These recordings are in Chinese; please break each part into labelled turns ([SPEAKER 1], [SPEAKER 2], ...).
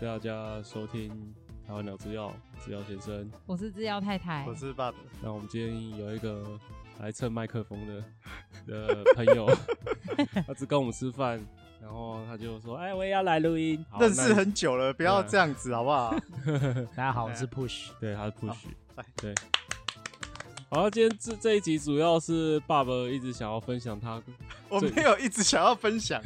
[SPEAKER 1] 大家收听台湾鸟制药，制药先生。
[SPEAKER 2] 我是制药太太，
[SPEAKER 3] 我是爸爸，
[SPEAKER 1] 那我们今天有一个来蹭麦克风的 的朋友，他只跟我们吃饭，然后他就说：“哎，我也要来录音。好”
[SPEAKER 3] 认识
[SPEAKER 1] 那啊
[SPEAKER 3] 很久了，不要这样子好 不好？
[SPEAKER 4] 大家好，我是 Push。
[SPEAKER 1] 对，他是 push，
[SPEAKER 3] 来
[SPEAKER 1] 对。好，今天这这一集主要是爸爸一直想要分享他，
[SPEAKER 3] 我没有一直想要 分享，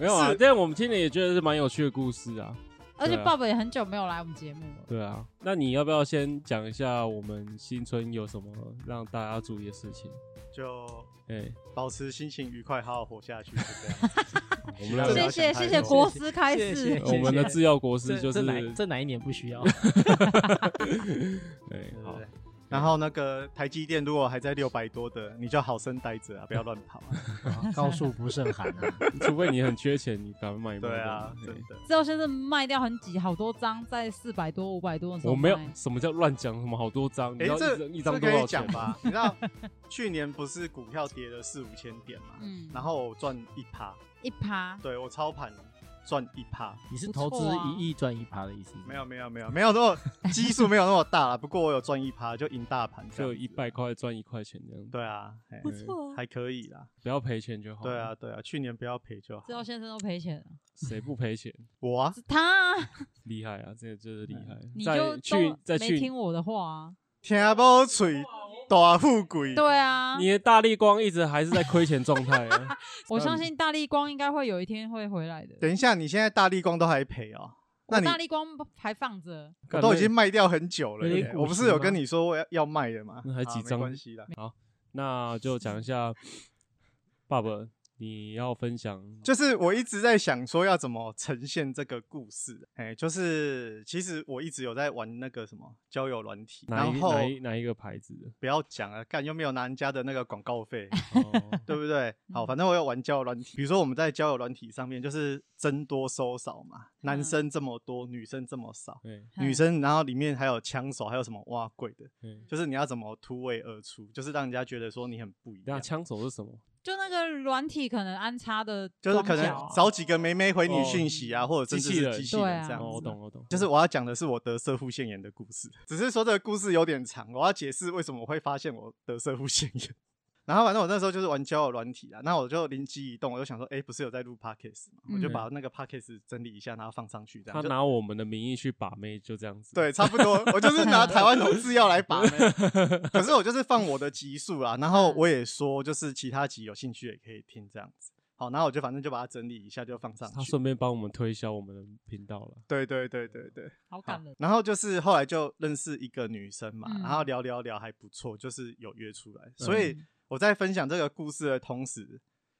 [SPEAKER 1] 没有啊
[SPEAKER 3] 是，
[SPEAKER 1] 但我们听了也觉得是蛮有趣的故事啊。
[SPEAKER 2] 而且
[SPEAKER 1] 对啊
[SPEAKER 2] Bob 也很久没有来我们节目了。
[SPEAKER 1] 对啊，那你要不要先讲一下我们新春有什么让大家注意的事情？
[SPEAKER 3] 就
[SPEAKER 1] 哎、
[SPEAKER 3] 保持心情愉快，好好活下去，就这样。
[SPEAKER 1] 我们来
[SPEAKER 3] 对
[SPEAKER 2] 谢谢
[SPEAKER 3] 啊想太
[SPEAKER 2] 谢谢
[SPEAKER 3] 多
[SPEAKER 2] 国师开
[SPEAKER 4] 谢谢
[SPEAKER 2] 始
[SPEAKER 1] 我
[SPEAKER 4] 谢，
[SPEAKER 1] 们的制药国
[SPEAKER 4] 这
[SPEAKER 1] 师就
[SPEAKER 4] 这
[SPEAKER 1] 是
[SPEAKER 4] 哪这哪一年不需要？
[SPEAKER 1] 对， 好
[SPEAKER 3] 对，然后那个台积电如果还在六百多的，你就好生待着啊，不要乱跑啊。
[SPEAKER 4] 高速不胜寒啊！
[SPEAKER 1] 除非你很缺钱，你敢买吗？
[SPEAKER 3] 对啊，真
[SPEAKER 1] 对
[SPEAKER 3] 的。
[SPEAKER 2] 制药先生卖掉很挤，好多张在四百多、五百多的时候
[SPEAKER 1] 我没有
[SPEAKER 2] 卖
[SPEAKER 1] 什么叫乱讲，什么好多张，你
[SPEAKER 3] 哎
[SPEAKER 1] 知道，一
[SPEAKER 3] 这
[SPEAKER 1] 张一张
[SPEAKER 3] 这
[SPEAKER 1] 多
[SPEAKER 3] 可以
[SPEAKER 1] 少
[SPEAKER 3] 讲
[SPEAKER 1] 钱？
[SPEAKER 3] 吧？你知道去年不是股票跌了四五千点嘛？
[SPEAKER 2] 嗯
[SPEAKER 3] 然后我赚一趴，
[SPEAKER 2] 一趴，
[SPEAKER 3] 对我操盘赚一趴。
[SPEAKER 1] 嗯
[SPEAKER 4] 你是
[SPEAKER 2] 不
[SPEAKER 4] 投
[SPEAKER 2] 错
[SPEAKER 4] 资
[SPEAKER 2] 啊
[SPEAKER 4] 一亿赚一趴的意思？
[SPEAKER 3] 没有没有没有没有那么基数没有那么大了，不过我有赚一趴，就赢大盘这
[SPEAKER 1] 就
[SPEAKER 3] 样子。
[SPEAKER 1] 一百块赚一块钱这样，
[SPEAKER 3] 对啊，嘿
[SPEAKER 2] 不哦错啊。
[SPEAKER 3] 还可以啦。
[SPEAKER 1] 不要赔钱就好。
[SPEAKER 3] 对啊，，对啊，去年不要赔就好
[SPEAKER 2] 制。药先生都赔钱了，
[SPEAKER 1] 谁不赔钱？
[SPEAKER 3] 我啊，
[SPEAKER 2] 是他啊，
[SPEAKER 1] 厉害啊，这个就是厉害。
[SPEAKER 2] 你
[SPEAKER 1] 在
[SPEAKER 2] 就
[SPEAKER 1] 去
[SPEAKER 2] 都
[SPEAKER 1] 在
[SPEAKER 2] 没
[SPEAKER 1] 去
[SPEAKER 2] 听，我的话啊。
[SPEAKER 3] 听不嘴大富贵。
[SPEAKER 2] 对啊，
[SPEAKER 1] 你的大力光一直还是在亏钱状态 啊。
[SPEAKER 2] 我相信大力光应该会有一天会回来的。
[SPEAKER 3] 等一下，你现在大力光都还赔哦？那
[SPEAKER 2] 我
[SPEAKER 3] 你
[SPEAKER 2] 大力光还放着，
[SPEAKER 3] 我都已经卖掉很久了
[SPEAKER 4] 有
[SPEAKER 3] 耶
[SPEAKER 4] 点，
[SPEAKER 3] 我不是有跟你说我要要卖的吗？
[SPEAKER 1] 那还
[SPEAKER 3] 啊
[SPEAKER 1] 几
[SPEAKER 3] 没
[SPEAKER 1] 张
[SPEAKER 3] 关系啦，
[SPEAKER 1] 那就讲一下，爸爸，你要分享
[SPEAKER 3] 就是我一直在想说要怎么呈现这个故事。哎，就是其实我一直有在玩那个什么交友软体，
[SPEAKER 1] 哪一
[SPEAKER 3] 然后
[SPEAKER 1] 哪一哪一个牌子的？
[SPEAKER 3] 不要讲了，干又没有拿人家的那个广告费。
[SPEAKER 1] 哦
[SPEAKER 3] 对不对？
[SPEAKER 2] 嗯
[SPEAKER 3] 好，反正我有玩交友软体，比如说我们在交友软体上面就是增多收少嘛，
[SPEAKER 2] 嗯
[SPEAKER 3] 男生这么多，女生这么少，
[SPEAKER 1] 对
[SPEAKER 3] 女生然后里面还有枪手，还有什么挖鬼的，
[SPEAKER 1] 对，
[SPEAKER 3] 就是你要怎么突围而出，就是让人家觉得说你很不一
[SPEAKER 1] 那
[SPEAKER 3] 样，
[SPEAKER 1] 啊枪手是什么？
[SPEAKER 2] 就那个软体可能安插的
[SPEAKER 3] 就
[SPEAKER 2] 装
[SPEAKER 3] 是
[SPEAKER 2] 脚啊，
[SPEAKER 3] 可能找几个妹妹回你
[SPEAKER 1] 哦
[SPEAKER 3] 讯息啊，或者甚
[SPEAKER 1] 机器
[SPEAKER 3] 至
[SPEAKER 1] 人
[SPEAKER 3] 是机器人
[SPEAKER 2] 对啊
[SPEAKER 3] 这样子。
[SPEAKER 1] 哦，我懂，。我懂，
[SPEAKER 3] 就是我要讲的是我得色护腺炎的故事，只是说这个故事有点长，我要解释为什么我会发现我得色护腺炎。 然后反正我那时候就是玩交友软体啊，那我就灵机一动，我就想说，哎，不是有在录 podcast 吗？我就
[SPEAKER 2] 嗯
[SPEAKER 3] 把那个 podcast 整理一下，然后放上去，这
[SPEAKER 1] 他
[SPEAKER 3] 样就
[SPEAKER 1] 拿我们的名义去把妹，就这样子。
[SPEAKER 3] 对，差不多。我就是拿台湾同志要来把妹， 可是我就是放我的集数啦，然
[SPEAKER 1] 嗯
[SPEAKER 3] 后我也说，就是其他集有兴趣也可以听这样子。好，然后我就反正就把它整理一下，就放上
[SPEAKER 1] 他
[SPEAKER 3] 去。
[SPEAKER 1] 顺便帮我们推销我们的频道了。
[SPEAKER 3] 对对对对对。
[SPEAKER 2] 好
[SPEAKER 3] 好
[SPEAKER 2] 感人，
[SPEAKER 3] 然后就是后来就认识一个女生嘛，
[SPEAKER 2] 嗯
[SPEAKER 3] 然后聊聊聊还不错，就是有约出来。所以我在分享这个故事的同时，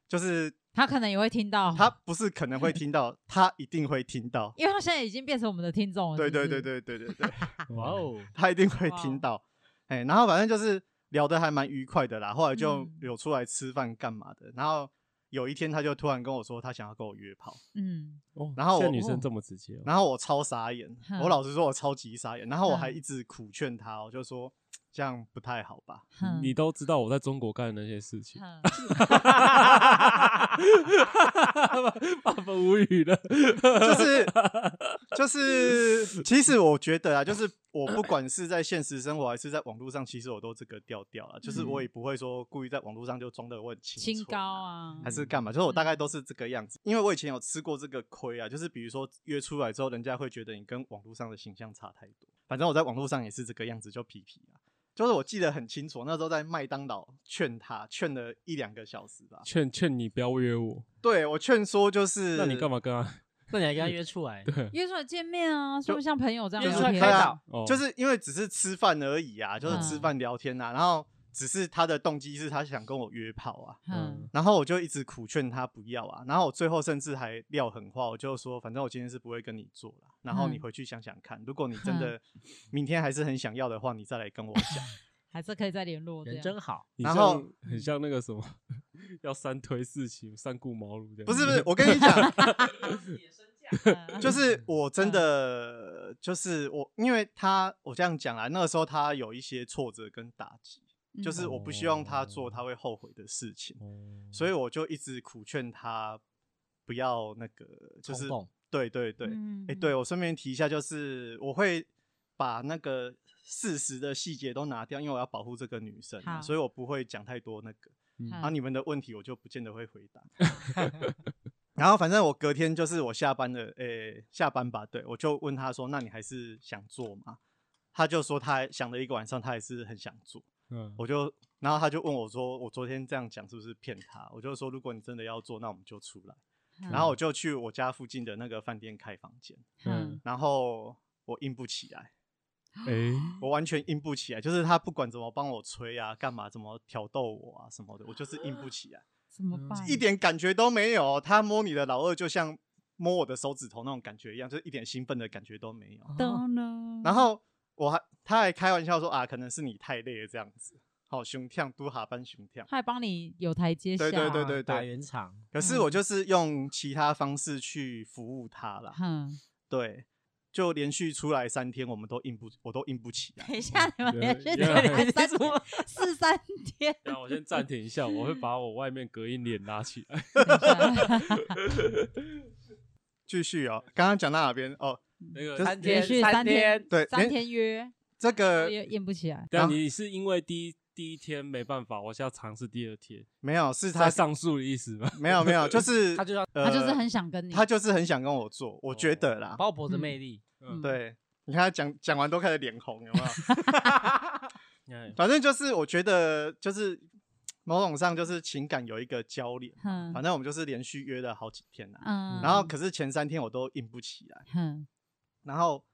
[SPEAKER 3] 就是
[SPEAKER 2] 他可能也会听到，
[SPEAKER 3] 她不是可能会听到，她一定会听到。
[SPEAKER 2] 因为他现在已经变成我们的听众了。
[SPEAKER 3] 对
[SPEAKER 2] 是不
[SPEAKER 3] 对
[SPEAKER 2] 哦是
[SPEAKER 3] 对，对对对对，
[SPEAKER 4] 哇哦，
[SPEAKER 3] 她一定会听到。哎，然后反正就是聊得还蛮愉快的啦。后来就
[SPEAKER 2] 嗯
[SPEAKER 3] 有出来吃饭干嘛的。然后有一天，她就突然跟我说，她想要跟我约炮。
[SPEAKER 2] 嗯，
[SPEAKER 1] 哦，
[SPEAKER 3] 然
[SPEAKER 1] 现
[SPEAKER 3] 后
[SPEAKER 1] 在
[SPEAKER 3] 我
[SPEAKER 1] 女生这么直接哦，
[SPEAKER 3] 然后我超傻眼，
[SPEAKER 2] 哼
[SPEAKER 3] 我老实说，我超级傻眼。然后我还
[SPEAKER 2] 哼
[SPEAKER 3] 一直苦劝她哦，我就说这样不太好吧。
[SPEAKER 2] 哼
[SPEAKER 1] 你都知道我在中国干的那些事情，
[SPEAKER 2] 哼
[SPEAKER 1] 爸爸无语了。
[SPEAKER 3] 就是就是，其实我觉得啊，就是我不管是在现实生活还是在网络上，其实我都这个调调啊，就是
[SPEAKER 1] 嗯
[SPEAKER 3] 我也不会说故意在网络上就装的我很清
[SPEAKER 2] 清
[SPEAKER 3] 纯
[SPEAKER 2] 高
[SPEAKER 3] 啊。
[SPEAKER 2] 啊，
[SPEAKER 3] 还
[SPEAKER 1] 嗯
[SPEAKER 3] 是干嘛？就是我大概都是这个样子，因为我以前有吃过这个亏啊，就是比如说约出来之后，人家会觉得你跟网络上的形象差太多。反正我在网络上也是这个样子，就皮皮啊。就是我记得很清楚，那时候在麦当劳劝他，劝了一两个小时吧。
[SPEAKER 1] 劝劝你不要约我，
[SPEAKER 3] 对我劝说就是，
[SPEAKER 1] 那你干嘛跟他？
[SPEAKER 4] 那你还跟他约出来？
[SPEAKER 2] 约出来见面啊，是不是像朋友这样
[SPEAKER 4] 约
[SPEAKER 2] 聊
[SPEAKER 4] 出来
[SPEAKER 2] 天？
[SPEAKER 4] 开
[SPEAKER 3] 对啊
[SPEAKER 4] 导，
[SPEAKER 1] 哦，
[SPEAKER 3] 就是因为只是吃饭而已啊，就是吃
[SPEAKER 2] 嗯
[SPEAKER 3] 饭聊天啊，然后只是他的动机是他想跟我约炮啊，
[SPEAKER 2] 嗯
[SPEAKER 1] 嗯，
[SPEAKER 3] 然后我就一直苦劝他不要啊，然后我最后甚至还撂狠话，我就说反正我今天是不会跟你做了，然后你
[SPEAKER 2] 嗯
[SPEAKER 3] 回去想想看，如果你真的明天还是很想要的话，你再来跟我 讲。
[SPEAKER 2] 还是可以再联络这
[SPEAKER 4] 人
[SPEAKER 2] 样。
[SPEAKER 4] 真好，
[SPEAKER 1] 你
[SPEAKER 3] 然
[SPEAKER 1] 像
[SPEAKER 3] 后
[SPEAKER 1] 很像那个什么， 要三推四请，三顾茅庐这样。
[SPEAKER 3] 不是不是，我 跟你讲，
[SPEAKER 2] 嗯
[SPEAKER 3] 就是我真的就是我，因为他我这样讲啊，那个时候他有一些挫折跟打击，
[SPEAKER 2] 嗯
[SPEAKER 3] 就是我不希望他
[SPEAKER 2] 哦
[SPEAKER 3] 做他会后悔的事情。
[SPEAKER 1] 哦，
[SPEAKER 3] 所以我就一直苦劝他不要那个，就是
[SPEAKER 4] 冲动
[SPEAKER 3] 对对对，
[SPEAKER 2] 嗯
[SPEAKER 3] 哎、对，我顺便提一下，就是我会把那个事实的细节都拿掉，因为我要保护这个女生、啊，
[SPEAKER 2] 好
[SPEAKER 3] 所以我不会讲太多那个。
[SPEAKER 4] 嗯
[SPEAKER 3] 啊，你们的问题我就不见得会回 答。然后反正我隔天就是我下班了，诶、下班吧，对我就问他说：“那你还是想做吗？”他就说他想了一个晚上，他还是很想做。
[SPEAKER 1] 嗯，
[SPEAKER 3] 我就，然后他就问我说：“我昨天这样讲是不是骗他？”我就说：“如果你真的要做，那我们就出来。”然后我就去我家附近的那个饭店开房间，
[SPEAKER 1] 嗯，
[SPEAKER 3] 然后我硬不起来，
[SPEAKER 1] 哎，
[SPEAKER 3] 我完全硬不起来，就是他不管怎么帮我吹啊，干嘛怎么挑逗我啊什么的，我就是硬不起来。
[SPEAKER 2] 怎么办？
[SPEAKER 3] 嗯一点感觉都没有。他摸你的老二，就像摸我的手指头那种感觉一样，就是一点兴奋的感觉都没有。
[SPEAKER 2] 的呢？
[SPEAKER 3] 然后我还他还开玩笑说啊，可能是你太累了这样子，好胸跳都哈班胸跳。
[SPEAKER 2] 他还帮你有台阶下，
[SPEAKER 3] 对对对对
[SPEAKER 4] 打
[SPEAKER 3] 对。
[SPEAKER 4] 圆场，
[SPEAKER 3] 可是
[SPEAKER 2] 嗯
[SPEAKER 3] 我就是用其他方式去服务他啦，
[SPEAKER 2] 哼，
[SPEAKER 3] 对，就连续出来三天，我们都硬不，我都硬不起来。
[SPEAKER 2] 等一下你们
[SPEAKER 1] 对
[SPEAKER 2] 连续
[SPEAKER 1] 对
[SPEAKER 2] 来三天，四三天，
[SPEAKER 1] 那我先暂停一下，我会把我外面隔音帘拉起来。
[SPEAKER 2] 等一下
[SPEAKER 3] 继续哦，刚刚讲到哪边？哦，
[SPEAKER 1] 那个
[SPEAKER 3] 就是
[SPEAKER 1] 三
[SPEAKER 2] 连
[SPEAKER 1] 天，
[SPEAKER 2] 续
[SPEAKER 1] 三
[SPEAKER 2] 三天，
[SPEAKER 3] 对
[SPEAKER 2] 三
[SPEAKER 3] 连
[SPEAKER 2] 天约，
[SPEAKER 3] 这个
[SPEAKER 2] 也验不起来，
[SPEAKER 1] 但
[SPEAKER 3] 啊
[SPEAKER 1] 你是因为第一第一天没办法，我现在尝试第二天，
[SPEAKER 3] 没有，是
[SPEAKER 1] 在
[SPEAKER 3] 他
[SPEAKER 1] 上诉的意思吗？
[SPEAKER 3] 没有没有， 就是呃
[SPEAKER 4] 他就要
[SPEAKER 2] 他就是很哦想跟你，
[SPEAKER 3] 他就是很想跟我做，我觉得啦，
[SPEAKER 4] 鲍勃的魅力，
[SPEAKER 2] 嗯，
[SPEAKER 3] 对，你看他讲讲完都开始脸红，有没有？
[SPEAKER 1] 哎
[SPEAKER 3] 反正就是我觉得就是某种上就是情感有一个交流。
[SPEAKER 2] 哼，
[SPEAKER 3] 反正我们就是连续约了好几天啦、
[SPEAKER 2] 嗯，
[SPEAKER 3] 然后可是前三天我都硬不起来，
[SPEAKER 2] 哼，
[SPEAKER 3] 然后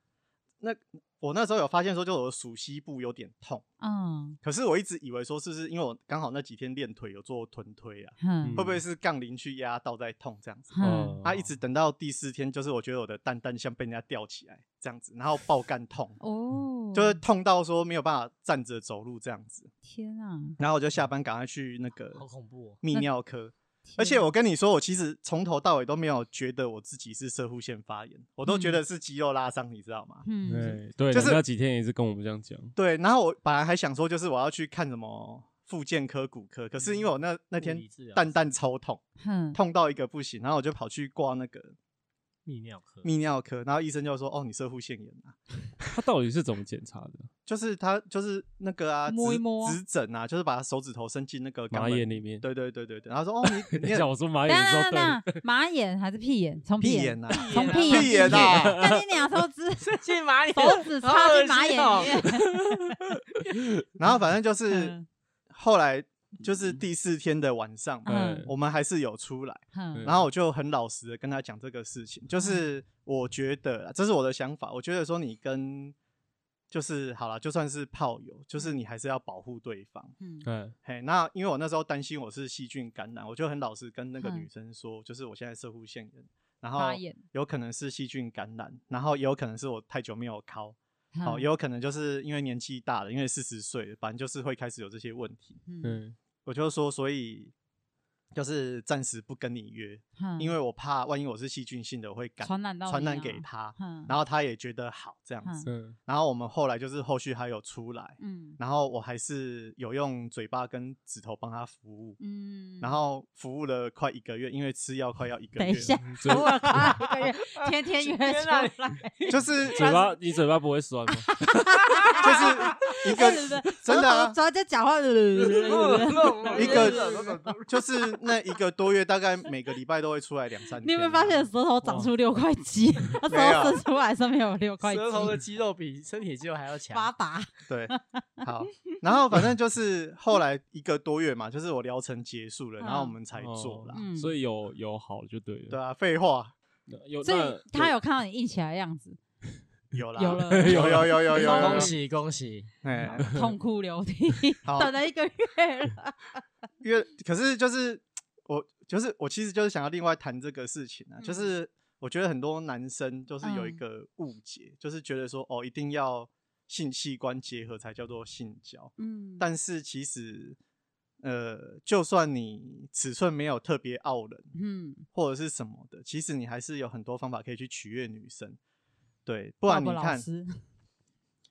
[SPEAKER 3] 那我那时候有发现说，就我的属膝部有点痛，
[SPEAKER 2] 嗯
[SPEAKER 3] 可是我一直以为说是不是因为我刚好那几天练腿有做臀推啊，
[SPEAKER 2] 哼
[SPEAKER 3] 会
[SPEAKER 4] 嗯
[SPEAKER 3] 不会是杠铃去压到在痛这样
[SPEAKER 4] 哦
[SPEAKER 3] 子？
[SPEAKER 1] 哦
[SPEAKER 3] 啊
[SPEAKER 2] 哼，
[SPEAKER 3] 他、一直等到第四天，就是我觉得我的蛋蛋像被人家吊起来这样子，然后爆干痛，
[SPEAKER 2] 哦，
[SPEAKER 3] 就是痛到说没有办法站着走路这样子。
[SPEAKER 2] 天啊，
[SPEAKER 3] 然后我就下班赶快去那个
[SPEAKER 4] 嗯好恐怖哦。
[SPEAKER 3] 泌尿科。而且
[SPEAKER 2] 啊
[SPEAKER 3] 我跟你说，我其实从头到尾都没有觉得我自己是射护腺发炎，我
[SPEAKER 4] 嗯
[SPEAKER 3] 都觉得是肌肉拉伤，你知道吗？
[SPEAKER 2] 嗯，
[SPEAKER 1] 对对，
[SPEAKER 3] 就是
[SPEAKER 1] 你那几天也是跟我们这样讲，
[SPEAKER 3] 对。然后我本来还想说，就是我要去看什么复健科、骨科，可是因为我那那
[SPEAKER 4] 物
[SPEAKER 3] 天
[SPEAKER 4] 理治疗
[SPEAKER 3] 蛋蛋超痛，
[SPEAKER 2] 哼，
[SPEAKER 3] 痛到一个不行，然后我就跑去挂那个
[SPEAKER 4] 泌尿科，
[SPEAKER 3] 泌尿科，然后医生就说：“哦，你射护腺炎啊，
[SPEAKER 1] 他到底是怎么检查的？
[SPEAKER 3] 就是他就是那个啊，
[SPEAKER 2] 摸一
[SPEAKER 3] 指
[SPEAKER 2] 摸
[SPEAKER 3] 指诊啊，就是把手指头伸进那个肛
[SPEAKER 1] 马
[SPEAKER 3] 门
[SPEAKER 1] 眼里面。
[SPEAKER 3] 对对对对对，然后说：“哦， 你
[SPEAKER 1] 等
[SPEAKER 3] 你
[SPEAKER 1] 一
[SPEAKER 3] 很
[SPEAKER 1] 下，我说马
[SPEAKER 2] 等
[SPEAKER 1] 眼
[SPEAKER 2] 等
[SPEAKER 1] 的时候，
[SPEAKER 2] 等
[SPEAKER 1] 对，
[SPEAKER 2] 等，马眼还是屁眼？从
[SPEAKER 3] 屁
[SPEAKER 2] 眼
[SPEAKER 3] 眼，啊，
[SPEAKER 2] 从屁
[SPEAKER 3] 屁眼
[SPEAKER 2] 啊，
[SPEAKER 3] 啊，
[SPEAKER 2] 但是两手指手
[SPEAKER 4] 进马眼，
[SPEAKER 2] 指插进马眼里面，
[SPEAKER 3] 然后反正就是
[SPEAKER 2] 嗯
[SPEAKER 3] 后来就是第四天的晚上嘛，
[SPEAKER 1] 嗯
[SPEAKER 3] 我们还是有出来，
[SPEAKER 2] 哼
[SPEAKER 1] 嗯
[SPEAKER 3] 然后我就很老实的跟他讲这个事情，
[SPEAKER 2] 嗯
[SPEAKER 3] 就是我觉得啦这是我的想法，我觉得说你跟就是好了，就算是炮友，就是你还是要保护对方。
[SPEAKER 2] 嗯
[SPEAKER 1] 嗯，
[SPEAKER 3] 嘿，那因为我那时候担心我是细菌感染，我就很老实跟那个
[SPEAKER 2] 嗯
[SPEAKER 3] 女生说，就是我现在射护腺炎，然后
[SPEAKER 2] 发炎，
[SPEAKER 3] 有可能是细菌感染，然后也有可能是我太久没有敲，好、
[SPEAKER 2] 哼
[SPEAKER 3] 也有可能就是因为年纪大了，因为四十岁了，反正就是会开始有这些问题。
[SPEAKER 2] 嗯
[SPEAKER 1] 嗯，
[SPEAKER 3] 我就说，所以就是暂时不跟你约，
[SPEAKER 2] 哼
[SPEAKER 3] 因为我怕万一我是细菌性的，我会感
[SPEAKER 2] 嗯传染到
[SPEAKER 3] 传
[SPEAKER 2] 你
[SPEAKER 3] 染
[SPEAKER 2] 啊
[SPEAKER 3] 给他，
[SPEAKER 2] 哼
[SPEAKER 3] 然后他也觉得好这样子。
[SPEAKER 1] 嗯，
[SPEAKER 3] 然后我们后来就是后续还有出来，
[SPEAKER 2] 嗯
[SPEAKER 3] 然后我还是有用嘴巴跟指头帮他服务，
[SPEAKER 2] 嗯，
[SPEAKER 3] 然后服务了快一个月，因为吃药快要一个
[SPEAKER 2] 等
[SPEAKER 3] 月
[SPEAKER 2] 一，下，
[SPEAKER 1] 嘴
[SPEAKER 2] 我靠，一个月啊天天约出来，
[SPEAKER 3] 就是
[SPEAKER 1] 嘴巴，你嘴巴不会酸吗？
[SPEAKER 3] 就是 一个真的啊
[SPEAKER 2] 主要在讲话，
[SPEAKER 3] 一个就是那一个多月，大概每个礼拜都会出来两三天。啊
[SPEAKER 2] 你有没有发现？舌头长出六块肌？ 它
[SPEAKER 3] 没有
[SPEAKER 2] 舌头伸出来上面有六块肌，
[SPEAKER 4] 舌头的肌肉比身体肌肉还要
[SPEAKER 2] 发
[SPEAKER 4] 强，
[SPEAKER 2] 达。
[SPEAKER 3] 对，好，然后 反正就是后来一个多月嘛，就是我疗程结束了，然后我们才做啦。
[SPEAKER 2] 嗯
[SPEAKER 1] 哦所以有有好就对
[SPEAKER 3] 对
[SPEAKER 1] 了。
[SPEAKER 3] 啊，废话，
[SPEAKER 1] 对，有
[SPEAKER 2] 所
[SPEAKER 1] 那
[SPEAKER 2] 以他有看到你硬起来的样子，
[SPEAKER 3] 有啦，
[SPEAKER 2] 有了
[SPEAKER 3] 有有有有有有
[SPEAKER 4] 恭喜恭喜！
[SPEAKER 3] 哎，
[SPEAKER 2] 痛哭流涕，
[SPEAKER 3] 好
[SPEAKER 2] 等了一个月了。
[SPEAKER 3] 因为可是就是我就是我其实就是想要另外谈这个事情啊，
[SPEAKER 2] 嗯
[SPEAKER 3] 就是我觉得很多男生就是有一
[SPEAKER 2] 嗯
[SPEAKER 3] 个误解，就是觉得说哦一定要性器官结合才叫做性交，
[SPEAKER 2] 嗯
[SPEAKER 3] 但是其实，呃，就算你尺寸没有特别傲人
[SPEAKER 2] 嗯，
[SPEAKER 3] 或者是什么的，其实你还是有很多方法可以去取悦女生。对，
[SPEAKER 2] 不
[SPEAKER 3] 不然你看，
[SPEAKER 2] 师，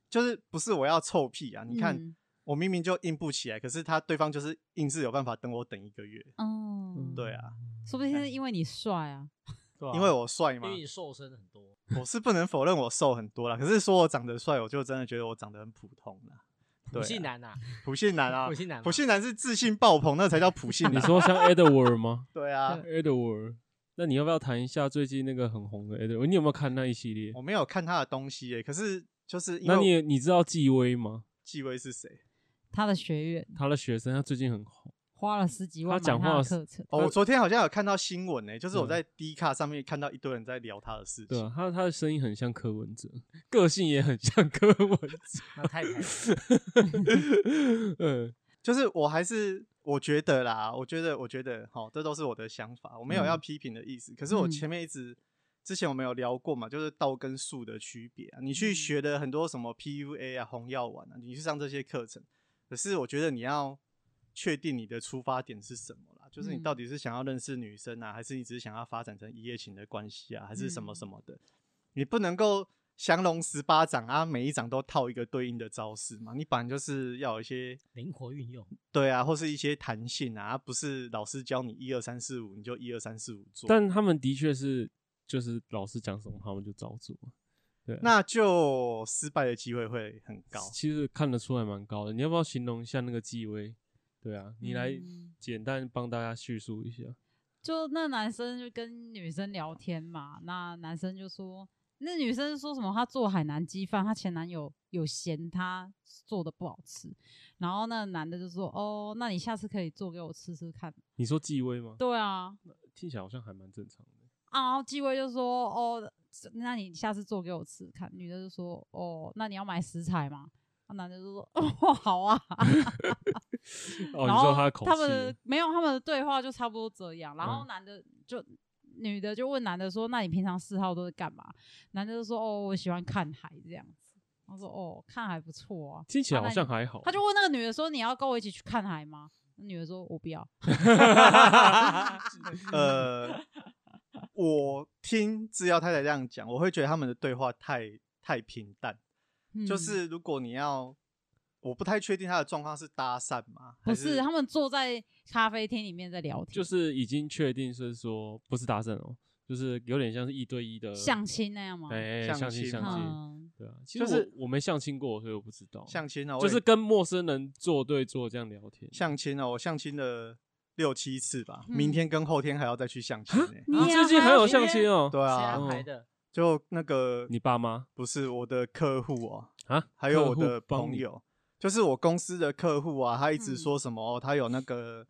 [SPEAKER 3] 就是不是我要臭屁啊？你看，
[SPEAKER 2] 嗯
[SPEAKER 3] 我明明就硬不起来，可是他对方就是硬是有办法等我等一个月。
[SPEAKER 1] 嗯
[SPEAKER 2] 哦，
[SPEAKER 3] 对啊，
[SPEAKER 2] 说不定是因为你帅啊，
[SPEAKER 4] 对啊
[SPEAKER 3] 因为我帅
[SPEAKER 4] 因
[SPEAKER 3] 嘛
[SPEAKER 4] 为，你瘦身很多，
[SPEAKER 3] 我是不能否认我瘦很多啦。可是说我长得帅，我就真的觉得我长得很普通啦。对
[SPEAKER 4] 普
[SPEAKER 3] 啊
[SPEAKER 4] 信男呐，
[SPEAKER 3] 普信男啊
[SPEAKER 4] 普，信男嘛，
[SPEAKER 3] 普信男是自信爆棚，那才叫普信
[SPEAKER 1] 你
[SPEAKER 3] 男。
[SPEAKER 1] 说像 Edward 吗
[SPEAKER 3] 对啊，
[SPEAKER 1] ？Edward，那你要不要谈一下最近那个很红的 Edward？你有没有看那一系列？
[SPEAKER 3] 我没有看他的东西耶、可是就是因
[SPEAKER 1] 那
[SPEAKER 3] 为
[SPEAKER 1] 你你知道纪薇吗？
[SPEAKER 3] 纪薇是谁？
[SPEAKER 2] 他的学员
[SPEAKER 1] 他的学生，他最近很红。
[SPEAKER 2] 花了十几万
[SPEAKER 1] 他讲
[SPEAKER 2] 买他
[SPEAKER 1] 话
[SPEAKER 2] 的
[SPEAKER 1] 是
[SPEAKER 2] 课程，
[SPEAKER 3] 哦，我昨天好像有看到新闻呢、就是我
[SPEAKER 1] 嗯
[SPEAKER 3] 在 D 卡上面看到一堆人在聊他的事
[SPEAKER 1] 对
[SPEAKER 3] 情。
[SPEAKER 1] 啊，他他的声音很像柯文哲，个性也很像柯文
[SPEAKER 4] 那太 太
[SPEAKER 1] 哲。 嗯，
[SPEAKER 3] 就是我还是我觉得啦，我觉得我觉得好，这都是我的想法，我没有
[SPEAKER 1] 嗯
[SPEAKER 3] 要批评的意思。可是我
[SPEAKER 2] 嗯
[SPEAKER 3] 前面一直之前我们有聊过嘛，就是道跟术的区别啊。你去
[SPEAKER 2] 嗯
[SPEAKER 3] 学的很多什么 PUA 啊、红药丸啊，你去上这些课程，可是我觉得你要确定你的出发点是什么啦，就是你
[SPEAKER 2] 嗯
[SPEAKER 3] 到底是想要认识女生啊，还是你只是想要发展成一夜情的关系啊，还是什么
[SPEAKER 2] 嗯
[SPEAKER 3] 什么的。你不能够降龙十八掌啊，每一掌都套一个对应的招式嘛。你本来就是要有一些
[SPEAKER 4] 灵活运用，
[SPEAKER 3] 对啊，或是一些弹性啊，不是老师教你一二三四五，你就一二三四五做。
[SPEAKER 1] 但他们的确是，就是老师讲什么，他们就照做。对啊，
[SPEAKER 3] 那就失败的机会会很高。
[SPEAKER 1] 其实看得出来蛮高的。你要不要形容一下那个纪薇？对啊，你来
[SPEAKER 2] 嗯
[SPEAKER 1] 简单帮大家叙述一下。
[SPEAKER 2] 就那男生就跟女生聊天嘛，那男生就说，那女生说什么？她做海南鸡饭，她前男友有嫌她做的不好吃，然后那男的就说，哦，那你下次可以做给我吃吃看。
[SPEAKER 1] 你说纪薇吗？
[SPEAKER 2] 对啊，
[SPEAKER 1] 听起来好像还蛮正常的。
[SPEAKER 2] 啊，然后纪薇就说，哦，那你下次做给我吃吃看。女的就说，哦，那你要买食材吗？那男的就说，哦，好啊。
[SPEAKER 1] 哦，
[SPEAKER 2] 然
[SPEAKER 1] 你
[SPEAKER 2] 后
[SPEAKER 1] 说他的口
[SPEAKER 2] 们的
[SPEAKER 1] 气，
[SPEAKER 2] 没有他们的对话就差不多这样，然后
[SPEAKER 1] 嗯
[SPEAKER 2] 男的就、女的就问男的说：“那你平常嗜好都是干嘛？”男的就说：“哦，我喜欢看海这样子。”他说：“哦，看海不错啊。
[SPEAKER 1] 听起来好像
[SPEAKER 2] 啊
[SPEAKER 1] 还好”。
[SPEAKER 2] 他就问那个女的说：“你要跟我一起去看海吗？”那女的说：“我不要。
[SPEAKER 3] 呃，我听资料太太这样讲，我会觉得他们的对话太太平淡。
[SPEAKER 2] 嗯”
[SPEAKER 3] 就是如果你要，我不太确定他的状况是搭讪吗？还
[SPEAKER 2] 不是他们坐在咖啡厅里面在聊 天，
[SPEAKER 1] 就是已经确定是说不是搭讪哦，就是有点像是一对一的
[SPEAKER 2] 相亲那样吗？
[SPEAKER 1] 哎，
[SPEAKER 3] 相
[SPEAKER 1] 相亲
[SPEAKER 3] 亲
[SPEAKER 1] 相
[SPEAKER 3] 嘛
[SPEAKER 1] 亲，
[SPEAKER 2] 嗯，
[SPEAKER 1] 对啊，其实
[SPEAKER 3] 就是
[SPEAKER 1] 我我没相亲过，所以我不知道。
[SPEAKER 3] 相亲啊？我
[SPEAKER 1] 就
[SPEAKER 3] 也
[SPEAKER 1] 是跟陌生人坐对坐这样聊天，
[SPEAKER 3] 相亲哦，我相亲了六七次吧，
[SPEAKER 2] 嗯啊
[SPEAKER 3] 明天跟后天还要再去相亲呢、
[SPEAKER 2] 你
[SPEAKER 1] 你
[SPEAKER 2] 也
[SPEAKER 1] 最近
[SPEAKER 2] 还
[SPEAKER 1] 很
[SPEAKER 2] 要
[SPEAKER 1] 有
[SPEAKER 2] 去
[SPEAKER 1] 相亲哦。
[SPEAKER 3] 对
[SPEAKER 4] 谁
[SPEAKER 3] 啊
[SPEAKER 4] 安，排的？
[SPEAKER 3] 就那个
[SPEAKER 1] 你爸妈
[SPEAKER 3] 不是我的客户哦，
[SPEAKER 1] 啊，
[SPEAKER 3] 还有我
[SPEAKER 1] 客户
[SPEAKER 3] 的
[SPEAKER 1] 帮
[SPEAKER 3] 朋
[SPEAKER 1] 你，
[SPEAKER 3] 友，就是我公司的客户啊，他一直
[SPEAKER 2] 嗯
[SPEAKER 3] 说什么、哦、他有那个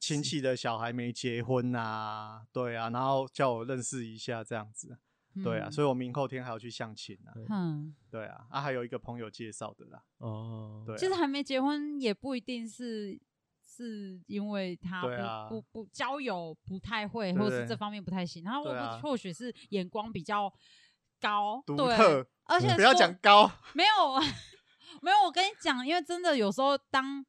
[SPEAKER 3] 亲戚的小孩没结婚啊，对啊，然后叫我认识一下这样子，对
[SPEAKER 2] 嗯
[SPEAKER 3] 啊，所以我明后天还要去相亲啊，
[SPEAKER 2] 以嗯，
[SPEAKER 3] 对啊，啊还有一个朋友介绍的啦，
[SPEAKER 1] 哦，
[SPEAKER 3] 对啊
[SPEAKER 2] 其实还没结婚也不一定是是因为他不、
[SPEAKER 3] 对啊
[SPEAKER 2] 不不交友不太会，
[SPEAKER 3] 对
[SPEAKER 2] 或
[SPEAKER 3] 不
[SPEAKER 2] 者是
[SPEAKER 3] 对
[SPEAKER 2] 这方面不太行，然后
[SPEAKER 3] 对啊
[SPEAKER 2] 或或许是眼光比较高，
[SPEAKER 3] 独
[SPEAKER 2] 对
[SPEAKER 3] 特，嗯
[SPEAKER 2] 而且
[SPEAKER 3] 不要
[SPEAKER 2] 说
[SPEAKER 3] 讲高，
[SPEAKER 2] 没有 没有，我跟你讲，因为真的有时候当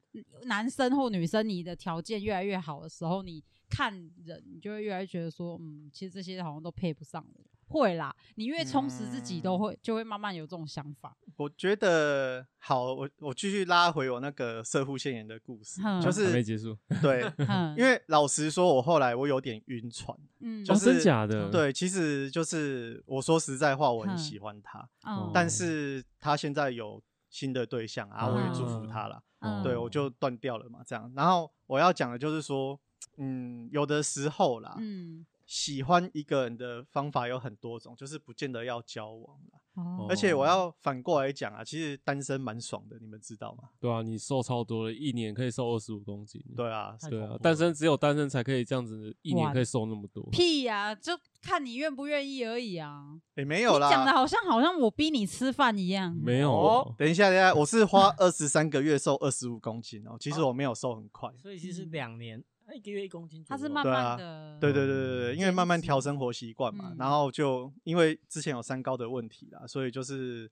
[SPEAKER 2] 男生或女生你的条件越来越好的时候，你看人你就会越来越觉得说，嗯，其实这些好像都配不上我。会啦，你越充实自己，都
[SPEAKER 3] 嗯
[SPEAKER 2] 会、就会慢慢有这种想法。
[SPEAKER 3] 我觉得好，我我继续拉回我那个射护腺炎的故事，
[SPEAKER 2] 嗯
[SPEAKER 3] 就
[SPEAKER 1] 还没
[SPEAKER 3] 是
[SPEAKER 1] 结束，
[SPEAKER 3] 对，
[SPEAKER 2] 嗯，
[SPEAKER 3] 因为老实说，我后来我有点晕船，
[SPEAKER 2] 嗯，
[SPEAKER 3] 就
[SPEAKER 1] 哦
[SPEAKER 3] 是
[SPEAKER 1] 真假的，，
[SPEAKER 3] 对，其实就是我说实在话，我很
[SPEAKER 2] 嗯
[SPEAKER 3] 喜欢他，
[SPEAKER 2] 嗯
[SPEAKER 3] 但是他现在有新的对象啊，我也祝福
[SPEAKER 1] 嗯
[SPEAKER 3] 他啦，
[SPEAKER 2] 嗯
[SPEAKER 3] 对哦我就断掉了嘛，这样。然后我要讲的就是说，嗯，有的时候啦，
[SPEAKER 2] 嗯，
[SPEAKER 3] 喜欢一个人的方法有很多种，就是不见得要交往啦。
[SPEAKER 2] 哦
[SPEAKER 3] 而且我
[SPEAKER 1] 哦
[SPEAKER 3] 要反过来讲啊，其实单身蛮爽的，你们知道吗？
[SPEAKER 1] 对啊，你瘦超多了，一年可以瘦二十五公斤，
[SPEAKER 3] 对啊，
[SPEAKER 2] 嗯
[SPEAKER 4] 太
[SPEAKER 1] 对
[SPEAKER 4] 恐
[SPEAKER 1] 啊
[SPEAKER 4] 怖了，
[SPEAKER 1] 单身只有单身才可以这样子，一年
[SPEAKER 2] 哇
[SPEAKER 1] 可以瘦那么多，
[SPEAKER 2] 屁呀、就看你愿不愿意而已啊。
[SPEAKER 3] 也没
[SPEAKER 2] 你
[SPEAKER 3] 有
[SPEAKER 2] 讲的
[SPEAKER 3] 啦。
[SPEAKER 2] 好像好像我逼你吃饭一样。
[SPEAKER 1] 没有
[SPEAKER 3] 哦
[SPEAKER 1] 哦，，
[SPEAKER 3] 等一下，等一下，我是花二十三个月瘦二十五公斤哦，其实我没有瘦很快。
[SPEAKER 4] 所以其实两年，哎一个月一公斤
[SPEAKER 2] 嗯
[SPEAKER 4] 左
[SPEAKER 2] 它
[SPEAKER 4] 右，
[SPEAKER 2] 是慢
[SPEAKER 3] 对
[SPEAKER 2] 慢
[SPEAKER 3] 啊
[SPEAKER 2] 的。
[SPEAKER 3] 对对对
[SPEAKER 2] 嗯
[SPEAKER 3] 对对，因为慢慢
[SPEAKER 2] 减脂
[SPEAKER 3] 调生活习惯嘛，
[SPEAKER 2] 嗯
[SPEAKER 3] 然后就因为之前有三高的问题啦，所以就是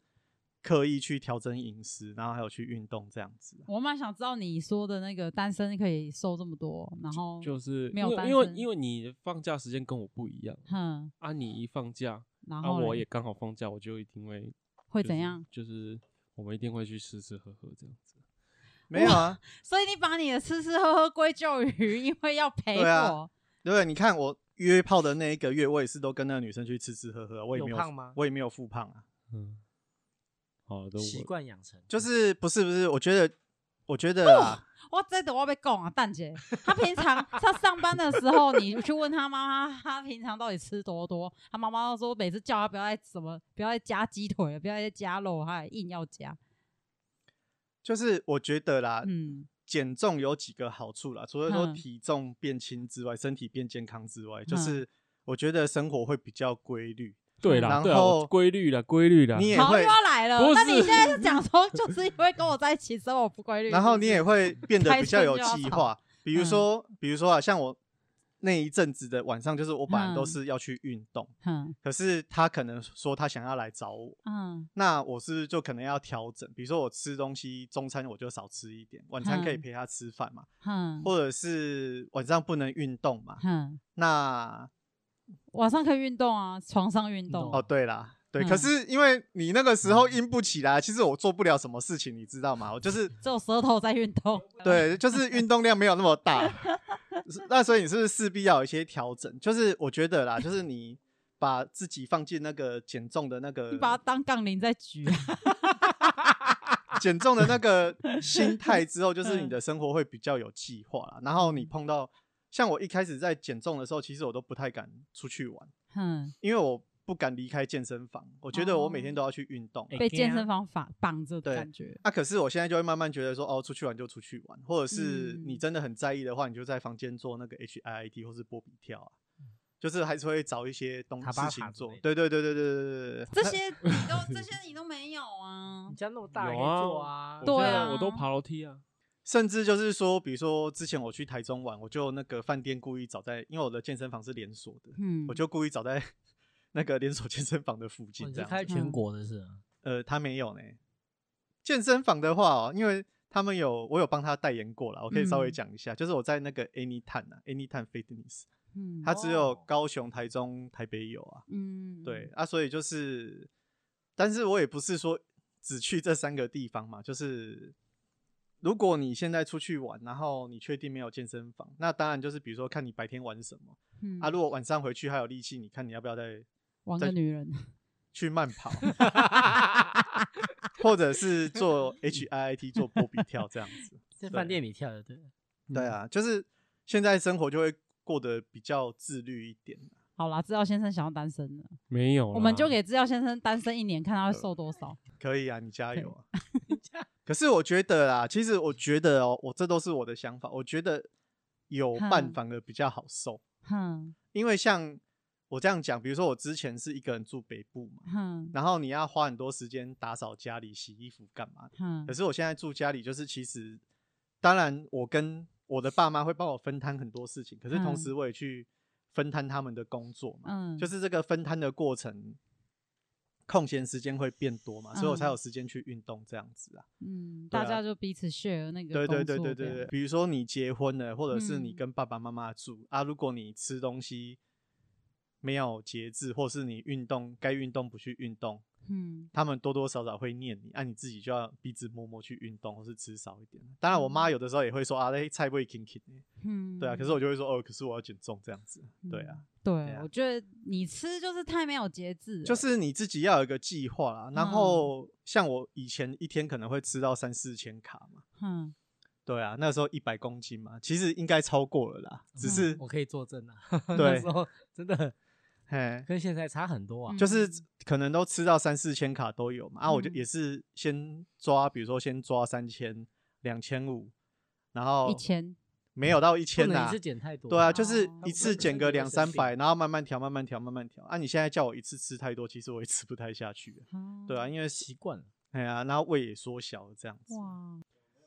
[SPEAKER 3] 刻意去调整饮食，然后还有去运动这样子。啊
[SPEAKER 2] 我蛮想知道你说的那个单身可以瘦这么多，然后
[SPEAKER 1] 哦就是
[SPEAKER 2] 没
[SPEAKER 1] 因
[SPEAKER 2] 有
[SPEAKER 1] 为
[SPEAKER 2] 单
[SPEAKER 1] 因为
[SPEAKER 2] 身
[SPEAKER 1] 因为你放假时间跟我不一样
[SPEAKER 2] 哼，
[SPEAKER 1] 啊，你一放假
[SPEAKER 2] 然
[SPEAKER 1] 啊，
[SPEAKER 2] 后嘞、
[SPEAKER 1] 我也刚好放假，我就一定会
[SPEAKER 2] 会
[SPEAKER 1] 就
[SPEAKER 2] 怎
[SPEAKER 1] 是
[SPEAKER 2] 样？？
[SPEAKER 1] 就是我们一定会去吃吃喝喝这样子。
[SPEAKER 3] 没有啊，
[SPEAKER 2] 所以你把你的吃吃喝喝归咎于 因为要陪
[SPEAKER 3] 对啊
[SPEAKER 2] 我，
[SPEAKER 3] 对不对？你看我约炮的那一个月，我也是都跟那个女生去吃吃喝喝，啊我也没
[SPEAKER 4] 有胖吗
[SPEAKER 3] 我也没有复胖啊，
[SPEAKER 1] 嗯，好的，
[SPEAKER 4] 习
[SPEAKER 1] 我
[SPEAKER 4] 惯养成，
[SPEAKER 2] 嗯
[SPEAKER 3] 就是不是不是，我觉得我觉
[SPEAKER 2] 哦
[SPEAKER 3] 得啊，
[SPEAKER 2] 我真的我要被供啊，蛋姐，她平常她上班的时候，你去问她妈妈，她平常到底吃多多？她妈妈都说每次叫她不要再什么，不要再加鸡腿了，不要再加肉，她还硬要加。
[SPEAKER 3] 就是我觉得啦，
[SPEAKER 2] 嗯，
[SPEAKER 3] 减重有几个好处啦，除了说
[SPEAKER 2] 嗯
[SPEAKER 3] 体重变轻之外，身体变健康之外，
[SPEAKER 2] 嗯
[SPEAKER 3] 就是我觉得生活会比较规律。
[SPEAKER 1] 对啦，
[SPEAKER 3] 然
[SPEAKER 1] 对啦，啊我
[SPEAKER 3] 后
[SPEAKER 1] 规律啦，规律啦，
[SPEAKER 3] 你也
[SPEAKER 2] 好又
[SPEAKER 3] 会，
[SPEAKER 2] 要来了
[SPEAKER 1] 不，
[SPEAKER 2] 那你
[SPEAKER 1] 是
[SPEAKER 2] 现在是讲说，就是因为跟我在一起，所以我不规律。
[SPEAKER 3] 然后你也
[SPEAKER 2] 是不
[SPEAKER 3] 会变得
[SPEAKER 2] 开
[SPEAKER 3] 比较
[SPEAKER 2] 春
[SPEAKER 3] 有
[SPEAKER 2] 就要
[SPEAKER 3] 计
[SPEAKER 2] 吵
[SPEAKER 3] 划。比如
[SPEAKER 2] 嗯
[SPEAKER 3] 说，比如说啊，像我那一阵子的晚上，就是我本来都
[SPEAKER 2] 嗯
[SPEAKER 3] 是要去运动，
[SPEAKER 2] 是嗯
[SPEAKER 3] 可是他可能说他想要来找我，
[SPEAKER 2] 嗯
[SPEAKER 3] 那我是不是就可能要调整？比如说我吃东西，中餐我就少吃一点，晚餐可以
[SPEAKER 2] 嗯
[SPEAKER 3] 陪他吃饭嘛，
[SPEAKER 2] 嗯
[SPEAKER 3] 或者是晚上不能运动嘛？
[SPEAKER 2] 嗯，
[SPEAKER 3] 那
[SPEAKER 2] 晚上可以运动啊，床上运动。
[SPEAKER 3] 哦，对啦，对，可
[SPEAKER 2] 嗯
[SPEAKER 3] 是因为你那个时候硬不起来，其实我做不了什么事情，你知道吗？我就是
[SPEAKER 2] 只有舌头在运动。
[SPEAKER 3] 对，就是运动量没有那么大，是那所以你是不是势必要有一些调整？就是我觉得啦，就是你把自己放进那个减重的那个，
[SPEAKER 2] 你把它当杠铃在举啊，
[SPEAKER 3] 减重的那个心态之后，就是你的生活会比较有计划啦。然后你碰到像我一开始在减重的时候，其实我都不太敢出去玩，
[SPEAKER 2] 嗯，
[SPEAKER 3] 因为我不敢离开健身房，我觉得我每天
[SPEAKER 2] 哦
[SPEAKER 3] 都要去运动。
[SPEAKER 4] 哎
[SPEAKER 2] 被
[SPEAKER 4] 天
[SPEAKER 2] 健
[SPEAKER 4] 啊
[SPEAKER 2] 身房绑绑着的
[SPEAKER 3] 对
[SPEAKER 2] 感觉。
[SPEAKER 3] 啊，可是我现在就会慢慢觉得说，哦，出去玩就出去玩，或者是你
[SPEAKER 2] 嗯
[SPEAKER 3] 真的很在意的话，你就在房间做那个 HIIT 或是波比跳啊，就是还是会找一些东
[SPEAKER 4] 塔
[SPEAKER 3] 事
[SPEAKER 4] 嗯巴
[SPEAKER 3] 情
[SPEAKER 4] 塔之
[SPEAKER 3] 做
[SPEAKER 4] 类。的
[SPEAKER 3] 对对对对对对对对，
[SPEAKER 2] 这
[SPEAKER 3] 那
[SPEAKER 2] 些你都这些你都没有啊
[SPEAKER 4] 你，家那么大也可
[SPEAKER 1] 有啊
[SPEAKER 4] 以做啊，
[SPEAKER 1] 我
[SPEAKER 2] 对
[SPEAKER 1] 现在
[SPEAKER 2] 啊
[SPEAKER 1] 我都爬楼梯啊，
[SPEAKER 3] 甚至就是说，比如说之前我去台中玩，我就那个饭店故意找在，因为我的健身房是连锁的，
[SPEAKER 2] 嗯，
[SPEAKER 3] 我就故意找在 那个连锁健身房的附
[SPEAKER 4] 哦
[SPEAKER 3] 近
[SPEAKER 4] 你
[SPEAKER 3] 这
[SPEAKER 4] 是
[SPEAKER 3] 样
[SPEAKER 4] 开
[SPEAKER 3] 子。
[SPEAKER 2] 嗯
[SPEAKER 4] 全国的是 啊，
[SPEAKER 3] 呃，他没有呢。健身房的话哦，因为他们有我有帮他代言过了，我可以稍微
[SPEAKER 2] 嗯
[SPEAKER 3] 讲一下，就是我在那个 Anytime 啊，Anytime Fitness，
[SPEAKER 2] 嗯
[SPEAKER 3] 它只有
[SPEAKER 4] 哦
[SPEAKER 3] 高雄、台中、台北有啊。
[SPEAKER 2] 嗯
[SPEAKER 3] 对，啊，所以就是，但是我也不是说只去这三个地方嘛，就是如果你现在出去玩，然后你确定没有健身房，那当然就是比如说看你白天玩什么
[SPEAKER 2] 嗯
[SPEAKER 3] 啊，如果晚上回去还有力气，你看你要不要再
[SPEAKER 2] 玩个女人，
[SPEAKER 3] 去慢跑，或者是 做 HIIT 做波比跳这样子。
[SPEAKER 4] 在饭店里跳的，对，
[SPEAKER 3] 对
[SPEAKER 2] 嗯
[SPEAKER 3] 啊，就是现在生活就会过得比较自律一点。啊
[SPEAKER 2] 好啦，知道先生想要单身了，
[SPEAKER 1] 没有啦，
[SPEAKER 2] 我们就给知道先生单身一年，看他会
[SPEAKER 3] 呃
[SPEAKER 2] 瘦多少。
[SPEAKER 3] 可以啊，你加油啊！
[SPEAKER 4] 加
[SPEAKER 3] 可是我觉得啦，其实我觉得哦，我这都是我的想法。我觉得有伴
[SPEAKER 2] 哼
[SPEAKER 3] 反而比较好受，
[SPEAKER 2] 哼
[SPEAKER 3] 因为像我这样讲，比如说我之前是一个人住北部嘛，
[SPEAKER 2] 哼
[SPEAKER 3] 然后你要花很多时间打扫家里、洗衣服干嘛的。
[SPEAKER 2] 哼
[SPEAKER 3] 可，是我现在住家里，就是其实当然我跟我的爸妈会帮我分摊很多事情，可是同
[SPEAKER 2] 嗯
[SPEAKER 3] 时我也去分摊他们的工作嘛，
[SPEAKER 2] 嗯，
[SPEAKER 3] 就是这个分摊的过程。空闲时间会变多嘛，所以我才
[SPEAKER 2] 嗯
[SPEAKER 3] 有时间去运动这样子啊。
[SPEAKER 2] 嗯，
[SPEAKER 3] 对啊
[SPEAKER 2] 大家就彼此 share 那个
[SPEAKER 3] 对对
[SPEAKER 2] 工
[SPEAKER 3] 对
[SPEAKER 2] 作这
[SPEAKER 3] 对对
[SPEAKER 2] 样
[SPEAKER 3] 对，，比如说你结婚了，或者是你
[SPEAKER 2] 嗯
[SPEAKER 3] 跟爸爸妈妈住、啊，如果你吃东西没有节制，或是你运动该运动不去运动，
[SPEAKER 2] 嗯
[SPEAKER 3] 他们多多少少会念你，啊，你自己就要逼自摸摸去运动，或是吃少一点。当然，我妈
[SPEAKER 2] 嗯
[SPEAKER 3] 有的时候也会说啊，那菜不会 k i n k
[SPEAKER 2] 嗯，
[SPEAKER 3] 对啊，可是我就会说哦，可是我要减重这样子，对啊
[SPEAKER 2] 嗯，，对
[SPEAKER 3] 啊
[SPEAKER 2] 我觉得你吃就是太没有节制了，
[SPEAKER 3] 就是你自己要有一个计划啦。然
[SPEAKER 2] 嗯
[SPEAKER 3] 后像我以前一天可能会吃到三四千卡嘛。
[SPEAKER 2] 哼
[SPEAKER 3] 对啊，那时候一百公斤嘛，其实应该超过了啦， 只
[SPEAKER 2] 嗯
[SPEAKER 3] 是、
[SPEAKER 4] 我可以 作证啊，
[SPEAKER 3] 对
[SPEAKER 4] 那时候真的
[SPEAKER 3] 嘿，
[SPEAKER 4] 跟现在差很多啊
[SPEAKER 2] 嗯，
[SPEAKER 3] 就是可能都吃到三四千卡都有嘛。啊，我就
[SPEAKER 2] 嗯
[SPEAKER 3] 也是先抓，比如说先抓三千、两千五，然后
[SPEAKER 2] 一千，
[SPEAKER 3] 没有到一
[SPEAKER 4] 不
[SPEAKER 3] 千
[SPEAKER 4] 能
[SPEAKER 3] 呐
[SPEAKER 4] 一次。减太多，
[SPEAKER 3] 对啊，就是
[SPEAKER 2] 哦
[SPEAKER 3] 一次减个两三百，然后慢慢调，慢慢调，慢慢调。啊，你现在叫我一次吃太多，其实我也吃不太下去。对啊，因为
[SPEAKER 4] 习惯了，
[SPEAKER 3] 哎呀，然后胃也缩小了这样子。
[SPEAKER 2] 哇，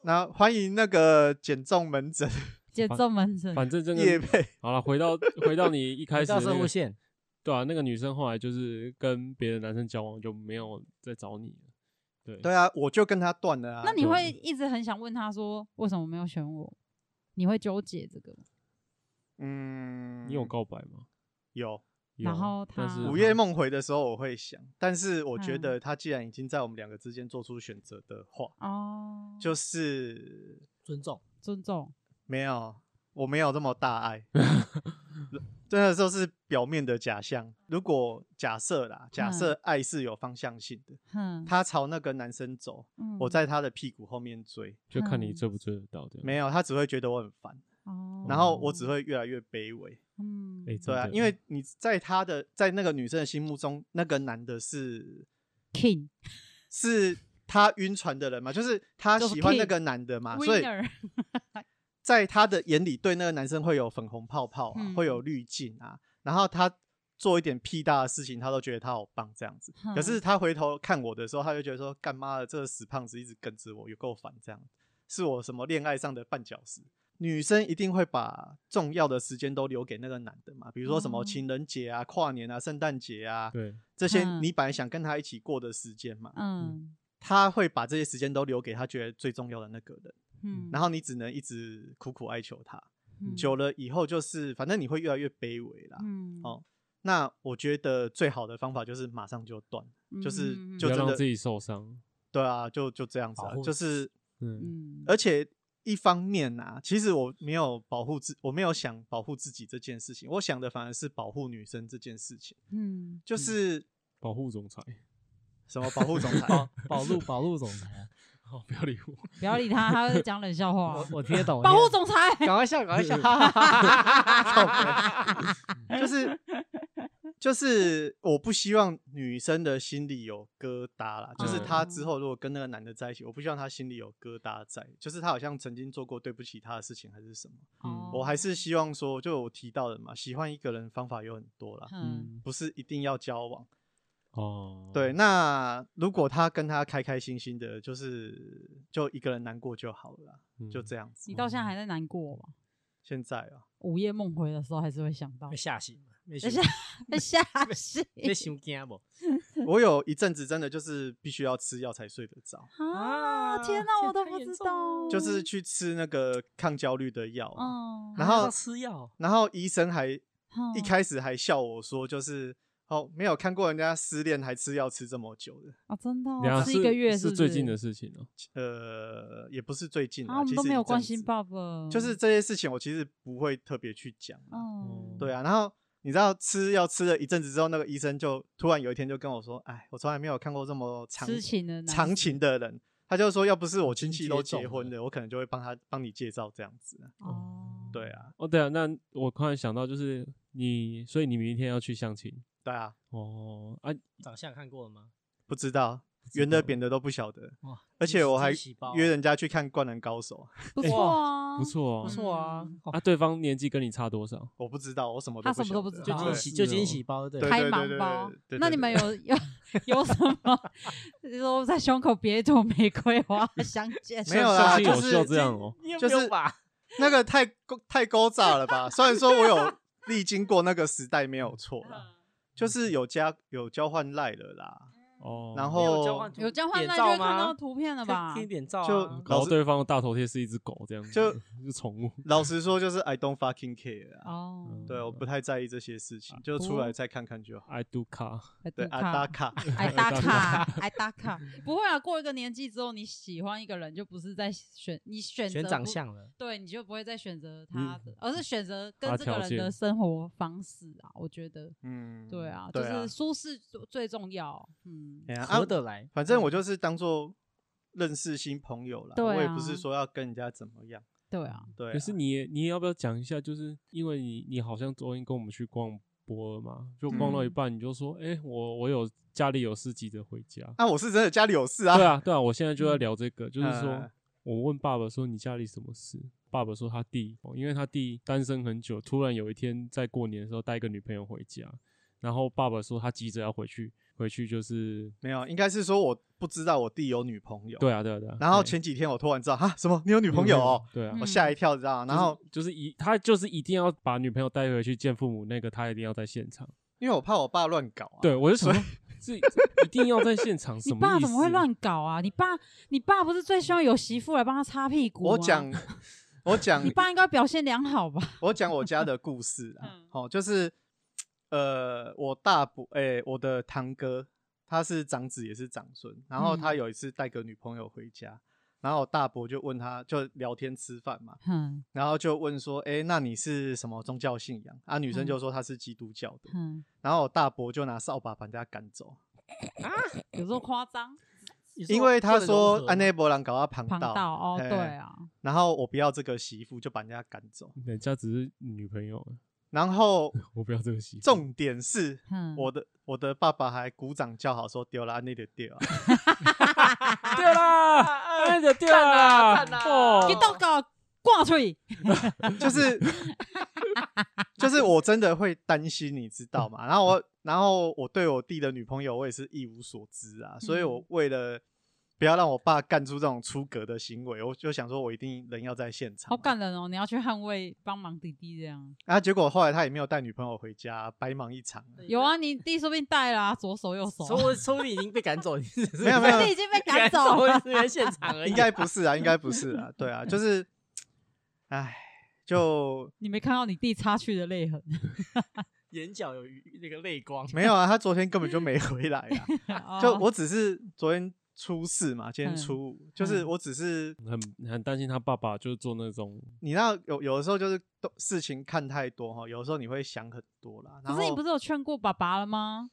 [SPEAKER 3] 那欢迎那个减重门诊
[SPEAKER 2] 节奏门诊，
[SPEAKER 1] 反正这
[SPEAKER 3] 叶
[SPEAKER 1] 个
[SPEAKER 3] 配，
[SPEAKER 1] 好了，回到回到你一开
[SPEAKER 4] 回
[SPEAKER 1] 始
[SPEAKER 4] 到
[SPEAKER 1] 的那
[SPEAKER 4] 生
[SPEAKER 1] 个
[SPEAKER 4] 物线，
[SPEAKER 1] 对啊，那个女生后来就是跟别的男生交往，就没有再找你了。对，
[SPEAKER 3] 对啊，我就跟他断了啊。
[SPEAKER 2] 那你
[SPEAKER 1] 对
[SPEAKER 2] 会一直很想问他说为什么没有选我？你会纠结这个吗？
[SPEAKER 3] 嗯，
[SPEAKER 1] 你有告白吗？
[SPEAKER 3] 有
[SPEAKER 1] 有
[SPEAKER 2] 然
[SPEAKER 1] 啊
[SPEAKER 2] 后
[SPEAKER 1] 但
[SPEAKER 2] 他
[SPEAKER 1] 是
[SPEAKER 3] 午
[SPEAKER 1] 他
[SPEAKER 3] 夜梦回的时候我会想，但是我觉
[SPEAKER 2] 嗯
[SPEAKER 3] 得他既然已经在我们两个之间做出选择的话，
[SPEAKER 2] 哦，
[SPEAKER 3] 就是
[SPEAKER 4] 尊重，
[SPEAKER 2] 尊重，
[SPEAKER 3] 没有我没有这么大 爱，真的都是表面的假象。如果假设啦，假设
[SPEAKER 2] 嗯
[SPEAKER 3] 爱是有方向性的，
[SPEAKER 2] 哼，
[SPEAKER 3] 她朝那个男生走，我
[SPEAKER 2] 嗯
[SPEAKER 3] 在她的屁股后面追，
[SPEAKER 1] 就看你
[SPEAKER 2] 嗯
[SPEAKER 1] 追不追得到的。
[SPEAKER 3] 没有，她只会觉得我很烦，
[SPEAKER 2] 哦
[SPEAKER 3] 然后我只会越来越卑微。
[SPEAKER 2] 嗯
[SPEAKER 1] 哎
[SPEAKER 3] 对啊，
[SPEAKER 1] 真的
[SPEAKER 3] 因为你在她的在那个女生的心目中，那个男的是
[SPEAKER 2] king
[SPEAKER 3] 是她晕船的人嘛，就是她
[SPEAKER 2] 就是
[SPEAKER 3] 喜欢那
[SPEAKER 2] king
[SPEAKER 3] 个男的嘛，啊所以
[SPEAKER 2] winner
[SPEAKER 3] 在她的眼里，对那个男生会有粉红泡泡啊，
[SPEAKER 2] 嗯
[SPEAKER 3] 会有滤镜啊，然后她做一点屁大的事情，她都觉得她好棒这样子。可是她回头看我的时候，她就觉得说：“干妈的这个死胖子一直跟着我，有够烦，这样是我什么恋爱上的绊脚石。”女生一定会把重要的时间都留给那个男的嘛，比如说什么
[SPEAKER 2] 哦
[SPEAKER 3] 情人节啊、跨年啊、圣诞节啊，
[SPEAKER 1] 对，
[SPEAKER 3] 这些
[SPEAKER 2] 嗯
[SPEAKER 3] 你本来想跟他一起过的时间嘛，
[SPEAKER 2] 嗯
[SPEAKER 3] 他会把这些时间都留给他觉得最重要的那个人，
[SPEAKER 2] 嗯，
[SPEAKER 3] 然后你只能一直苦苦哀求他。
[SPEAKER 2] 嗯
[SPEAKER 3] 久了以后，就是反正你会越来越卑微啦。
[SPEAKER 2] 嗯
[SPEAKER 3] 哦那我觉得最好的方法就是马上就断，就是
[SPEAKER 2] 嗯嗯嗯
[SPEAKER 1] 不
[SPEAKER 3] 就
[SPEAKER 1] 要
[SPEAKER 3] 真
[SPEAKER 1] 让
[SPEAKER 3] 的
[SPEAKER 1] 自己受伤。
[SPEAKER 3] 对啊，就就这样子、
[SPEAKER 4] 保
[SPEAKER 3] 啊，
[SPEAKER 4] 护
[SPEAKER 3] 就是
[SPEAKER 1] 嗯，
[SPEAKER 2] 嗯
[SPEAKER 3] 而且一方面啊，其实我没有保护自，我没有想保护自己这件事情，我想的反而是保护女生这件事情，
[SPEAKER 2] 嗯
[SPEAKER 3] 就是
[SPEAKER 1] 保护总 裁，
[SPEAKER 3] 什么保护总裁，
[SPEAKER 4] 保保路保路总裁啊，
[SPEAKER 1] 哦，不要理我。
[SPEAKER 2] 不要理 他，他会讲冷笑话
[SPEAKER 4] 我。我听得懂。
[SPEAKER 2] 保护
[SPEAKER 4] 我听得懂
[SPEAKER 2] 总裁，
[SPEAKER 4] 赶快笑，赶快笑。
[SPEAKER 3] 就是就是我不希望女生的心里有疙瘩啦，就是
[SPEAKER 1] 嗯
[SPEAKER 3] 她之后如果跟那个男的在一起，我不希望她心里有疙瘩在，就是她好像曾经做过对不起他的事情还是什么，
[SPEAKER 1] 嗯
[SPEAKER 3] 我还是希望说，就我提到的嘛，喜欢一个人方法有很多啦，
[SPEAKER 2] 嗯
[SPEAKER 3] 不是一定要交往。
[SPEAKER 1] 哦，
[SPEAKER 3] 对，，那如果他跟他开开心心的，就是就一个人难过就好了啦，
[SPEAKER 2] 嗯
[SPEAKER 3] 就这
[SPEAKER 1] 样。
[SPEAKER 3] 样子
[SPEAKER 2] 你。到现在还在难过吗？
[SPEAKER 3] 现在 啊，
[SPEAKER 2] 午夜梦回的时候还是会想到
[SPEAKER 4] 被，吓醒了，被
[SPEAKER 2] 被
[SPEAKER 4] 吓
[SPEAKER 2] 吓被吓醒
[SPEAKER 4] 被吓惊不？
[SPEAKER 3] 我有一阵子真的就是必须要吃药才睡得着。
[SPEAKER 2] 啊！天
[SPEAKER 4] 这
[SPEAKER 2] 哪，
[SPEAKER 4] 也
[SPEAKER 2] 我都
[SPEAKER 4] 太
[SPEAKER 2] 不
[SPEAKER 4] 严
[SPEAKER 2] 知
[SPEAKER 4] 重了啊
[SPEAKER 2] 道，
[SPEAKER 3] 就是去吃那个抗焦虑的药啊、
[SPEAKER 2] 嗯，
[SPEAKER 3] 然
[SPEAKER 4] 还
[SPEAKER 3] 后
[SPEAKER 4] 要吃药，
[SPEAKER 3] 然后医生还一
[SPEAKER 2] 哼
[SPEAKER 3] 开始还笑我说，就是哦，没有看过人家失恋还吃药吃这么久的，
[SPEAKER 2] 啊，真的哦
[SPEAKER 1] 等下
[SPEAKER 2] 是一个月，
[SPEAKER 1] 是
[SPEAKER 2] 不
[SPEAKER 1] 最近的事情哦。
[SPEAKER 3] 呃，也不是最近
[SPEAKER 2] 啊，我
[SPEAKER 3] 其
[SPEAKER 2] 们
[SPEAKER 3] 实
[SPEAKER 2] 都没
[SPEAKER 3] 一
[SPEAKER 2] 有
[SPEAKER 3] 阵
[SPEAKER 2] 关心
[SPEAKER 3] 子
[SPEAKER 2] Bob，了
[SPEAKER 3] 就是这些事情我其实不会特别去讲、啊，
[SPEAKER 2] 嗯，
[SPEAKER 3] 对啊，然后。你知道吃药吃了一阵子之后，那个医生就突然有一天就跟我说：“哎，我从来没有看过这么长
[SPEAKER 2] 痴情的男
[SPEAKER 3] 长
[SPEAKER 2] 子
[SPEAKER 3] 情的人。”他就说：“要不是我亲
[SPEAKER 4] 已经
[SPEAKER 3] 戚都
[SPEAKER 4] 接种
[SPEAKER 3] 结婚
[SPEAKER 4] 了
[SPEAKER 3] 了，我可能就会帮他帮你介绍这样子啊。
[SPEAKER 2] 哦，
[SPEAKER 3] 对啊，
[SPEAKER 1] 哦，对啊，那我突然想到，就是你，所以你明天要去相亲
[SPEAKER 3] 对啊，
[SPEAKER 1] 哦啊，
[SPEAKER 4] 长相看过了吗？
[SPEAKER 3] 不知道，圆的扁的都不晓得。
[SPEAKER 4] 哇！
[SPEAKER 3] 而且我还
[SPEAKER 4] 惊喜包啊
[SPEAKER 3] 约人家去看《灌篮高手》，
[SPEAKER 2] 不错啊，
[SPEAKER 1] 不错
[SPEAKER 4] 不
[SPEAKER 1] 哦。
[SPEAKER 4] 错啊，哦
[SPEAKER 1] 啊，对方年纪跟你差多少？
[SPEAKER 3] 我不知道，我什么
[SPEAKER 2] 他
[SPEAKER 3] 不
[SPEAKER 2] 什么都
[SPEAKER 3] 晓
[SPEAKER 2] 不
[SPEAKER 3] 得
[SPEAKER 2] 知
[SPEAKER 4] 就
[SPEAKER 2] 道
[SPEAKER 3] 对
[SPEAKER 4] 惊喜啊就是
[SPEAKER 1] 哦
[SPEAKER 4] 惊喜包，对
[SPEAKER 3] 对
[SPEAKER 4] 不
[SPEAKER 2] 开盲包
[SPEAKER 3] 对对对对对。
[SPEAKER 2] 那你们有有有什么？说在胸口别一朵玫瑰花，相见
[SPEAKER 3] 没有
[SPEAKER 1] 相
[SPEAKER 3] 啦
[SPEAKER 1] 亲
[SPEAKER 3] 就
[SPEAKER 1] 有
[SPEAKER 3] 是
[SPEAKER 1] 需要这样哦。
[SPEAKER 4] 你有
[SPEAKER 3] 就
[SPEAKER 4] 没有
[SPEAKER 3] 是
[SPEAKER 4] 吧？
[SPEAKER 3] 那个太勾太勾炸了吧？虽然说我 有历经过那个时代，没有错
[SPEAKER 4] 嗯
[SPEAKER 3] 啦，就是有加有交换赖了啦，
[SPEAKER 1] 哦，
[SPEAKER 3] 然
[SPEAKER 4] 没有交
[SPEAKER 3] 后
[SPEAKER 4] 换图
[SPEAKER 2] 有交换
[SPEAKER 4] 点
[SPEAKER 2] 那就
[SPEAKER 4] 照
[SPEAKER 2] 会
[SPEAKER 4] 吗
[SPEAKER 2] 看到图片了 吧
[SPEAKER 4] 可以？点照啊
[SPEAKER 3] 就
[SPEAKER 1] 然
[SPEAKER 3] 老
[SPEAKER 1] 后
[SPEAKER 3] 师
[SPEAKER 1] 对方的大头贴是一只狗，这样子
[SPEAKER 3] 就
[SPEAKER 1] 是宠物。嗯
[SPEAKER 3] 老实说就是 I don't fucking care 啊，
[SPEAKER 2] 哦，
[SPEAKER 3] 对，我不太在意这些事情，就出来再看看就好。
[SPEAKER 1] I do car，
[SPEAKER 2] 来
[SPEAKER 3] 对
[SPEAKER 2] 打
[SPEAKER 3] 啊，打
[SPEAKER 2] 卡，
[SPEAKER 3] 卡，
[SPEAKER 2] 挨打
[SPEAKER 1] 打
[SPEAKER 2] 卡，挨打卡，不会啊。过一个年纪之后，你喜欢一个人，就不是在选你选择
[SPEAKER 4] 选
[SPEAKER 2] 不
[SPEAKER 4] 长，相了，
[SPEAKER 2] 对你就不会再选择他的，而是选择跟
[SPEAKER 1] 他
[SPEAKER 2] 这个
[SPEAKER 1] 条
[SPEAKER 2] 人
[SPEAKER 1] 件
[SPEAKER 2] 的生活方式啊。我觉得，
[SPEAKER 3] 嗯，
[SPEAKER 2] 对啊，就
[SPEAKER 3] 对啊
[SPEAKER 2] 是，舒适最最重要。嗯，
[SPEAKER 3] 哎呀啊
[SPEAKER 4] 合得来。
[SPEAKER 3] 反正我就是当做认识新朋友啦，
[SPEAKER 2] 对
[SPEAKER 3] 我也
[SPEAKER 2] 啊
[SPEAKER 3] 不是说要跟人家怎么样，
[SPEAKER 2] 对啊，
[SPEAKER 3] 对啊。
[SPEAKER 1] 可是你也你也要不要讲一下？就是因为你你好像昨天跟我们去逛博尔嘛，就逛到一
[SPEAKER 2] 嗯
[SPEAKER 1] 半你就说，哎、我我有家里有事急着回 家。
[SPEAKER 3] 啊，我是真的家里有事啊，
[SPEAKER 1] 对啊，对啊，我现在就在聊这个，就是说
[SPEAKER 3] 嗯，
[SPEAKER 1] 我问爸爸说你家里什么事，爸爸说他弟，哦因为他弟单身很久，突然有一天在过年的时候带一个女朋友回家，然后爸爸说他急着要回去，回去就是，
[SPEAKER 3] 没有，应该是说我不知道我弟有女朋友。
[SPEAKER 1] 对啊，对啊，对啊。
[SPEAKER 3] 然后
[SPEAKER 1] 对
[SPEAKER 3] 前几天我突然知道哈，什么你有女朋友哦，，
[SPEAKER 1] 对啊
[SPEAKER 2] 嗯，
[SPEAKER 3] 我吓一跳，知道吗？然后
[SPEAKER 1] 就是一他就是一定要把女朋友带回去见父母，那个他一定要在现场。
[SPEAKER 3] 因为我怕我爸乱搞啊，
[SPEAKER 1] 对，我就想说，这一定要在现场，
[SPEAKER 2] 你
[SPEAKER 1] 什么
[SPEAKER 2] 爸
[SPEAKER 1] 意
[SPEAKER 2] 怎么会
[SPEAKER 1] 思？
[SPEAKER 2] 乱搞啊？你爸，你爸不是最希望有媳妇来帮他擦屁股吗？
[SPEAKER 3] 我讲，我讲
[SPEAKER 2] 啊你，爸应该表现良好吧？
[SPEAKER 3] 我讲我家的故事啊
[SPEAKER 2] 嗯，
[SPEAKER 3] 哦，就是呃，我大伯，哎，我的堂哥，他是长子也是长孙，然后他
[SPEAKER 2] 嗯
[SPEAKER 3] 有一次带个女朋友回家，然后我大伯就问他，就聊天吃饭嘛，
[SPEAKER 2] 哼
[SPEAKER 3] 然后就问说，哎，那你是什么宗教信仰？啊，女生
[SPEAKER 2] 嗯
[SPEAKER 3] 就说她是基督教的，
[SPEAKER 2] 哼，
[SPEAKER 3] 然后我大伯就拿扫把把人家赶走，
[SPEAKER 2] 有时候夸张，
[SPEAKER 4] 啊你说
[SPEAKER 3] 因为他
[SPEAKER 4] 为了融
[SPEAKER 3] 说啊
[SPEAKER 4] 合
[SPEAKER 3] 安内波兰搞到旁
[SPEAKER 2] 旁
[SPEAKER 3] 道，
[SPEAKER 2] 道哦，
[SPEAKER 3] 嘿
[SPEAKER 2] 对啊，
[SPEAKER 3] 然后我不要这个媳妇，就把人家赶走。
[SPEAKER 1] 人家只是女朋友，
[SPEAKER 3] 然后
[SPEAKER 1] 我不要这个媳妇。
[SPEAKER 3] 重点是，
[SPEAKER 2] 哼，
[SPEAKER 3] 我的我的爸爸还鼓掌叫好说丢了，安内的丢啊，
[SPEAKER 1] 对啦，哎就对啦，哦
[SPEAKER 2] 给到个挂腿，
[SPEAKER 3] 就是就是我真的会担心，你知 道吗？然后我然后我对我弟的女朋友我也是一无所知啊，所以我为了。不要让我爸干出这种出格的行为，我就想说，我一定人要在现场。
[SPEAKER 2] 好感人哦！你要去捍卫帮忙弟弟这样，
[SPEAKER 3] 啊！结果后来他也没有带女朋友回家，白忙一场。
[SPEAKER 2] 有啊，你弟说不定带啦，左手右手，啊
[SPEAKER 4] 说说不定已经被赶走，你只是
[SPEAKER 3] 没 有没有
[SPEAKER 2] 弟已经 被赶
[SPEAKER 4] 赶
[SPEAKER 2] 走了，
[SPEAKER 4] 只是在现场而已。
[SPEAKER 3] 应该不是啊，应该不是啊，对啊，就是，唉， 就
[SPEAKER 2] 你没看到你弟擦去的泪 痕
[SPEAKER 4] 眼角有余那个泪光，
[SPEAKER 3] 没有啊，他昨天根本就没回来啊，
[SPEAKER 2] 哦
[SPEAKER 3] 就我只是昨天初四嘛，今天
[SPEAKER 2] 嗯
[SPEAKER 3] 初五，就是
[SPEAKER 2] 嗯
[SPEAKER 3] 我只是
[SPEAKER 1] 很很担心他爸爸就是做那种，
[SPEAKER 3] 你那有有的时候就是都事情看太多哈，有的时候你会想很多啦，然
[SPEAKER 2] 可是你
[SPEAKER 3] 后
[SPEAKER 2] 不是有劝过爸爸了吗？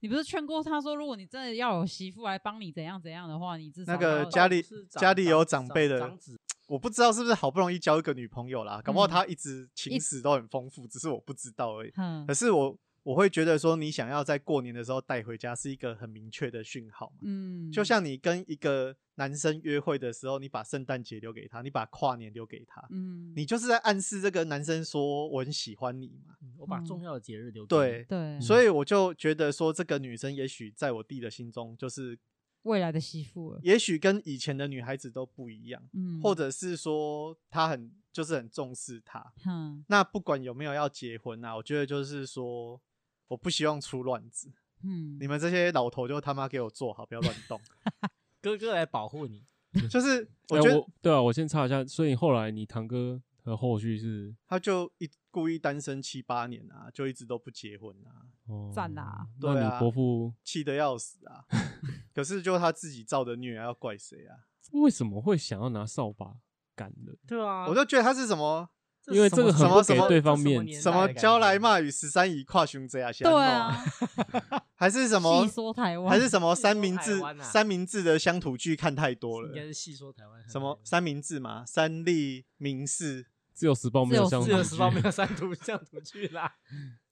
[SPEAKER 2] 你不是劝过他说，如果你真的要有媳妇来帮你怎样怎样的话，你至少
[SPEAKER 3] 那个
[SPEAKER 2] 要
[SPEAKER 3] 家里
[SPEAKER 4] 是长
[SPEAKER 3] 家里有
[SPEAKER 4] 长
[SPEAKER 3] 长辈的
[SPEAKER 4] 长子，
[SPEAKER 3] 我不知道是不是好不容易交一个女朋友啦，搞不好
[SPEAKER 2] 嗯
[SPEAKER 3] 她一直
[SPEAKER 2] 一
[SPEAKER 3] 情史都很丰富，只是我不知道而已。
[SPEAKER 2] 哼
[SPEAKER 3] 可是我我会觉得说，你想要在过年的时候带回家是一个很明确的讯号嘛。
[SPEAKER 2] 嗯，
[SPEAKER 3] 就像你跟一个男生约会的时候，你把圣诞节留给他，你把跨年留给他，
[SPEAKER 2] 嗯，
[SPEAKER 3] 你就是在暗示这个男生说我很喜欢你嘛。
[SPEAKER 4] 嗯我把重要的节日留给你
[SPEAKER 3] 对，
[SPEAKER 2] 对
[SPEAKER 3] 所以我就觉得说，这个女生也许在我弟的心中，就是
[SPEAKER 2] 未来的媳妇了，
[SPEAKER 3] 也许跟以前的女孩子都不一样，
[SPEAKER 2] 嗯，
[SPEAKER 3] 或者是说他很就是很重视她。
[SPEAKER 2] 哼
[SPEAKER 3] 那不管有没有要结婚啊，我觉得就是说，我不希望出乱子，
[SPEAKER 2] 嗯，
[SPEAKER 3] 你们这些老头就他妈给我做好，不要乱动。
[SPEAKER 4] 哥哥来保护你，
[SPEAKER 3] 就是我
[SPEAKER 1] 哎
[SPEAKER 3] 觉得
[SPEAKER 1] 对啊，我先插一下，所以后来你堂哥和后续是
[SPEAKER 3] 他就一故意单身七八年啊，就一直都不结婚啊，
[SPEAKER 1] 哦，
[SPEAKER 2] 赞啦
[SPEAKER 1] 那
[SPEAKER 3] 对
[SPEAKER 1] 你
[SPEAKER 3] 啊
[SPEAKER 1] 伯父
[SPEAKER 3] 气得要死啊。可是就他自己造的孽，要怪谁啊？
[SPEAKER 1] 为什么会想要拿扫把赶人？
[SPEAKER 4] 对啊
[SPEAKER 3] 我就觉得他是什么
[SPEAKER 1] 因为这个很不
[SPEAKER 3] 什
[SPEAKER 1] 给
[SPEAKER 3] 么
[SPEAKER 1] 对方面子，
[SPEAKER 3] 什么教来骂与十三姨跨胸这啊，是怎
[SPEAKER 2] 对
[SPEAKER 3] 样
[SPEAKER 2] 啊，
[SPEAKER 3] 还是什么
[SPEAKER 2] 细说台湾
[SPEAKER 3] 还是什么三明
[SPEAKER 4] 细
[SPEAKER 3] 治
[SPEAKER 4] 说台湾啊
[SPEAKER 3] 三明治的乡土剧看太多
[SPEAKER 4] 应该
[SPEAKER 3] 了。
[SPEAKER 4] 是细说台湾很
[SPEAKER 3] 什么
[SPEAKER 4] 多
[SPEAKER 3] 三明治嘛，三立明视，
[SPEAKER 1] 自由时报没有像
[SPEAKER 4] 自由时报没有删图像图去啦，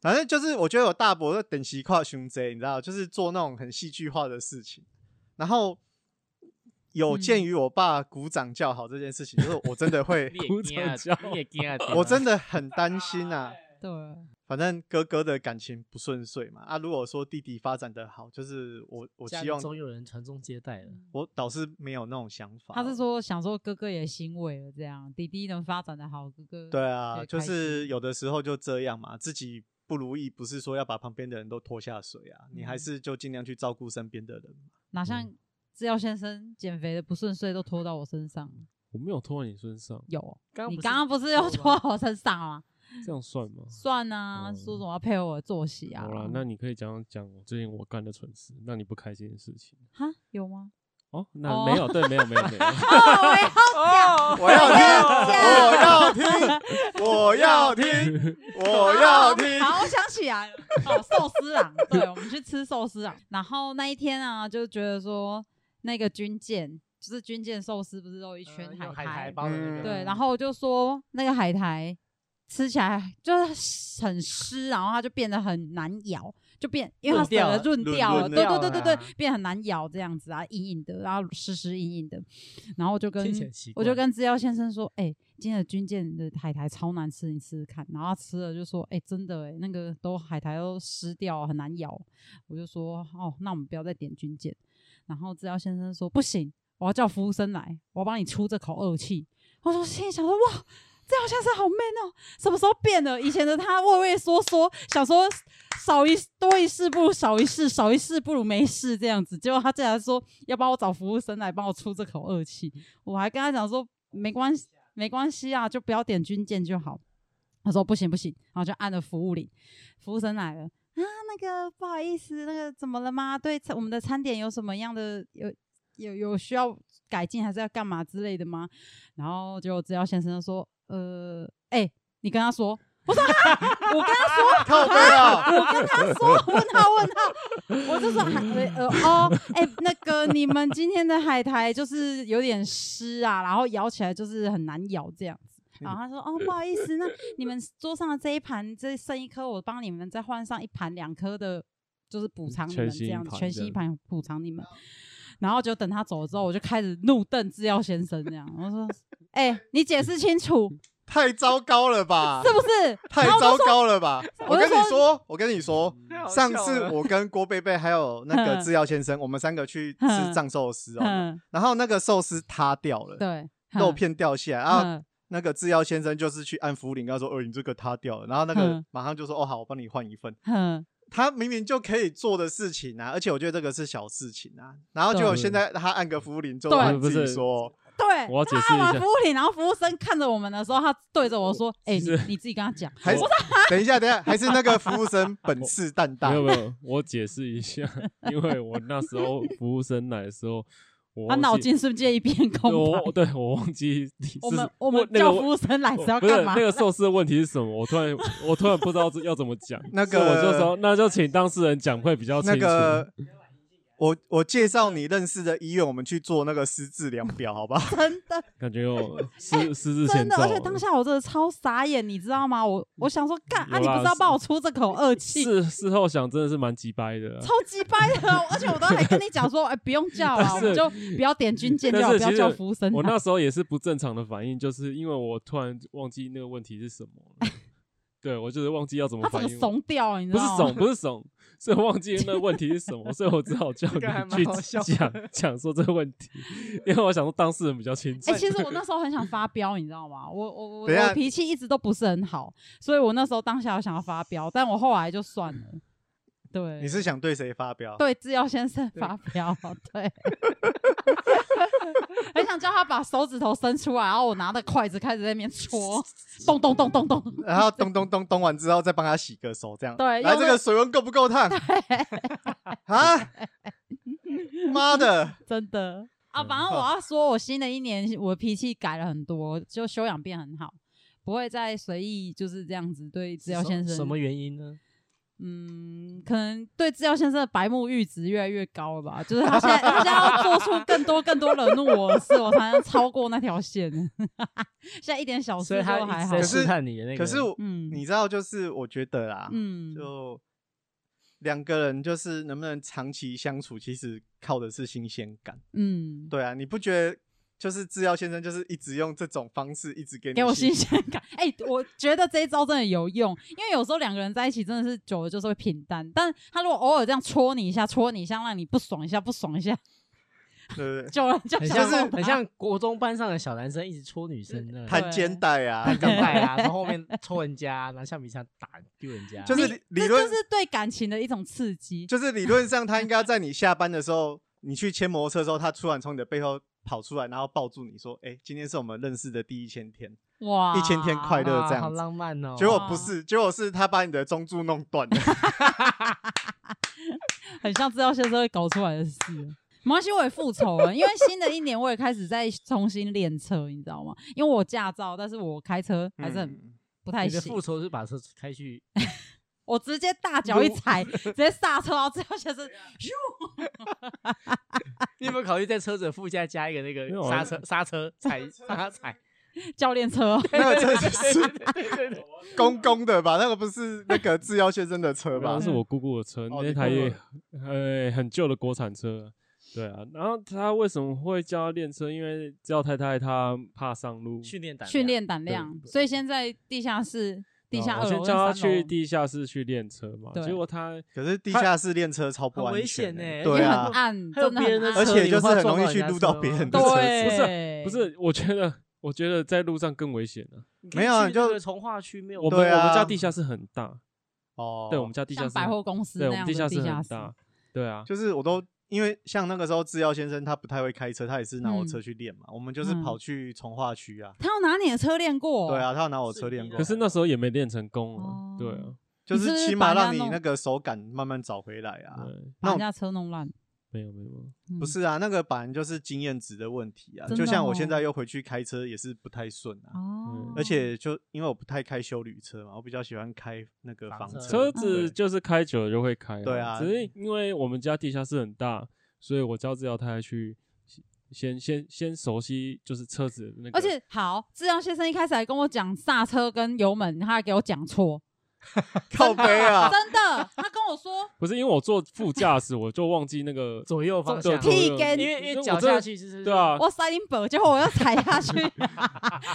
[SPEAKER 3] 反正就是我觉得我大伯在等级跨胸贼，你知道，就是做那种很戏剧化的事情。然后有鉴
[SPEAKER 2] 嗯
[SPEAKER 3] 于我爸鼓掌叫好这件事情，就是我真的会
[SPEAKER 4] 你，也
[SPEAKER 1] 哭
[SPEAKER 4] 惊啊
[SPEAKER 1] 惨叫
[SPEAKER 4] 你也惊啊
[SPEAKER 3] 我真的很担心啊。
[SPEAKER 2] 对，
[SPEAKER 3] 反正哥哥的感情不顺遂嘛，啊，如果说弟弟发展的好，就是我我
[SPEAKER 4] 家
[SPEAKER 3] 希
[SPEAKER 4] 里
[SPEAKER 3] 望
[SPEAKER 4] 总有人传宗接代了。
[SPEAKER 3] 我倒是没有那种想法。哦
[SPEAKER 2] 他是说想说哥哥也欣慰了，这样弟弟能发展的好，哥哥
[SPEAKER 3] 对啊，
[SPEAKER 2] 也
[SPEAKER 3] 就
[SPEAKER 2] 开
[SPEAKER 3] 是
[SPEAKER 2] 心
[SPEAKER 3] 有的时候就这样嘛，自己不如意，不是说要把旁边的人都拖下水啊，你还
[SPEAKER 2] 嗯
[SPEAKER 3] 是就尽量去照顾身边的人嘛。
[SPEAKER 2] 哪像
[SPEAKER 3] 嗯
[SPEAKER 2] 制药先生减肥的不顺遂都拖到我身上，
[SPEAKER 1] 我没有拖到你身上，
[SPEAKER 2] 有
[SPEAKER 4] 刚
[SPEAKER 2] 你
[SPEAKER 4] 不是
[SPEAKER 2] 刚刚不是又
[SPEAKER 4] 说
[SPEAKER 2] 拖
[SPEAKER 4] 吗
[SPEAKER 2] 到我身上
[SPEAKER 3] 哦
[SPEAKER 2] 了吗？
[SPEAKER 1] 这样算吗？
[SPEAKER 2] 算啊，
[SPEAKER 1] 嗯
[SPEAKER 2] 说什么要配合我的作息啊
[SPEAKER 1] 好？啦，那你可以讲讲我最近我干的蠢事，让你不开心的事情。
[SPEAKER 2] 哈有 吗？
[SPEAKER 1] 哦，那
[SPEAKER 2] 哦
[SPEAKER 1] 没有，对，没有，没有， 没有。
[SPEAKER 2] 哦，我要讲，
[SPEAKER 3] 我要
[SPEAKER 4] 哦
[SPEAKER 3] 哦听，我要听，我要听，我要 听。
[SPEAKER 2] 好，我想起来了，哦，寿司郎，对，我们去吃寿司郎，然后那一天啊，就觉得说那个军舰，就是军舰寿司，不是都有
[SPEAKER 3] 呃
[SPEAKER 2] 一圈
[SPEAKER 4] 嗯
[SPEAKER 2] 海
[SPEAKER 4] 用海
[SPEAKER 2] 苔
[SPEAKER 4] 苔包的那
[SPEAKER 3] 嗯
[SPEAKER 4] 个，
[SPEAKER 2] 对，然后我就说那个海苔吃起来就是很湿，然后它就变得很难咬，就变因为它
[SPEAKER 4] 润掉
[SPEAKER 2] 整
[SPEAKER 4] 了
[SPEAKER 2] 个润
[SPEAKER 3] 润
[SPEAKER 2] 掉了，
[SPEAKER 3] 润
[SPEAKER 2] 对
[SPEAKER 4] 掉
[SPEAKER 2] 对对
[SPEAKER 4] 了
[SPEAKER 2] 对
[SPEAKER 4] 啊
[SPEAKER 2] 对，变很难咬这样子啊，硬硬的，然后湿湿硬硬的，然后我就跟
[SPEAKER 4] 听起来很奇
[SPEAKER 2] 我就
[SPEAKER 4] 怪
[SPEAKER 2] 跟资料先生说，哎、今天的军舰的海苔超难吃，你吃吃看。然后他吃了就说，哎、真的哎、那个都海苔都湿掉，很难咬。我就说，哦，那我们不要再点军舰。然后资料先生说，不行，我要叫服务生来，我要帮你出这口恶气。我说心里想说，哇，这好像是好 man 哦，什么时候变了？以前的他畏畏缩缩，想说少一多一事不如少一事，少一事不如没事这样子。结果他竟然说要帮我找服务生来帮我出这口恶气，我还跟他讲说没关系，没关系啊，就不要点军舰就好。他说不行不行，啊然后就按了服务铃，服务生来了。啊，那个不好意思，那个怎么了吗？对，我们的餐点有什么样的有有有需要改进还是要干嘛之类的吗？然后结果资料先生就说，呃，哎、你跟他说。我说、啊，我跟他说，
[SPEAKER 3] 靠背啊！
[SPEAKER 2] 我跟他说，问他问他，我就说海呃哦，哎、那个你们今天的海苔就是有点湿啊，然后咬起来就是很难咬这样子。然后他说哦，不好意思，那你们桌上的这一盘这剩一颗，我帮你们再换上一盘两颗的，就是补偿你
[SPEAKER 1] 全
[SPEAKER 2] 们
[SPEAKER 1] 新
[SPEAKER 2] 这
[SPEAKER 1] 一
[SPEAKER 2] 样子，
[SPEAKER 1] 盘
[SPEAKER 2] 全
[SPEAKER 1] 这
[SPEAKER 2] 新一
[SPEAKER 1] 样
[SPEAKER 2] 盘补偿你们。然后就等他走了之后，我就开始怒瞪制药先生这样，我说：“哎、你解释清楚
[SPEAKER 3] 太糟糕了吧
[SPEAKER 2] 是？不是？”
[SPEAKER 3] 太
[SPEAKER 2] 然后我就
[SPEAKER 3] 糟糕了吧！
[SPEAKER 2] 我
[SPEAKER 3] 我
[SPEAKER 2] 就
[SPEAKER 3] 跟你
[SPEAKER 2] 说
[SPEAKER 3] 说，我跟你说，
[SPEAKER 4] 太好
[SPEAKER 3] 上
[SPEAKER 4] 笑
[SPEAKER 3] 次
[SPEAKER 4] 了
[SPEAKER 3] 我跟郭贝贝还有那个
[SPEAKER 2] 嗯
[SPEAKER 3] 制药先生，我们三个去吃藏寿司 哦，
[SPEAKER 2] 嗯，
[SPEAKER 3] 然后那个寿司塌掉了，
[SPEAKER 2] 对，
[SPEAKER 3] 肉
[SPEAKER 2] 嗯
[SPEAKER 3] 片掉下来，然后
[SPEAKER 2] 嗯
[SPEAKER 3] 那个制药先生就是去按服铃，跟他说：“哦，你这个塌掉了。”然后那个
[SPEAKER 2] 嗯
[SPEAKER 3] 马上就说：“哦，好，我帮你换一份。
[SPEAKER 2] 哼，”
[SPEAKER 3] 他明明就可以做的事情啊，而且我觉得这个是小事情啊。然后结果
[SPEAKER 1] 对
[SPEAKER 3] 现在他按个服铃之后，
[SPEAKER 2] 对
[SPEAKER 3] 他
[SPEAKER 1] 不
[SPEAKER 3] 自己
[SPEAKER 1] 是
[SPEAKER 3] 说
[SPEAKER 2] 对，
[SPEAKER 1] 我要解
[SPEAKER 2] 他
[SPEAKER 1] 释一
[SPEAKER 2] 按完
[SPEAKER 1] 下
[SPEAKER 2] 服务铃，然后服务生看着我们的时候，他对着我说：“哎、
[SPEAKER 1] 其
[SPEAKER 2] 你
[SPEAKER 1] 实
[SPEAKER 2] 你自己跟 他讲。”
[SPEAKER 3] 还是等一下，等一下，还是那个服务生本事蛋大，
[SPEAKER 1] 没有没有，我解释一 下，因为我那时候服务生来的时候，我
[SPEAKER 2] 他
[SPEAKER 1] 忘
[SPEAKER 2] 脑
[SPEAKER 1] 记
[SPEAKER 2] 筋瞬间一片空
[SPEAKER 1] 对
[SPEAKER 2] 白。
[SPEAKER 1] 我对我忘记提
[SPEAKER 2] 我
[SPEAKER 1] 是
[SPEAKER 2] 们我
[SPEAKER 1] 那
[SPEAKER 2] 们
[SPEAKER 1] 那
[SPEAKER 2] 叫
[SPEAKER 1] 个
[SPEAKER 2] 服务生来是要
[SPEAKER 1] 不是
[SPEAKER 2] 干嘛？
[SPEAKER 1] 那 个寿司的问题是什么？我突然我突然不知道这要怎么讲
[SPEAKER 3] 那
[SPEAKER 1] 所以我
[SPEAKER 3] 个
[SPEAKER 1] 就说那就请当事人讲会比较清
[SPEAKER 3] 那
[SPEAKER 1] 楚。
[SPEAKER 3] 个，我我介绍你认识的医院，我们去做那个失智量表，好吧？
[SPEAKER 2] 真的
[SPEAKER 1] 感觉有失失之前
[SPEAKER 2] 哎真的，
[SPEAKER 1] 兆
[SPEAKER 2] 而且
[SPEAKER 1] 了
[SPEAKER 2] 当下我真的超傻眼，你知道吗？我我想说，干
[SPEAKER 1] 有
[SPEAKER 2] 啊，你不
[SPEAKER 1] 啦
[SPEAKER 2] 是要
[SPEAKER 1] 是
[SPEAKER 2] 帮我出这口恶气？
[SPEAKER 1] 事事后想真的是蛮鸡掰的啊
[SPEAKER 2] 超。级掰的，哦而且我都还跟你讲说，哎、不用叫 啊，
[SPEAKER 1] 但
[SPEAKER 2] 我
[SPEAKER 1] 是
[SPEAKER 2] 们就不要点军舰就
[SPEAKER 1] 但
[SPEAKER 2] 好，
[SPEAKER 1] 是
[SPEAKER 2] 不要
[SPEAKER 1] 其
[SPEAKER 2] 叫
[SPEAKER 1] 实
[SPEAKER 2] 服务生
[SPEAKER 1] 我
[SPEAKER 2] 来。
[SPEAKER 1] 那时候也是不正常的反应，就是因为我突然忘记那个问题是什么了，对我就是忘记要怎么
[SPEAKER 2] 他整
[SPEAKER 1] 反
[SPEAKER 2] 个
[SPEAKER 1] 应我。
[SPEAKER 2] 怂掉，你知
[SPEAKER 1] 不是
[SPEAKER 2] 道吗？
[SPEAKER 1] 怂，不是怂，是忘记那问题是什么，所以我只好叫
[SPEAKER 4] 这个还
[SPEAKER 1] 你
[SPEAKER 4] 蛮
[SPEAKER 1] 去
[SPEAKER 4] 好笑
[SPEAKER 1] 讲讲说这个问题，因为我想说当事人比较清楚
[SPEAKER 2] 哎、。其实我那时候很想发飙，你知道吗？我我我
[SPEAKER 3] 等一下
[SPEAKER 2] 我脾气一直都不是很好，所以我那时候当下有想要发飙，但我后来就算了。对，
[SPEAKER 3] 你是想对谁发飙？
[SPEAKER 2] 对制药先生发飙，对，很想叫他把手指头伸出来，然后我拿着筷子开始在那边戳，咚咚咚咚 咚，
[SPEAKER 3] 然后咚咚咚咚完之后，再帮他洗个手，这样。
[SPEAKER 2] 对
[SPEAKER 3] 来
[SPEAKER 2] 要
[SPEAKER 3] 这
[SPEAKER 2] 不
[SPEAKER 3] 个水温够不够 烫？啊！妈的，
[SPEAKER 2] 真的啊！
[SPEAKER 1] 嗯
[SPEAKER 2] 反正我要说，我新的一年我脾气改了很多，就修养变很好，不会再随意就是这样子对制药
[SPEAKER 4] 什
[SPEAKER 2] 先生
[SPEAKER 4] 什么原因呢？
[SPEAKER 2] 嗯，可能对制药先生的白目阈值越来越高了吧？就是他现在他现在要做出更多更多惹怒我的事，我才能超过那条线。 现在一点小
[SPEAKER 4] 所以
[SPEAKER 2] 事
[SPEAKER 4] 他
[SPEAKER 2] 都
[SPEAKER 4] 一
[SPEAKER 2] 还
[SPEAKER 4] 直
[SPEAKER 2] 好
[SPEAKER 4] 在。
[SPEAKER 3] 是
[SPEAKER 4] 试探你的那个。
[SPEAKER 3] 可是我
[SPEAKER 2] 嗯
[SPEAKER 3] 你知道，就是我觉得啦，
[SPEAKER 2] 嗯，
[SPEAKER 3] 就两个人就是能不能长期相处，其实靠的是新鲜感。
[SPEAKER 2] 嗯，
[SPEAKER 3] 对啊，你不觉得？就是制药先生，就是一直用这种方式，一直给你
[SPEAKER 2] 给我
[SPEAKER 3] 信
[SPEAKER 2] 新鲜感。哎、我觉得这一招真的有用，因为有时候两个人在一起真的是久了就是会平淡，但他如果偶尔这样戳你一下，戳你一下，让你不爽一下，不爽一下，
[SPEAKER 3] 对不对？
[SPEAKER 2] 久了就
[SPEAKER 4] 很
[SPEAKER 2] 想
[SPEAKER 4] 像
[SPEAKER 2] 说
[SPEAKER 4] 很像国中班上的小男生一直戳女生的，
[SPEAKER 3] 弹肩带啊，
[SPEAKER 4] 弹钢带啊，从后面抽人家，拿橡皮擦打丢人家，
[SPEAKER 3] 就是理理
[SPEAKER 2] 啊这
[SPEAKER 3] 论
[SPEAKER 2] 就是对感情的一种刺激。
[SPEAKER 3] 就是理论上他应该在你下班的时候，你去牵摩托车的时候，他突然从你的背后跑出来，然后抱住你说：“哎、今天是我们认识的第一千天。
[SPEAKER 2] 哇，
[SPEAKER 3] 一千天快乐
[SPEAKER 4] 啊
[SPEAKER 3] 这样
[SPEAKER 4] 好
[SPEAKER 3] 子
[SPEAKER 4] 浪漫哦。
[SPEAKER 3] 结果不是，结果是他把你的中柱弄断了。
[SPEAKER 2] 很像制药先生会搞出来的事。啊没关系，我也复仇了，因为新的一年我也开始在重新练车，你知道吗？因为我驾照，但是我开车还是很
[SPEAKER 3] 嗯
[SPEAKER 2] 不太
[SPEAKER 4] 你的
[SPEAKER 2] 行。
[SPEAKER 4] 复仇是把车开去，
[SPEAKER 2] 我直接大脚一踩，直接刹车，然后制药先生，咻
[SPEAKER 4] 你有没有考虑在车子的副驾加一个那个
[SPEAKER 1] 没有
[SPEAKER 4] 刹
[SPEAKER 1] 啊
[SPEAKER 4] 车刹车踩 让他踩？
[SPEAKER 2] 教练车，
[SPEAKER 3] 那个车子是
[SPEAKER 4] 对对对对
[SPEAKER 3] 公公的吧？那个不是那个制药先生的车
[SPEAKER 1] 然
[SPEAKER 3] 吧
[SPEAKER 1] 后？
[SPEAKER 2] 嗯
[SPEAKER 1] 是我姑姑的车，
[SPEAKER 3] 哦
[SPEAKER 1] 那
[SPEAKER 3] 你
[SPEAKER 1] 台
[SPEAKER 3] 姑姑
[SPEAKER 1] 也呃很旧的国产车，对啊。然后他为什么会叫他练车？因为叫太太她怕上路，
[SPEAKER 4] 训练胆量
[SPEAKER 2] 训练胆量。所以现在地下室、地下
[SPEAKER 1] 啊
[SPEAKER 2] 二
[SPEAKER 1] 我
[SPEAKER 2] 楼
[SPEAKER 1] 先
[SPEAKER 2] 跟
[SPEAKER 1] 叫他
[SPEAKER 2] 三
[SPEAKER 1] 去
[SPEAKER 2] 楼。
[SPEAKER 1] 地下室去练车嘛。
[SPEAKER 2] 对
[SPEAKER 1] 结果他
[SPEAKER 3] 可是地下室练车超不
[SPEAKER 4] 很危
[SPEAKER 3] 安全
[SPEAKER 4] 险
[SPEAKER 3] 欸、
[SPEAKER 4] 欸
[SPEAKER 3] 对
[SPEAKER 2] 也
[SPEAKER 3] 啊
[SPEAKER 2] 很，暗，
[SPEAKER 4] 还有
[SPEAKER 2] 真的
[SPEAKER 4] 别人
[SPEAKER 2] 很
[SPEAKER 4] 的
[SPEAKER 2] 暗。
[SPEAKER 3] 而且
[SPEAKER 4] 你
[SPEAKER 3] 就
[SPEAKER 4] 怕
[SPEAKER 3] 是很
[SPEAKER 4] 撞
[SPEAKER 3] 容易
[SPEAKER 4] 到
[SPEAKER 3] 去
[SPEAKER 4] 人家
[SPEAKER 3] 撸到
[SPEAKER 4] 车
[SPEAKER 3] 别
[SPEAKER 4] 吗
[SPEAKER 3] 人的车子。
[SPEAKER 2] 对，
[SPEAKER 1] 不是，我觉得我觉得在路上更危险了。
[SPEAKER 4] 你可以
[SPEAKER 3] 没有啊
[SPEAKER 4] 去
[SPEAKER 3] 你就
[SPEAKER 4] 那个从化区没有
[SPEAKER 1] 我们
[SPEAKER 3] 对啊
[SPEAKER 1] 我们家地下室很大，
[SPEAKER 3] 哦，
[SPEAKER 1] 对我们家地下
[SPEAKER 2] 像
[SPEAKER 1] 室
[SPEAKER 2] 百
[SPEAKER 1] 很
[SPEAKER 2] 货公司
[SPEAKER 1] 对
[SPEAKER 2] 那
[SPEAKER 1] 我
[SPEAKER 2] 样
[SPEAKER 1] 们
[SPEAKER 2] 的
[SPEAKER 1] 地
[SPEAKER 2] 地
[SPEAKER 1] 下
[SPEAKER 2] 下室
[SPEAKER 1] 室很大，对啊。
[SPEAKER 3] 就是我都因为像那个时候制药先生他不太会开车，他也是拿我车去练嘛。我们就是
[SPEAKER 2] 嗯哦
[SPEAKER 3] 跑去从化区啊，
[SPEAKER 2] 他要拿你的车练过，
[SPEAKER 3] 对，啊，他有拿我车
[SPEAKER 4] 是
[SPEAKER 3] 练过啊
[SPEAKER 1] 可。是那时候也没练成功啊，对啊，
[SPEAKER 2] 哦
[SPEAKER 3] 就
[SPEAKER 2] 你是不
[SPEAKER 3] 是
[SPEAKER 2] 是
[SPEAKER 3] 起
[SPEAKER 2] 把
[SPEAKER 3] 码
[SPEAKER 2] 人家
[SPEAKER 3] 让你
[SPEAKER 2] 弄
[SPEAKER 3] 那个手感慢慢找回来啊。
[SPEAKER 1] 对。
[SPEAKER 2] 把
[SPEAKER 3] 那
[SPEAKER 2] 人
[SPEAKER 3] 我
[SPEAKER 2] 家车弄烂。
[SPEAKER 1] 没有没有没有，
[SPEAKER 3] 不
[SPEAKER 2] 嗯
[SPEAKER 3] 是啊，那个本来就是经验值的问题啊。
[SPEAKER 2] 真
[SPEAKER 3] 就
[SPEAKER 2] 的
[SPEAKER 3] 像我现
[SPEAKER 2] 哦
[SPEAKER 3] 在又回去开车也是不太顺啊，
[SPEAKER 2] 哦，
[SPEAKER 3] 而且就因为我不太开修旅车嘛，我比较喜欢开那个
[SPEAKER 4] 房
[SPEAKER 3] 房
[SPEAKER 4] 车
[SPEAKER 1] 车
[SPEAKER 3] 对
[SPEAKER 2] 嗯
[SPEAKER 1] 子就是开久了就会开啦，
[SPEAKER 3] 对啊
[SPEAKER 1] 只是因为我们家地下室很大，所以我叫治疗太太去先先先熟悉就是车子的那个，
[SPEAKER 2] 而且好，志阳先生一开始还跟我讲刹车跟油门，他还给我讲错，
[SPEAKER 3] 靠背 啊，
[SPEAKER 2] 真的，他跟我说
[SPEAKER 1] 不是因为我坐副驾驶，我就忘记那 个
[SPEAKER 4] 左右方
[SPEAKER 1] 左右，
[SPEAKER 4] 向
[SPEAKER 2] 左右
[SPEAKER 1] 左右
[SPEAKER 2] 踢
[SPEAKER 4] 因为因为
[SPEAKER 1] 我
[SPEAKER 4] 脚
[SPEAKER 1] 真的
[SPEAKER 4] 下去就是
[SPEAKER 1] 对啊，
[SPEAKER 2] 我塞林本，结果我又踩下 去，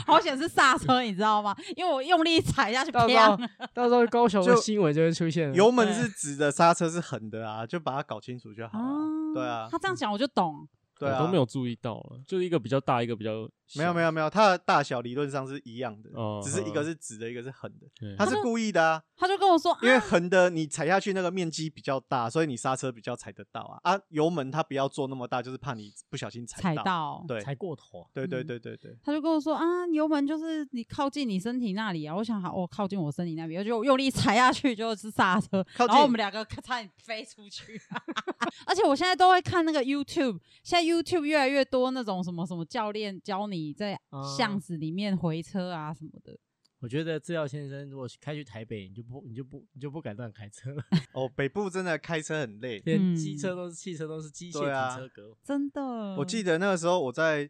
[SPEAKER 2] 好险是刹车，你知道吗？因为我用力踩下去，
[SPEAKER 4] 到时
[SPEAKER 2] 啪
[SPEAKER 4] 候！到时候高雄的
[SPEAKER 3] 就
[SPEAKER 4] 新闻就会出现了
[SPEAKER 3] 油门
[SPEAKER 2] 对
[SPEAKER 3] 是直的，刹车是横的啊，就把它搞清楚就好了、
[SPEAKER 2] 哦
[SPEAKER 3] 对啊，
[SPEAKER 2] 他这样讲我就懂，
[SPEAKER 3] 对啊，
[SPEAKER 1] 我都没有注意到了，就是一个比较大，一个比较
[SPEAKER 3] 没有没
[SPEAKER 1] 有，
[SPEAKER 3] 有没有，它的大小理论上是一样的，
[SPEAKER 1] 哦
[SPEAKER 3] 只是一个
[SPEAKER 1] 哦
[SPEAKER 3] 是直的，一个是横的。
[SPEAKER 1] 对
[SPEAKER 3] 它是故意的啊，
[SPEAKER 2] 他就跟我说，
[SPEAKER 3] 因为
[SPEAKER 2] 啊
[SPEAKER 3] 横的你踩下去那个面积比较大，所以你刹车比较踩得到啊。啊，油门它不要做那么大，就是怕你不小心
[SPEAKER 2] 踩
[SPEAKER 3] 到。
[SPEAKER 2] 到，
[SPEAKER 3] 对
[SPEAKER 4] 才过头啊，
[SPEAKER 3] 对对
[SPEAKER 2] 嗯
[SPEAKER 3] 对对对，
[SPEAKER 2] 他就跟我说啊，油门就是你靠近你身体那里啊。我想好，我、靠近我身体那边，就用力踩下去就是刹车，
[SPEAKER 3] 靠
[SPEAKER 2] 然后我
[SPEAKER 3] 近
[SPEAKER 2] 们两个咔差点飞出去。 而且我现在都会看那个 YouTube，现在 YouTube 越来越多那种什么什么教练教你在巷
[SPEAKER 3] 啊
[SPEAKER 4] 嗯
[SPEAKER 2] 子里面回车啊什么的。
[SPEAKER 4] 我觉得资料先生如果开去台北，你就不你就不你就不敢乱开车了，
[SPEAKER 3] 哦，北部真的开车很累。
[SPEAKER 2] 嗯
[SPEAKER 4] 连机车都是汽车都是机械
[SPEAKER 3] 对啊
[SPEAKER 4] 停车格，
[SPEAKER 2] 真的，
[SPEAKER 3] 我记
[SPEAKER 2] 得
[SPEAKER 3] 得那个时候我在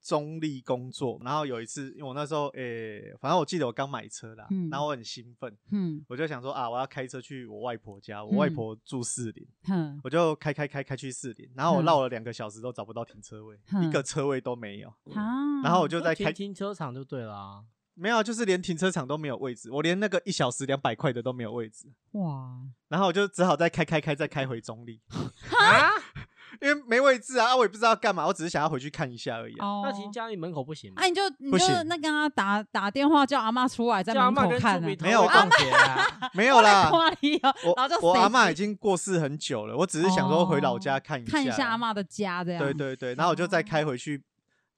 [SPEAKER 3] 中立工作，然后有一次，因为我那时候诶、反正我记得我刚买车啦，
[SPEAKER 2] 嗯
[SPEAKER 3] 然后我很兴奋，
[SPEAKER 2] 嗯
[SPEAKER 3] 我就想说啊，我要开车去我外婆家，我外
[SPEAKER 2] 嗯
[SPEAKER 3] 婆住士林，
[SPEAKER 2] 哼，
[SPEAKER 3] 我就开开开开去士林，然后我
[SPEAKER 2] 嗯
[SPEAKER 3] 绕了两个小时都找不到停车位，一
[SPEAKER 2] 嗯
[SPEAKER 3] 个车位都没有，
[SPEAKER 2] 啊，
[SPEAKER 3] 然后我就在
[SPEAKER 4] 停
[SPEAKER 3] 开。
[SPEAKER 4] 停车场就对了啊。
[SPEAKER 3] 没有，就是连停车场都没有位置，我连那个一小时两百块的都没有位置，
[SPEAKER 2] 哇，
[SPEAKER 3] 然后我就只好再开开开再开回中立，
[SPEAKER 4] 啊，
[SPEAKER 3] 因为没位置啊，啊我也不知道干嘛，我只是想要回去看一下而已、啊。
[SPEAKER 2] 哦
[SPEAKER 4] 那停家里门口不行吗
[SPEAKER 2] 啊，？你就你
[SPEAKER 3] 不
[SPEAKER 2] 就
[SPEAKER 3] 行
[SPEAKER 2] 那个啊，打打电话叫阿妈出来，在
[SPEAKER 4] 叫阿
[SPEAKER 2] 门
[SPEAKER 4] 嬷
[SPEAKER 2] 口
[SPEAKER 4] 跟
[SPEAKER 2] 看
[SPEAKER 4] 猪
[SPEAKER 2] 啊
[SPEAKER 4] 鼻头
[SPEAKER 3] 没有
[SPEAKER 4] 会
[SPEAKER 3] 啊
[SPEAKER 4] 冻 结啊，
[SPEAKER 3] 没
[SPEAKER 2] 我
[SPEAKER 3] 有
[SPEAKER 2] 在
[SPEAKER 3] 啦，
[SPEAKER 2] 家里哦然后
[SPEAKER 3] 我
[SPEAKER 2] 就
[SPEAKER 3] 我阿
[SPEAKER 2] 妈
[SPEAKER 3] 嬷已经过世很久了，我只是想说回老家看一下，
[SPEAKER 2] 看一下阿。嬷的家这样，哦
[SPEAKER 3] 对对对，然后我就再开回去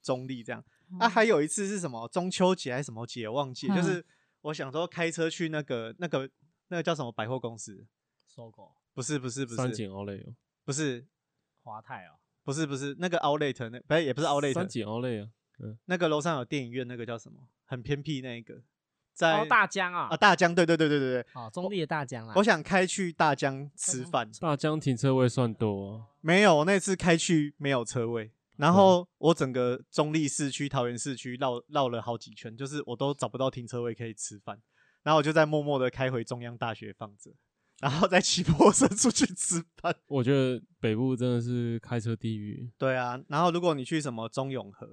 [SPEAKER 3] 中立这样。啊，还有一次是什么中秋节还是什么节，忘记，就
[SPEAKER 2] 嗯
[SPEAKER 3] 是我想说开车去那个那个那个叫什么百货公司，
[SPEAKER 4] 搜狗
[SPEAKER 3] 不是不是不
[SPEAKER 1] 三
[SPEAKER 3] 是
[SPEAKER 1] 井奥莱哦，
[SPEAKER 3] 不是
[SPEAKER 4] 华泰哦，
[SPEAKER 3] 不是不是那个 Outlet 那不是也不是
[SPEAKER 1] 三
[SPEAKER 3] Outlet，
[SPEAKER 1] 井奥莱啊，嗯，
[SPEAKER 3] 那个楼上有电影院，那个叫什么很偏僻那一个，在
[SPEAKER 4] 哦大江啊
[SPEAKER 3] 啊，大江，对对对对对对，
[SPEAKER 4] 哦中立的大江啦，
[SPEAKER 3] 我想开去大江吃
[SPEAKER 4] 江
[SPEAKER 3] 饭，
[SPEAKER 1] 大江停车位算多啊，
[SPEAKER 3] 没有，我那次开去没有车位，然后我整个中立市区、桃园市区绕绕了好几圈，就是我都找不到停车位可以吃饭，然后我就在默默的开回中央大学放着，然后再骑摩托车出去吃饭。
[SPEAKER 1] 我觉得北部真的是开车地狱，
[SPEAKER 3] 对啊，然后如果你去什么中永和，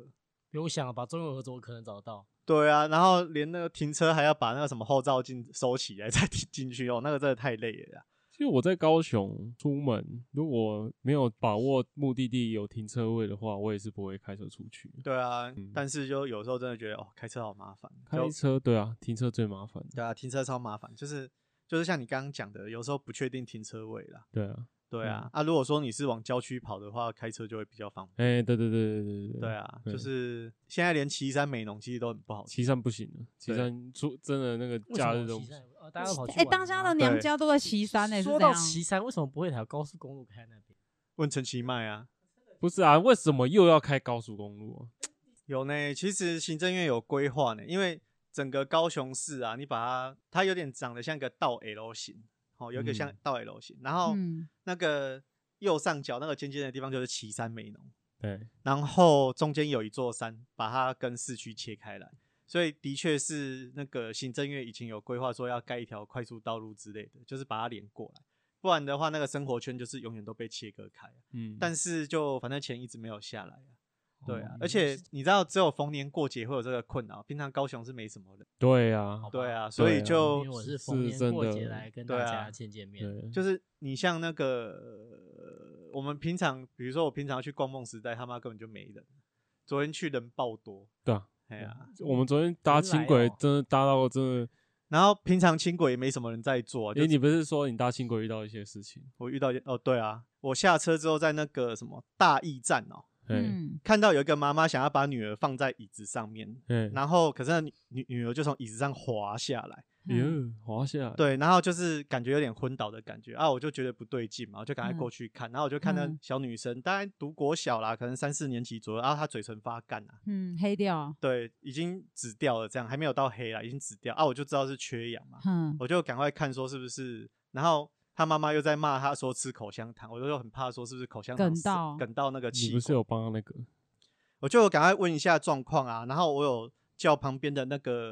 [SPEAKER 4] 不用想了吧，中永和怎么可能找得到？
[SPEAKER 3] 对啊，然后连那个停车还要把那个什么后照镜收起来再停进去哦，那个真的太累了啦。
[SPEAKER 1] 其实我在高雄出门，如果没有把握目的地有停车位的话，我也是不会开车出去。
[SPEAKER 3] 对啊，
[SPEAKER 1] 嗯
[SPEAKER 3] 但是就有时候真的觉得哦，开车好麻烦，就
[SPEAKER 1] 开车对啊，停车最麻烦。
[SPEAKER 3] 对啊，停车超麻烦，就是就是像你刚刚讲的，有时候不确定停车位啦。
[SPEAKER 1] 对啊，
[SPEAKER 3] 对
[SPEAKER 1] 嗯
[SPEAKER 3] 啊，啊，如果说你是往郊区跑的话，开车就会比较方便。
[SPEAKER 1] 哎、对对对对对对
[SPEAKER 3] 对，啊，就
[SPEAKER 1] 对
[SPEAKER 3] 是现在连旗山美浓其实都很不好骑。
[SPEAKER 1] 岐山不行了，岐
[SPEAKER 3] 对
[SPEAKER 1] 山出真的那个
[SPEAKER 4] 为什
[SPEAKER 1] 假
[SPEAKER 4] 么
[SPEAKER 1] 日都
[SPEAKER 4] 岐
[SPEAKER 1] 不行
[SPEAKER 4] 山呃大家都跑去
[SPEAKER 2] 哎，
[SPEAKER 4] 玩
[SPEAKER 2] 大家的
[SPEAKER 4] 吗
[SPEAKER 2] 娘
[SPEAKER 3] 对
[SPEAKER 2] 家都在岐山呢，是
[SPEAKER 4] 说
[SPEAKER 2] 这
[SPEAKER 4] 到
[SPEAKER 2] 样。
[SPEAKER 4] 岐山，为什么不会有高速公路开那边？
[SPEAKER 3] 问陈其迈啊，
[SPEAKER 1] 不是啊，为什么又要开高速公路、啊？
[SPEAKER 3] 有呢，其实行政院有规划呢，因为整个高雄市啊，你把它，它有点长得像个倒 L 型，哦，有一个像
[SPEAKER 1] 嗯
[SPEAKER 3] 倒 L 型，然后
[SPEAKER 2] 嗯，
[SPEAKER 3] 那个右上角那个尖尖的地方就是旗山美浓，
[SPEAKER 1] 对，
[SPEAKER 3] 然后中间有一座山，把它跟市区切开来，所以的确是那个行政院以前有规划说要盖一条快速道路之类的，就是把它连过来，不然的话那个生活圈就是永远都被切割开啊、
[SPEAKER 1] 嗯，
[SPEAKER 3] 但是就反正钱一直没有下来啊，对啊，
[SPEAKER 4] 哦
[SPEAKER 3] 而且你知道只有逢年过节会有这个困扰，平常高雄是没什么人，
[SPEAKER 1] 对啊，
[SPEAKER 4] 好吧
[SPEAKER 3] 对啊，所
[SPEAKER 1] 对
[SPEAKER 3] 以
[SPEAKER 1] 啊
[SPEAKER 4] 因
[SPEAKER 3] 就
[SPEAKER 4] 为我
[SPEAKER 1] 是
[SPEAKER 4] 是逢
[SPEAKER 1] 真
[SPEAKER 4] 年过
[SPEAKER 1] 的
[SPEAKER 4] 节来跟
[SPEAKER 3] 对
[SPEAKER 4] 大
[SPEAKER 3] 啊
[SPEAKER 4] 家见见面，
[SPEAKER 1] 对，
[SPEAKER 3] 就是你像那个、呃我们平常，比如说我平常去逛梦时代，他妈根本就没人，昨天去人爆多，
[SPEAKER 1] 对啊，
[SPEAKER 3] 哎呀、
[SPEAKER 1] 我们昨天搭
[SPEAKER 4] 原来
[SPEAKER 1] 轻轨
[SPEAKER 4] 哦，
[SPEAKER 1] 真的搭到真的，
[SPEAKER 3] 然后平常轻轨也没什么人在坐、啊，
[SPEAKER 1] 哎、
[SPEAKER 3] 就
[SPEAKER 1] 你不是说你搭轻轨遇到一些事情？
[SPEAKER 3] 我遇到一哦，对啊，我下车之后在那个什么大驿站哦，
[SPEAKER 1] 哎、
[SPEAKER 2] 嗯，
[SPEAKER 3] 看到有一个妈妈想要把女儿放在椅子上面，
[SPEAKER 1] 哎、
[SPEAKER 3] 然后可是那女女女儿就从椅子上滑下来，
[SPEAKER 1] 耶
[SPEAKER 2] 嗯，
[SPEAKER 1] 滑下来，，
[SPEAKER 3] 对，然后就是感觉有点昏倒的感觉啊，我就觉得不对劲嘛，我就赶快
[SPEAKER 2] 嗯
[SPEAKER 3] 过去看，然后我就看到
[SPEAKER 2] 嗯
[SPEAKER 3] 小女生，当然读国小啦，可能三四年级左右，然后她嘴唇发干啊，
[SPEAKER 2] 嗯，黑掉，
[SPEAKER 3] 对，已经紫掉了，这样还没有到黑啦，已经紫掉啊，我就知道是缺氧嘛，
[SPEAKER 2] 嗯，
[SPEAKER 3] 我就赶快看说是不是，然后她妈妈又在骂她说吃口香糖，我就很怕说是不是口香糖
[SPEAKER 2] 梗
[SPEAKER 3] 是
[SPEAKER 2] 到
[SPEAKER 3] 梗到那个
[SPEAKER 1] 你
[SPEAKER 3] 气
[SPEAKER 1] 不是
[SPEAKER 3] 管，
[SPEAKER 1] 有帮他那个？
[SPEAKER 3] 我就赶快问一下状况啊，然后我有。叫旁边的那个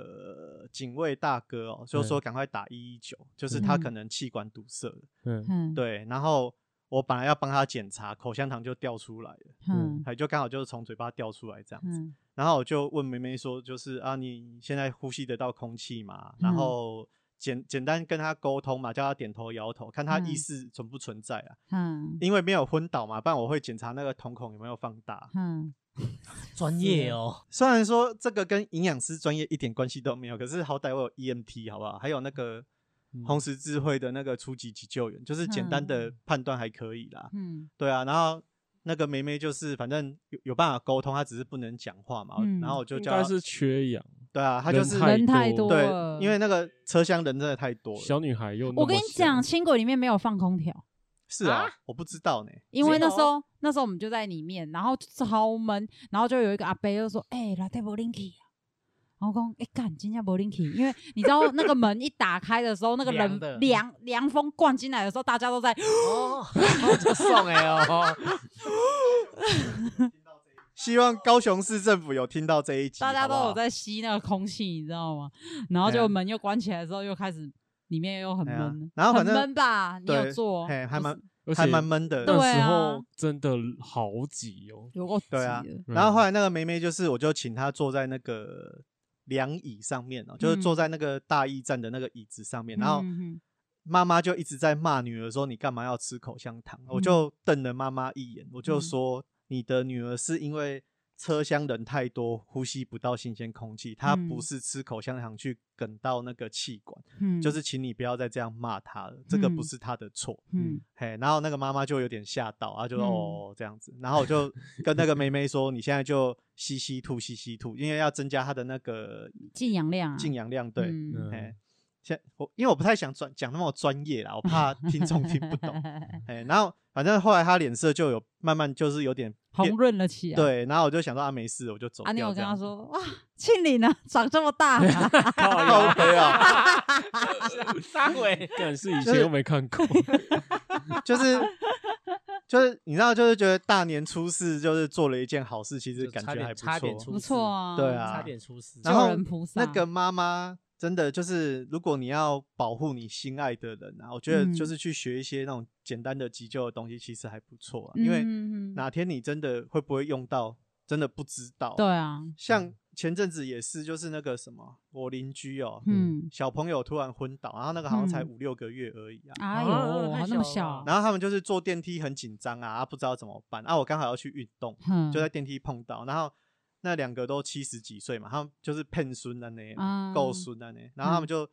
[SPEAKER 3] 呃警卫大哥哦，就说赶快打一一九，就是他可
[SPEAKER 2] 嗯
[SPEAKER 3] 能气管堵塞了。
[SPEAKER 1] 嗯，
[SPEAKER 2] 嗯，
[SPEAKER 3] 对，然后我本来要帮他检查，口香糖就掉出来了，
[SPEAKER 2] 嗯，
[SPEAKER 3] 还就刚好就是从嘴巴掉出来这样子。
[SPEAKER 2] 嗯，
[SPEAKER 3] 然后我就问梅梅说，就是啊，你现在呼吸得到空气吗？然
[SPEAKER 2] 嗯
[SPEAKER 3] 后简简单跟他沟通嘛，叫他点头摇头，看他意
[SPEAKER 2] 嗯
[SPEAKER 3] 识存不存在啊。
[SPEAKER 2] 嗯，
[SPEAKER 3] 因为没有昏倒嘛，不然我会检查那个瞳孔有没有放大。
[SPEAKER 2] 嗯，
[SPEAKER 4] 专业
[SPEAKER 2] 啊
[SPEAKER 4] 哦，
[SPEAKER 3] 虽然说这个跟营养师专业一点关系都没有，可是好歹我有 EMT 好不好？还有那个
[SPEAKER 1] 嗯
[SPEAKER 3] 红十字会的那个初级急救员，就是简单的
[SPEAKER 1] 嗯
[SPEAKER 3] 判断还可以啦。
[SPEAKER 2] 嗯，
[SPEAKER 3] 对啊，然后那个梅梅就是反正有有办法沟通，她只是不能讲话嘛。
[SPEAKER 2] 嗯
[SPEAKER 3] 然后我就
[SPEAKER 1] 应
[SPEAKER 3] 叫
[SPEAKER 1] 该
[SPEAKER 3] 她
[SPEAKER 1] 是缺氧，
[SPEAKER 3] 对啊，她
[SPEAKER 1] 人
[SPEAKER 3] 就是
[SPEAKER 1] 太
[SPEAKER 2] 人太
[SPEAKER 1] 多
[SPEAKER 2] 多
[SPEAKER 3] 对
[SPEAKER 2] 了，，
[SPEAKER 3] 因为那个车厢人真的太多了。
[SPEAKER 1] 小女孩又那
[SPEAKER 2] 我跟
[SPEAKER 1] 么
[SPEAKER 2] 你讲，
[SPEAKER 1] 小，
[SPEAKER 2] 轻轨里面没有放空调。
[SPEAKER 3] 是啊，我不知道呢。
[SPEAKER 2] 因为那时
[SPEAKER 4] 没有
[SPEAKER 2] 候那时候我们就在里面，然后就超闷，然后就有一个阿伯就说：“哎、来带柏林去啊。”然后讲：“哎、干，今天柏林去，因为你知道那个门一打开的时候，那个
[SPEAKER 4] 凉的
[SPEAKER 2] 冷凉凉风灌进来的时候，大家都在
[SPEAKER 4] 哦，就送哎 哦，
[SPEAKER 3] 希望高雄市政府有听到这一集，
[SPEAKER 2] 大家都
[SPEAKER 3] 好不
[SPEAKER 2] 有
[SPEAKER 3] 好
[SPEAKER 2] 在吸那个空气，你知道吗？然后
[SPEAKER 3] 哎呀
[SPEAKER 2] 就门又关起来之后，又开始里面又很
[SPEAKER 3] 哎
[SPEAKER 2] 闷，
[SPEAKER 3] 呀然后反
[SPEAKER 2] 很
[SPEAKER 3] 正
[SPEAKER 2] 闷吧？你有
[SPEAKER 3] 对，
[SPEAKER 2] 做？
[SPEAKER 3] 嘿，
[SPEAKER 2] 就
[SPEAKER 3] 还
[SPEAKER 2] 是
[SPEAKER 3] 蛮
[SPEAKER 1] 而且
[SPEAKER 3] 还蛮闷的。
[SPEAKER 2] 对
[SPEAKER 1] 那时
[SPEAKER 2] 啊
[SPEAKER 1] 候真的好挤哦，
[SPEAKER 2] 有够挤
[SPEAKER 3] 对啊
[SPEAKER 2] 的
[SPEAKER 3] 然后后来那个梅梅就是，我就请她坐在那个凉椅上面哦，就是坐在那个大驿站的那个椅子上面，然后
[SPEAKER 2] 嗯嗯嗯
[SPEAKER 3] 妈妈就一直在骂女儿说：“你干嘛要吃口香糖？”
[SPEAKER 2] 嗯
[SPEAKER 3] 我就瞪了妈妈一眼，我就
[SPEAKER 2] 嗯
[SPEAKER 3] 说：“你的女儿是因为车厢人太多，呼吸不到新鲜空气，她不
[SPEAKER 2] 嗯
[SPEAKER 3] 是吃口香糖去梗到那个气管，
[SPEAKER 2] 嗯
[SPEAKER 3] 就是请你不要再这样骂她了，这个不
[SPEAKER 2] 嗯
[SPEAKER 3] 是她的错。”
[SPEAKER 2] 嗯
[SPEAKER 3] 嘿，然后那个妈妈就有点吓到，啊，就说
[SPEAKER 2] 嗯
[SPEAKER 3] 哦这样子，然后我就跟那个妹妹说：“你现在就吸吸吐，吸吸吐，因为要增加她的那个
[SPEAKER 2] 进氧量啊，
[SPEAKER 3] 进氧量。”对，
[SPEAKER 2] 嗯
[SPEAKER 1] 嗯
[SPEAKER 3] 哎，现我因为我不太想专讲那么专业啦，我怕听众 听不懂。哎，然后反正后来他脸色就有慢慢就是有点
[SPEAKER 2] 红
[SPEAKER 3] 变
[SPEAKER 2] 润了起来。
[SPEAKER 3] 对，然后我就想说啊没事，我就走
[SPEAKER 2] 啊，你有跟
[SPEAKER 3] 掉这
[SPEAKER 2] 他
[SPEAKER 3] 样子。
[SPEAKER 2] 说哇，庆龄啊，长这么大、
[SPEAKER 3] 靠背啊，
[SPEAKER 4] 大伟，
[SPEAKER 1] 但是以
[SPEAKER 3] 就
[SPEAKER 1] 前
[SPEAKER 3] 是
[SPEAKER 1] 又没看过，
[SPEAKER 3] 就是就是你知道，就是觉得大年初四就是做了一件好事，其实
[SPEAKER 4] 就
[SPEAKER 3] 感
[SPEAKER 4] 差
[SPEAKER 3] 觉
[SPEAKER 4] 点
[SPEAKER 3] 还不
[SPEAKER 4] 差点
[SPEAKER 3] 错。
[SPEAKER 4] 出
[SPEAKER 2] 不错啊，
[SPEAKER 3] 对啊
[SPEAKER 4] 差点出事，
[SPEAKER 3] 然
[SPEAKER 2] 救
[SPEAKER 3] 后
[SPEAKER 2] 人菩萨嗯
[SPEAKER 3] 那个妈妈真的就是，如果你要保护你心爱的人啊，我觉得就
[SPEAKER 2] 嗯
[SPEAKER 3] 是去学一些那种简单的急救的东西，其实还不错啊，
[SPEAKER 2] 嗯，
[SPEAKER 3] 因为。
[SPEAKER 2] 嗯嗯
[SPEAKER 3] 哪天你真的会不会用到，真的不知道。
[SPEAKER 2] 对，啊，
[SPEAKER 3] 像前阵子也是，就是那个什么，我邻居哦，
[SPEAKER 2] 嗯，
[SPEAKER 3] 小朋友突然昏倒，然后那个好像才
[SPEAKER 2] 嗯
[SPEAKER 3] 五六个月而已啊。
[SPEAKER 2] 哎呦，
[SPEAKER 4] 啊
[SPEAKER 2] 还
[SPEAKER 4] 太
[SPEAKER 2] 那么
[SPEAKER 4] 小了
[SPEAKER 2] 小，
[SPEAKER 3] 然后他们就是坐电梯很紧张啊，啊不知道怎么办啊。我刚好要去运动，
[SPEAKER 2] 哼
[SPEAKER 3] 就在电梯碰到，然后那两个都七十几岁嘛，他们就是骗孙的呢，
[SPEAKER 2] 啊
[SPEAKER 3] 够孙的呢，然后他
[SPEAKER 2] 嗯
[SPEAKER 3] 们就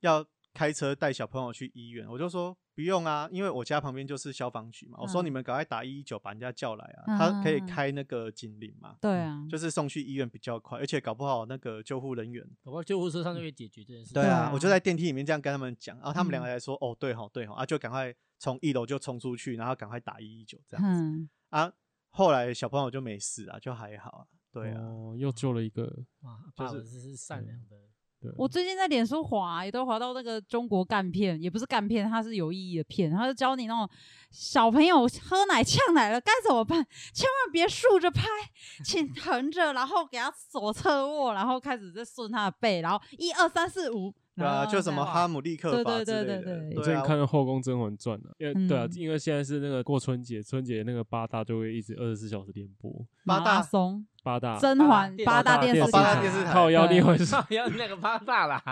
[SPEAKER 3] 要开车带小朋友去医院，我就说不用啊，因为我家旁边就是消防局嘛，我说
[SPEAKER 2] 嗯
[SPEAKER 3] 你们赶快打一一九把人家叫来啊，他可以
[SPEAKER 2] 啊
[SPEAKER 3] 开那个警铃嘛，
[SPEAKER 2] 对啊，
[SPEAKER 3] 就是送去医院比较快，而且搞不好那个救护人员。
[SPEAKER 4] 搞不好救护车上就可以解决这件事。
[SPEAKER 3] 对
[SPEAKER 2] 对
[SPEAKER 3] 啊，
[SPEAKER 2] 啊
[SPEAKER 3] 我就在电梯里面这样跟他们讲，然后他们
[SPEAKER 2] 嗯
[SPEAKER 3] 两个才说，哦，对吼，对吼，啊，就赶快从一楼就冲出去，然后赶快打一一九这样子。
[SPEAKER 2] 嗯，
[SPEAKER 3] 啊，后来小朋友就没事啊，就还好啊。 对啊，
[SPEAKER 1] 哦，又救了一个，
[SPEAKER 4] 哇，
[SPEAKER 1] 就
[SPEAKER 4] 爸
[SPEAKER 1] 是
[SPEAKER 4] 爸真是善良的，
[SPEAKER 1] 对，
[SPEAKER 2] 我最近在脸书滑，也都滑到那个中国干片，也不是干片，它是有意义的片，它就教你那种小朋友喝奶呛奶了该怎么办，千万别竖着拍， 请横着，然后给他左侧握，然后开始在顺他的背，然后一二三四五，
[SPEAKER 3] 对
[SPEAKER 2] 然
[SPEAKER 3] 啊，
[SPEAKER 2] 后
[SPEAKER 3] 就什么
[SPEAKER 2] 再
[SPEAKER 3] 哈姆立克
[SPEAKER 2] 哦对
[SPEAKER 3] 法
[SPEAKER 2] 对
[SPEAKER 3] 之
[SPEAKER 2] 对
[SPEAKER 3] 类
[SPEAKER 2] 对对
[SPEAKER 1] 我最
[SPEAKER 3] 的。对
[SPEAKER 1] 近
[SPEAKER 3] 啊，
[SPEAKER 1] 看了《后宫甄嬛传》了，因为对啊
[SPEAKER 2] 嗯，
[SPEAKER 1] 因为现在是那个过春节，春节那个八大就会一直二十四小时连播，
[SPEAKER 3] 八
[SPEAKER 2] 马
[SPEAKER 3] 大
[SPEAKER 2] 拉松
[SPEAKER 1] 八大
[SPEAKER 2] 甄
[SPEAKER 4] 八大
[SPEAKER 2] 嬛
[SPEAKER 4] 电
[SPEAKER 2] 八
[SPEAKER 4] 视
[SPEAKER 2] 大
[SPEAKER 4] 台
[SPEAKER 2] 电视
[SPEAKER 3] 哦
[SPEAKER 2] 啊
[SPEAKER 3] 八大
[SPEAKER 2] 台
[SPEAKER 3] 电视台
[SPEAKER 1] 靠腰
[SPEAKER 2] 对
[SPEAKER 1] 另外 是，
[SPEAKER 4] 少要那个八大啦，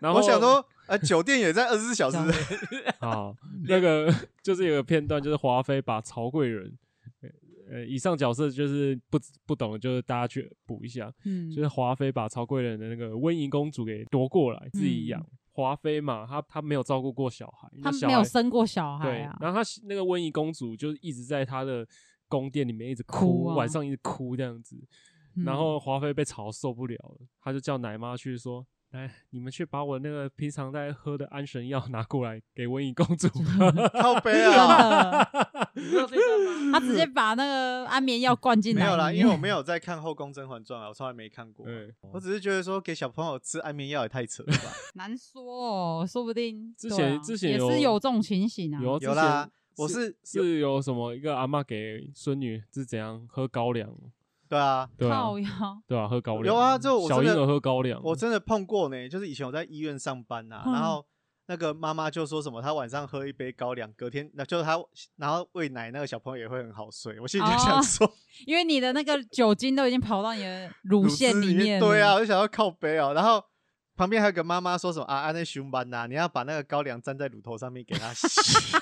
[SPEAKER 1] 然后
[SPEAKER 3] 我想说，呃，酒店也在二十四小时。
[SPEAKER 1] 好， 那个就是有个片段，就是华妃把曹贵人，呃呃，以上角色就是不不懂的，就是大家去补一下，
[SPEAKER 2] 嗯，
[SPEAKER 1] 就是华妃把曹贵人的那个温宜公主给夺过来，自
[SPEAKER 2] 嗯
[SPEAKER 1] 己养。华妃嘛，她她没有照顾过小孩，那
[SPEAKER 2] 他
[SPEAKER 1] 小
[SPEAKER 2] 没有
[SPEAKER 1] 孩
[SPEAKER 2] 生过小
[SPEAKER 1] 对
[SPEAKER 2] 孩啊，，
[SPEAKER 1] 然后她那个温宜公主就是一直在她的宫殿里面一直
[SPEAKER 2] 哭啊
[SPEAKER 1] 晚上一直哭这样子。
[SPEAKER 2] 嗯
[SPEAKER 1] 然后华妃被吵受不了了，她就叫奶妈去说：“来，你们去把我那个平常在喝的安神药拿过来给瘟疫公主。
[SPEAKER 3] 靠背
[SPEAKER 2] 真
[SPEAKER 3] 啊，
[SPEAKER 2] 的，
[SPEAKER 4] 你知道这 段吗？
[SPEAKER 2] 他直接把那个安眠药灌进
[SPEAKER 3] 没
[SPEAKER 2] 来里面。
[SPEAKER 3] 有啦，因为我没有在看《后宫甄嬛传》啊，我从来没看过。
[SPEAKER 1] 对，
[SPEAKER 3] 我只是觉得说给小朋友吃安眠药也太扯了吧。
[SPEAKER 2] 难说哦，说不定
[SPEAKER 1] 之
[SPEAKER 2] 对
[SPEAKER 1] 前
[SPEAKER 2] 啊
[SPEAKER 1] 之前
[SPEAKER 2] 也
[SPEAKER 1] 有
[SPEAKER 2] 是有这种情形啊。
[SPEAKER 1] 有啊
[SPEAKER 3] 有啦，
[SPEAKER 1] 之前
[SPEAKER 3] 我是
[SPEAKER 1] 是有什么一个阿嬷给孙女是怎样喝高粱，
[SPEAKER 3] 对啊，
[SPEAKER 1] 对啊
[SPEAKER 2] 靠，腰，
[SPEAKER 1] 对啊，喝高粱。
[SPEAKER 3] 有啊这我
[SPEAKER 1] 小
[SPEAKER 3] 真
[SPEAKER 1] 婴
[SPEAKER 3] 的
[SPEAKER 1] 儿喝高粱，
[SPEAKER 3] 我真的碰过呢，就是以前我在医院上班呐、
[SPEAKER 2] 嗯
[SPEAKER 3] 然后那个妈妈就说什么，她晚上喝一杯高粱，隔天那就是她，然后喂奶那个小朋友也会很好睡。我心里就想说，
[SPEAKER 2] 因为你的那个酒精都已经跑到你的乳
[SPEAKER 3] 乳汁
[SPEAKER 2] 腺
[SPEAKER 3] 里
[SPEAKER 2] 面了。
[SPEAKER 3] 对啊，我就想要靠背哦、然后旁边还有个妈妈说什么啊，啊那熊班呐，你要把那个高粱沾在乳头上面给她洗。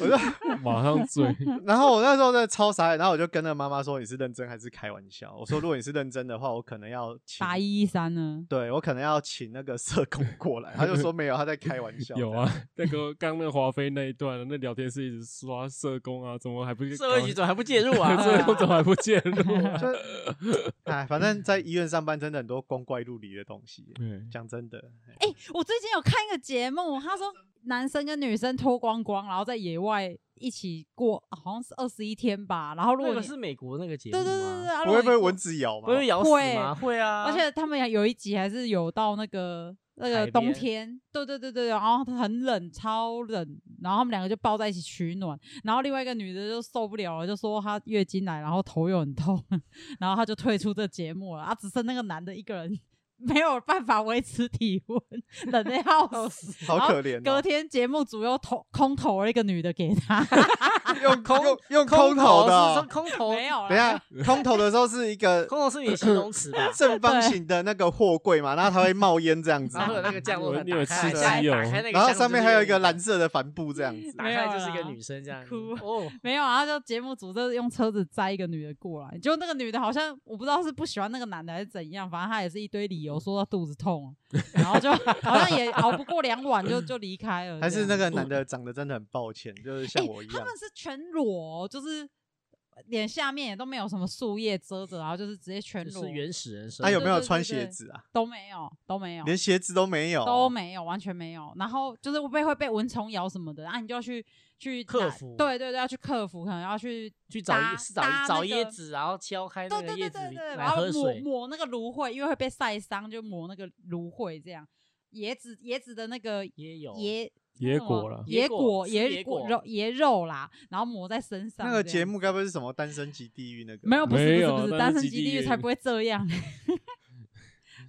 [SPEAKER 3] 我就，
[SPEAKER 1] 马上 醉。
[SPEAKER 3] 然后我那时候真的超傻眼，然后我就跟那个妈妈说你是认真还是开玩笑？我说如果你是认真的话，我可能要请
[SPEAKER 2] 打一一三呢？
[SPEAKER 3] 对我可能要请那个社工过来，他就说没有，他在开玩笑。
[SPEAKER 1] 有啊，那个刚那个华妃那一段，那聊天室一直刷社工啊，怎么还不
[SPEAKER 4] 社会局
[SPEAKER 1] 怎
[SPEAKER 4] 总还不介入啊？
[SPEAKER 1] 社 工怎么还不介入 啊？
[SPEAKER 3] 这样，就哎，反正在医院上班真的很多光怪陆离的东西。
[SPEAKER 1] 对，
[SPEAKER 3] 讲真的，
[SPEAKER 2] 哎、我最近有看一个节目，他说男生跟女生脱光光，然后在野外一起过，好像是二十一天吧。然后如
[SPEAKER 4] 那
[SPEAKER 2] 果
[SPEAKER 4] 个
[SPEAKER 2] 你
[SPEAKER 4] 是美国那个节目
[SPEAKER 2] 对
[SPEAKER 4] 吗？
[SPEAKER 2] 对对对对，啊
[SPEAKER 3] 不会被，蚊
[SPEAKER 2] 如果
[SPEAKER 3] 子咬
[SPEAKER 4] 不
[SPEAKER 3] 吗？
[SPEAKER 4] 会咬死吗？会
[SPEAKER 2] 你
[SPEAKER 4] 啊，
[SPEAKER 2] 而且他们有一集还是有到那个。那个
[SPEAKER 4] 海边
[SPEAKER 2] 冬天，对对对对，然后很冷，超冷，然后他们两个就抱在一起取暖，然后另外一个女的就受不了了，就说她月经来，然后头又很痛， 然后她就退出这节目了，啊，只剩那个男的一个人 没有办法维持体温，冷的要死，
[SPEAKER 3] 好可怜、
[SPEAKER 2] 隔
[SPEAKER 3] 哦，
[SPEAKER 2] 天节目组又投空投了一个女的给他，
[SPEAKER 3] 用空用用
[SPEAKER 4] 空
[SPEAKER 3] 空投的
[SPEAKER 4] 是
[SPEAKER 3] 哦、
[SPEAKER 4] 说空投，
[SPEAKER 2] 没有啦
[SPEAKER 3] 等一下，空投的时候是一个？
[SPEAKER 4] 空投是你的形容词吧
[SPEAKER 3] 正方形的那个货柜嘛，然后它会冒烟这样子
[SPEAKER 4] 然，后有那个降落伞
[SPEAKER 1] 你有
[SPEAKER 4] 打开
[SPEAKER 1] 吃
[SPEAKER 4] 来，
[SPEAKER 1] 鸡哦
[SPEAKER 4] 打开那个箱子就是，
[SPEAKER 3] 然后上面还有一个蓝色的帆布这样子。
[SPEAKER 4] 打开就是一
[SPEAKER 2] 没有
[SPEAKER 4] 个
[SPEAKER 2] 啦
[SPEAKER 4] 女生这样子
[SPEAKER 2] 哭
[SPEAKER 4] 哦，
[SPEAKER 2] 没有，然后就节目组就用车子载一个女的过来，就那个女的好像我不知道是不喜欢那个男的还是怎样，反正她也是一堆理由说她肚子 痛，啊然后就好像也熬不过两晚就就离开了，
[SPEAKER 3] 还是
[SPEAKER 2] 这
[SPEAKER 3] 那
[SPEAKER 2] 样
[SPEAKER 3] 个男的长得真的很抱歉，就是像
[SPEAKER 2] 哎
[SPEAKER 3] 我一
[SPEAKER 2] 他
[SPEAKER 3] 样
[SPEAKER 2] 们，是全裸哦，就是脸下面也都没有什么树叶遮着，然后就是直接全
[SPEAKER 4] 就
[SPEAKER 2] 裸
[SPEAKER 4] 是，原始人生
[SPEAKER 3] 他、有没有
[SPEAKER 2] 对对
[SPEAKER 3] 穿
[SPEAKER 2] 对
[SPEAKER 3] 鞋
[SPEAKER 2] 对
[SPEAKER 3] 子啊？
[SPEAKER 2] 都没有都没有，
[SPEAKER 3] 连鞋子都没有，
[SPEAKER 2] 都没有，完全没有。然后就是会被会被蚊虫咬什么的，啊，你就要去去
[SPEAKER 4] 克
[SPEAKER 2] 拿
[SPEAKER 4] 服
[SPEAKER 2] 对对对，要去克服，可能要去
[SPEAKER 4] 去找
[SPEAKER 2] 搭
[SPEAKER 4] 椰是找
[SPEAKER 2] 搭
[SPEAKER 4] 找
[SPEAKER 2] 那
[SPEAKER 4] 椰
[SPEAKER 2] 个
[SPEAKER 4] 子，然后敲开那
[SPEAKER 2] 对
[SPEAKER 4] 个
[SPEAKER 2] 对
[SPEAKER 4] 叶
[SPEAKER 2] 对
[SPEAKER 4] 子
[SPEAKER 2] 对对，
[SPEAKER 4] 来
[SPEAKER 2] 然后
[SPEAKER 4] 喝
[SPEAKER 2] 抹
[SPEAKER 4] 水，
[SPEAKER 2] 抹那个芦荟，因为会被晒伤，就抹那个芦荟这样。椰子椰子的那个
[SPEAKER 4] 也有
[SPEAKER 2] 椰
[SPEAKER 1] 野果啦
[SPEAKER 2] 了，
[SPEAKER 4] 野
[SPEAKER 2] 椰
[SPEAKER 4] 果
[SPEAKER 2] 果
[SPEAKER 4] 是
[SPEAKER 2] 椰
[SPEAKER 4] 野
[SPEAKER 2] 果
[SPEAKER 4] 果
[SPEAKER 2] 肉椰肉啦，然后抹在身上。
[SPEAKER 3] 那个节。目该不会是什么单身级地狱那个？
[SPEAKER 2] 没有，不
[SPEAKER 1] 没
[SPEAKER 2] 是不
[SPEAKER 1] 有
[SPEAKER 2] 是不是，
[SPEAKER 1] 单
[SPEAKER 2] 单
[SPEAKER 1] 身
[SPEAKER 2] 身
[SPEAKER 1] 即
[SPEAKER 2] 基
[SPEAKER 1] 地
[SPEAKER 2] 地狱
[SPEAKER 1] 狱
[SPEAKER 2] 才不会这样。欸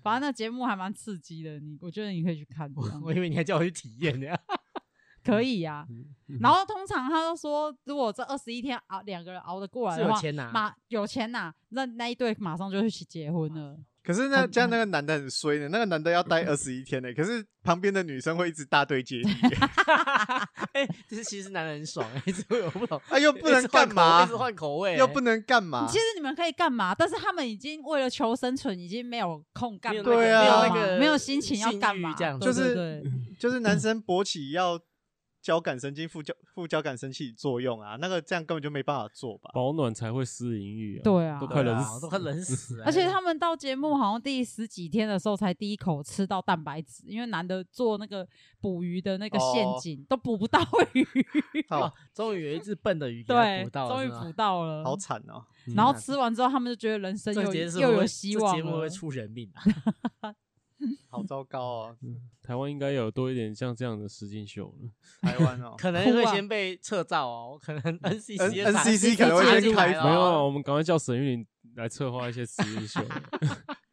[SPEAKER 2] 反正那节目还蛮刺激的，你我觉得你可以去看。这样
[SPEAKER 4] 我以为你还叫我去体验呢，
[SPEAKER 2] 可以呀、
[SPEAKER 4] 嗯
[SPEAKER 2] 然后通常他就说，如果这二十一天熬两个人熬得过来
[SPEAKER 4] 是
[SPEAKER 2] 的
[SPEAKER 4] 有
[SPEAKER 2] 话，
[SPEAKER 4] 钱拿。
[SPEAKER 2] 马 有钱呐、那那一对马上就去结婚了。
[SPEAKER 3] 可是那
[SPEAKER 2] 很
[SPEAKER 3] 这样那个男的很衰呢，那个男的要待二十一天呢，可是旁边的女生会一直大队接力，
[SPEAKER 4] 哎，这是其实男人很爽， 哎，这个我不懂，
[SPEAKER 3] 啊又 不
[SPEAKER 4] 一直
[SPEAKER 3] 能干
[SPEAKER 4] 换口
[SPEAKER 3] 嘛
[SPEAKER 4] 一直，换口味，欸
[SPEAKER 3] 又不能干嘛
[SPEAKER 2] 其，实你们可以干嘛？但是他们已经为了求生存，已经没有空干
[SPEAKER 4] 没有
[SPEAKER 2] 嘛，
[SPEAKER 4] 那个
[SPEAKER 3] 对啊
[SPEAKER 2] 你知道
[SPEAKER 3] 没
[SPEAKER 2] 吗
[SPEAKER 3] 有
[SPEAKER 4] 那个
[SPEAKER 2] 没有心情要
[SPEAKER 4] 性
[SPEAKER 2] 干
[SPEAKER 4] 欲
[SPEAKER 2] 嘛，
[SPEAKER 4] 这样
[SPEAKER 2] 对
[SPEAKER 3] 就
[SPEAKER 2] 对
[SPEAKER 3] 是嗯
[SPEAKER 2] 对
[SPEAKER 3] 就是
[SPEAKER 4] 嗯
[SPEAKER 3] 男生勃起要交感神经副交副交感神经作用啊，那个这样根本就没办法做吧。
[SPEAKER 1] 保暖才会失淫欲啊。
[SPEAKER 2] 对啊
[SPEAKER 1] 都快
[SPEAKER 4] 对
[SPEAKER 1] 冷
[SPEAKER 4] 啊
[SPEAKER 1] 死
[SPEAKER 4] 都快冷死了，
[SPEAKER 2] 而且
[SPEAKER 4] 哎
[SPEAKER 2] 他们到节目好像第十几天的时候才第一口吃到蛋白质，因为男的做那个捕鱼的那个陷
[SPEAKER 3] 哦
[SPEAKER 2] 阱、都捕不到 鱼，
[SPEAKER 3] 好
[SPEAKER 4] 哦，终于有一只笨的鱼给它
[SPEAKER 2] 对
[SPEAKER 4] 捕，到了，
[SPEAKER 2] 终于
[SPEAKER 4] 是吗
[SPEAKER 2] 捕到了，
[SPEAKER 3] 好惨哦！
[SPEAKER 1] 嗯
[SPEAKER 2] 然后吃完之后，他们就觉得人 生
[SPEAKER 4] 这个
[SPEAKER 2] 又
[SPEAKER 4] 节目
[SPEAKER 2] 又有希望
[SPEAKER 4] 节目
[SPEAKER 2] 了
[SPEAKER 4] 会。出人命 啊！
[SPEAKER 3] 好糟糕哦，
[SPEAKER 1] 嗯台湾应该有多一点像这样的实境秀了。
[SPEAKER 3] 台湾哦，
[SPEAKER 4] 可能
[SPEAKER 2] 哭啊
[SPEAKER 4] 会先被撤照哦， 可能 NCC 也
[SPEAKER 3] 嗯 N-
[SPEAKER 4] 打
[SPEAKER 3] NCC 可能会先开
[SPEAKER 4] 打进来
[SPEAKER 1] 没
[SPEAKER 4] 了
[SPEAKER 1] 有啊，
[SPEAKER 4] 哦
[SPEAKER 1] 我们赶快叫沈玉琳来策划一些实境秀。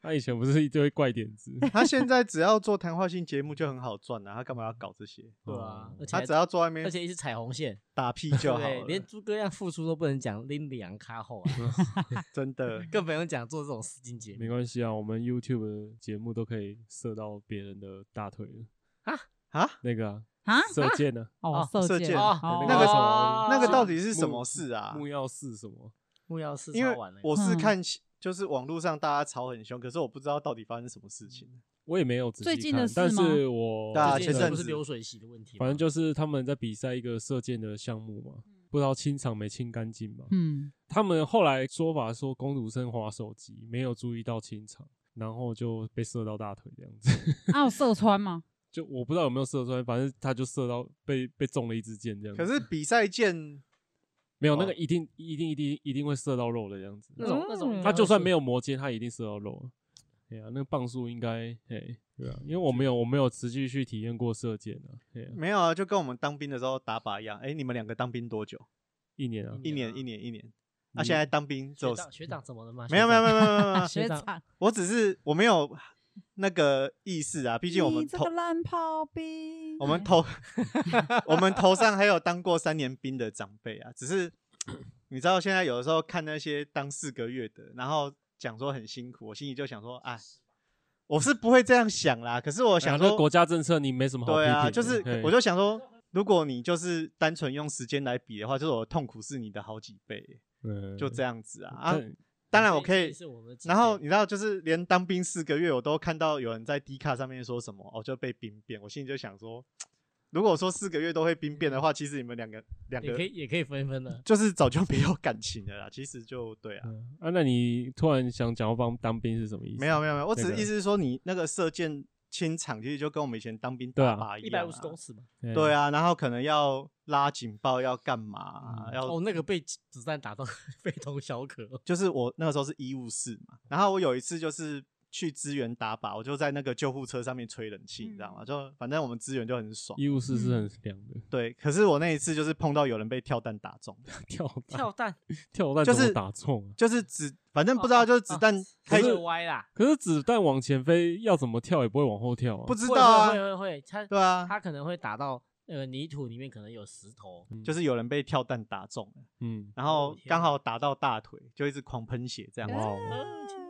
[SPEAKER 1] 他以前不是一堆怪点子，
[SPEAKER 3] 他现在只要做谈话性节目就很好赚啊了，他干嘛要搞这些？
[SPEAKER 4] 对
[SPEAKER 1] 哦
[SPEAKER 4] 啊，而且
[SPEAKER 3] 嗯他
[SPEAKER 4] 还
[SPEAKER 3] 只要坐外面
[SPEAKER 4] 而且一是彩虹线，
[SPEAKER 3] 打屁
[SPEAKER 4] 对
[SPEAKER 3] 就
[SPEAKER 4] 不
[SPEAKER 3] 好
[SPEAKER 4] 对？
[SPEAKER 3] 了，
[SPEAKER 4] 连诸葛亮复出都不能讲拎两卡后啊，
[SPEAKER 3] 真的
[SPEAKER 4] 更不用讲做这种私金节目
[SPEAKER 1] 没关系啊，我们 YouTube 的节目都可以射到别人的大腿了。
[SPEAKER 3] 啊。
[SPEAKER 1] 那个啊，
[SPEAKER 2] 啊，
[SPEAKER 1] 射箭呢？
[SPEAKER 2] 哦，
[SPEAKER 3] 射
[SPEAKER 2] 射
[SPEAKER 3] 箭
[SPEAKER 2] 箭，
[SPEAKER 4] 哦
[SPEAKER 2] 哦
[SPEAKER 3] 那个什
[SPEAKER 1] 么
[SPEAKER 3] 那个到底
[SPEAKER 1] 这
[SPEAKER 3] 是什么事啊？
[SPEAKER 1] 木曜四什么？
[SPEAKER 4] 木曜四
[SPEAKER 3] 因为
[SPEAKER 4] 超晚了，
[SPEAKER 3] 我是
[SPEAKER 2] 嗯
[SPEAKER 3] 看新就是网络上大家吵很凶，可是我不知道到底发生什么事情。
[SPEAKER 1] 我也没有仔
[SPEAKER 2] 最
[SPEAKER 1] 细
[SPEAKER 2] 近的
[SPEAKER 1] 看，
[SPEAKER 2] 事
[SPEAKER 1] 但
[SPEAKER 2] 吗
[SPEAKER 1] 是我
[SPEAKER 3] 对啊
[SPEAKER 1] 最
[SPEAKER 4] 最
[SPEAKER 1] 近
[SPEAKER 3] 前
[SPEAKER 4] 近
[SPEAKER 1] 的
[SPEAKER 4] 不
[SPEAKER 3] 阵
[SPEAKER 4] 是
[SPEAKER 3] 子
[SPEAKER 4] 流水席的问题吗，
[SPEAKER 1] 反正就是他们在比赛一个射箭的项目嘛，不知道清场没清干净嘛。
[SPEAKER 2] 嗯，
[SPEAKER 1] 他们后来说法说，公主生滑手机没有注意到清场，然后就被射到大腿这样子。
[SPEAKER 2] 啊，有射穿吗？
[SPEAKER 1] 就我不知道有没有射出来，反正他就射到被被中了一支箭这
[SPEAKER 4] 嗯
[SPEAKER 1] 样子。
[SPEAKER 3] 可是比赛见
[SPEAKER 1] 没有那
[SPEAKER 3] 哦
[SPEAKER 1] 个一定一定一定一定会射到肉的这样子。
[SPEAKER 4] 那种那种
[SPEAKER 3] 嗯
[SPEAKER 4] 应该
[SPEAKER 1] 他就
[SPEAKER 4] 会
[SPEAKER 1] 算
[SPEAKER 4] 是
[SPEAKER 1] 没有磨尖，他一定射到肉。哎呀、那个磅数应该哎对啊，因为我没有我没有实际去体验过射箭啊。哎呀、
[SPEAKER 3] 没有啊，就跟我们当兵的时候打靶一样。哎，你们两个当兵多久？
[SPEAKER 1] 一年啊，
[SPEAKER 3] 一
[SPEAKER 4] 一
[SPEAKER 3] 年，
[SPEAKER 4] 年啊
[SPEAKER 3] 一年，一年。那现在当兵只
[SPEAKER 4] 学
[SPEAKER 3] 有
[SPEAKER 4] 长学长怎么了吗？
[SPEAKER 3] 没有没有没有没有 没有没有，
[SPEAKER 2] 学
[SPEAKER 4] 学长
[SPEAKER 2] 长，
[SPEAKER 3] 我只是我没有那个意识啊，毕竟我们
[SPEAKER 2] 你这
[SPEAKER 3] 头
[SPEAKER 2] 个烂炮兵，
[SPEAKER 3] 我们头 我们头上还有当过三年兵的长辈啊，只是你知道现在有的时候看那些当四个月的，然后讲说很辛苦，我心里就想说，哎，我是不会这样想啦。可是我
[SPEAKER 1] 哎呀
[SPEAKER 3] 想
[SPEAKER 1] 那
[SPEAKER 3] 说，
[SPEAKER 1] 国家政策你没什么好
[SPEAKER 3] 对啊，
[SPEAKER 1] 批评
[SPEAKER 3] 就
[SPEAKER 1] 的
[SPEAKER 3] 是
[SPEAKER 1] 嘿
[SPEAKER 3] 我就想说，如果你就是单纯用时间来比的话，就是我的痛苦是你的好几倍，
[SPEAKER 1] 嗯
[SPEAKER 3] 就这样子啊啊
[SPEAKER 1] 但。
[SPEAKER 3] 当然我可
[SPEAKER 4] 这一
[SPEAKER 3] 以
[SPEAKER 4] 次是我们的几
[SPEAKER 3] 然后
[SPEAKER 4] 倍
[SPEAKER 3] 你知道，就是连当兵四个月，我都看到有人在 D 卡上面说什么哦，就被兵变。我心里就想说，如果说四个月都会兵变的话，其实你们两个两
[SPEAKER 4] 也
[SPEAKER 3] 个
[SPEAKER 4] 可以也可以分一分的。
[SPEAKER 3] 就是早就没有感情了啦。其实就对啊，
[SPEAKER 1] 嗯啊，那你突然想讲要帮当兵是什么意思？
[SPEAKER 3] 没有没有没有，我只
[SPEAKER 1] 那
[SPEAKER 3] 是
[SPEAKER 1] 个
[SPEAKER 3] 意思是说，你那个射箭清场其实就跟我们以前当兵
[SPEAKER 1] 对
[SPEAKER 3] 打
[SPEAKER 1] 啊
[SPEAKER 3] 靶一
[SPEAKER 4] 一
[SPEAKER 3] 样、
[SPEAKER 4] 百
[SPEAKER 3] 啊，
[SPEAKER 4] 五十公尺嘛，
[SPEAKER 1] 有
[SPEAKER 3] 对，啊，然后可能要拉警报，要干嘛啊、
[SPEAKER 1] 嗯
[SPEAKER 3] 要
[SPEAKER 4] 哦，那个被子弹打到 非同小可，哦
[SPEAKER 3] 就是我那个时候是医务室嘛，然后我有一次就是去支援打靶，我就在那个救护车上面吹冷气，你知道
[SPEAKER 1] 嗯
[SPEAKER 3] 吗？就反正我们支援就很爽。
[SPEAKER 1] 医务室是
[SPEAKER 3] 嗯
[SPEAKER 1] 很凉的，
[SPEAKER 3] 对，可是我那一次就是碰到有人被跳弹打中，
[SPEAKER 1] 跳弹
[SPEAKER 4] 跳 弹
[SPEAKER 1] 跳弹
[SPEAKER 3] 就
[SPEAKER 1] 怎么
[SPEAKER 3] 是
[SPEAKER 1] 打中啊？
[SPEAKER 3] 就是子，反正不知
[SPEAKER 4] 哦
[SPEAKER 3] 道，
[SPEAKER 4] 哦
[SPEAKER 3] 就是子
[SPEAKER 4] 哦
[SPEAKER 3] 弹开
[SPEAKER 4] 开始歪啦，
[SPEAKER 1] 可是子弹往前飞，要怎么跳也不会往后跳啊。
[SPEAKER 3] 不知
[SPEAKER 4] 会
[SPEAKER 3] 道
[SPEAKER 4] 会
[SPEAKER 3] 啊，
[SPEAKER 4] 会会，他
[SPEAKER 3] 对啊，
[SPEAKER 4] 他可能会打到那个泥土里面，可能有石头，
[SPEAKER 3] 就是有人被跳弹打中了，
[SPEAKER 1] 嗯，
[SPEAKER 3] 然后
[SPEAKER 4] 天嗯
[SPEAKER 3] 刚
[SPEAKER 4] 啊
[SPEAKER 3] 好打到大腿，就一直狂喷血这样
[SPEAKER 1] 哇
[SPEAKER 3] 子。
[SPEAKER 1] 哦，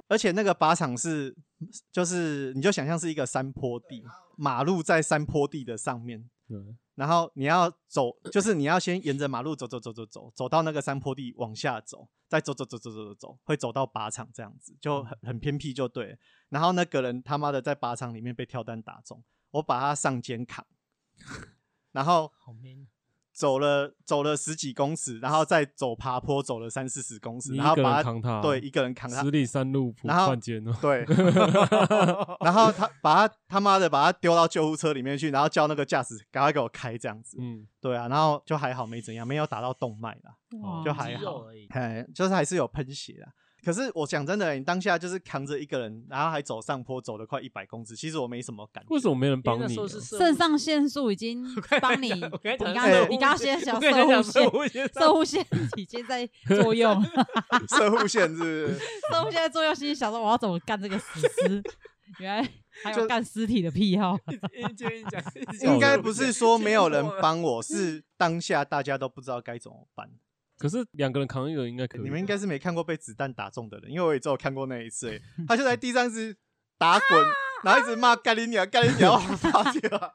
[SPEAKER 3] 而且那个靶场是，就是你就想象是一个山坡地，马路在山坡地的上面，
[SPEAKER 1] 对啊
[SPEAKER 3] 然后你要走，就是你要先沿着马路走走走走走，走到那个山坡地往下走，再走走走走走走走，会走到靶场这样子，就很很偏僻就对了。然后那个人他妈的在靶场里面被跳弹打中，我把他上肩扛，然后
[SPEAKER 4] 好 man 啊。
[SPEAKER 3] 走了走了十几公尺，然后再走爬坡走了三四十公尺，
[SPEAKER 1] 你
[SPEAKER 3] 然
[SPEAKER 1] 一
[SPEAKER 3] 后
[SPEAKER 1] 个
[SPEAKER 3] 把
[SPEAKER 1] 人扛他啊
[SPEAKER 3] 对一个人扛他
[SPEAKER 1] 十，里山路不
[SPEAKER 3] 然后
[SPEAKER 1] 换肩 哦。
[SPEAKER 3] 对，然后他把他他妈的把他丢到救护车里面去，然后叫那个驾驶赶快给我开这样子，
[SPEAKER 1] 嗯，
[SPEAKER 3] 对啊，然后就还好没怎样，没有打到动脉啦，
[SPEAKER 1] 哦
[SPEAKER 3] 就还
[SPEAKER 4] 肌
[SPEAKER 3] 好
[SPEAKER 4] 肉而已，
[SPEAKER 3] 哎，就是还是有喷血啦。可是我讲真的，你当下就是扛着一个人，然后还走上坡，走了快一百公尺，其实我没什么感觉。
[SPEAKER 1] 为什么没人
[SPEAKER 4] 因为
[SPEAKER 1] 帮
[SPEAKER 4] 那
[SPEAKER 1] 你
[SPEAKER 4] 时
[SPEAKER 1] 啊？
[SPEAKER 3] 哦
[SPEAKER 4] 候是社
[SPEAKER 2] 肾
[SPEAKER 4] 会
[SPEAKER 2] 上腺素已经帮你，
[SPEAKER 4] 我刚才
[SPEAKER 2] 你
[SPEAKER 4] 讲
[SPEAKER 2] 刚
[SPEAKER 4] 社
[SPEAKER 2] 刚
[SPEAKER 4] 会
[SPEAKER 2] 你刚刚先
[SPEAKER 4] 我
[SPEAKER 2] 讲
[SPEAKER 4] 跟你
[SPEAKER 2] 射
[SPEAKER 4] 讲
[SPEAKER 2] 护线
[SPEAKER 4] 社，会现
[SPEAKER 2] 射护线已经在作用 了，
[SPEAKER 3] 射护线是 不是？
[SPEAKER 2] 射护线在作用，心里想说我要怎么干这个死尸，原来还有
[SPEAKER 3] 就
[SPEAKER 2] 干尸体的癖好。
[SPEAKER 4] 一直一直 讲，一直讲
[SPEAKER 3] 应该不是说没有人
[SPEAKER 4] 结束了
[SPEAKER 3] 帮我，是当下大家都不知道该怎么办。
[SPEAKER 1] 可是两个人扛一个应该可以。
[SPEAKER 3] 你们应该是没看过被子弹打中的人，因为我也只有看过那一次而已。 他就在地上是打滚，然后一直骂干你娘，干 你娘，我发现了。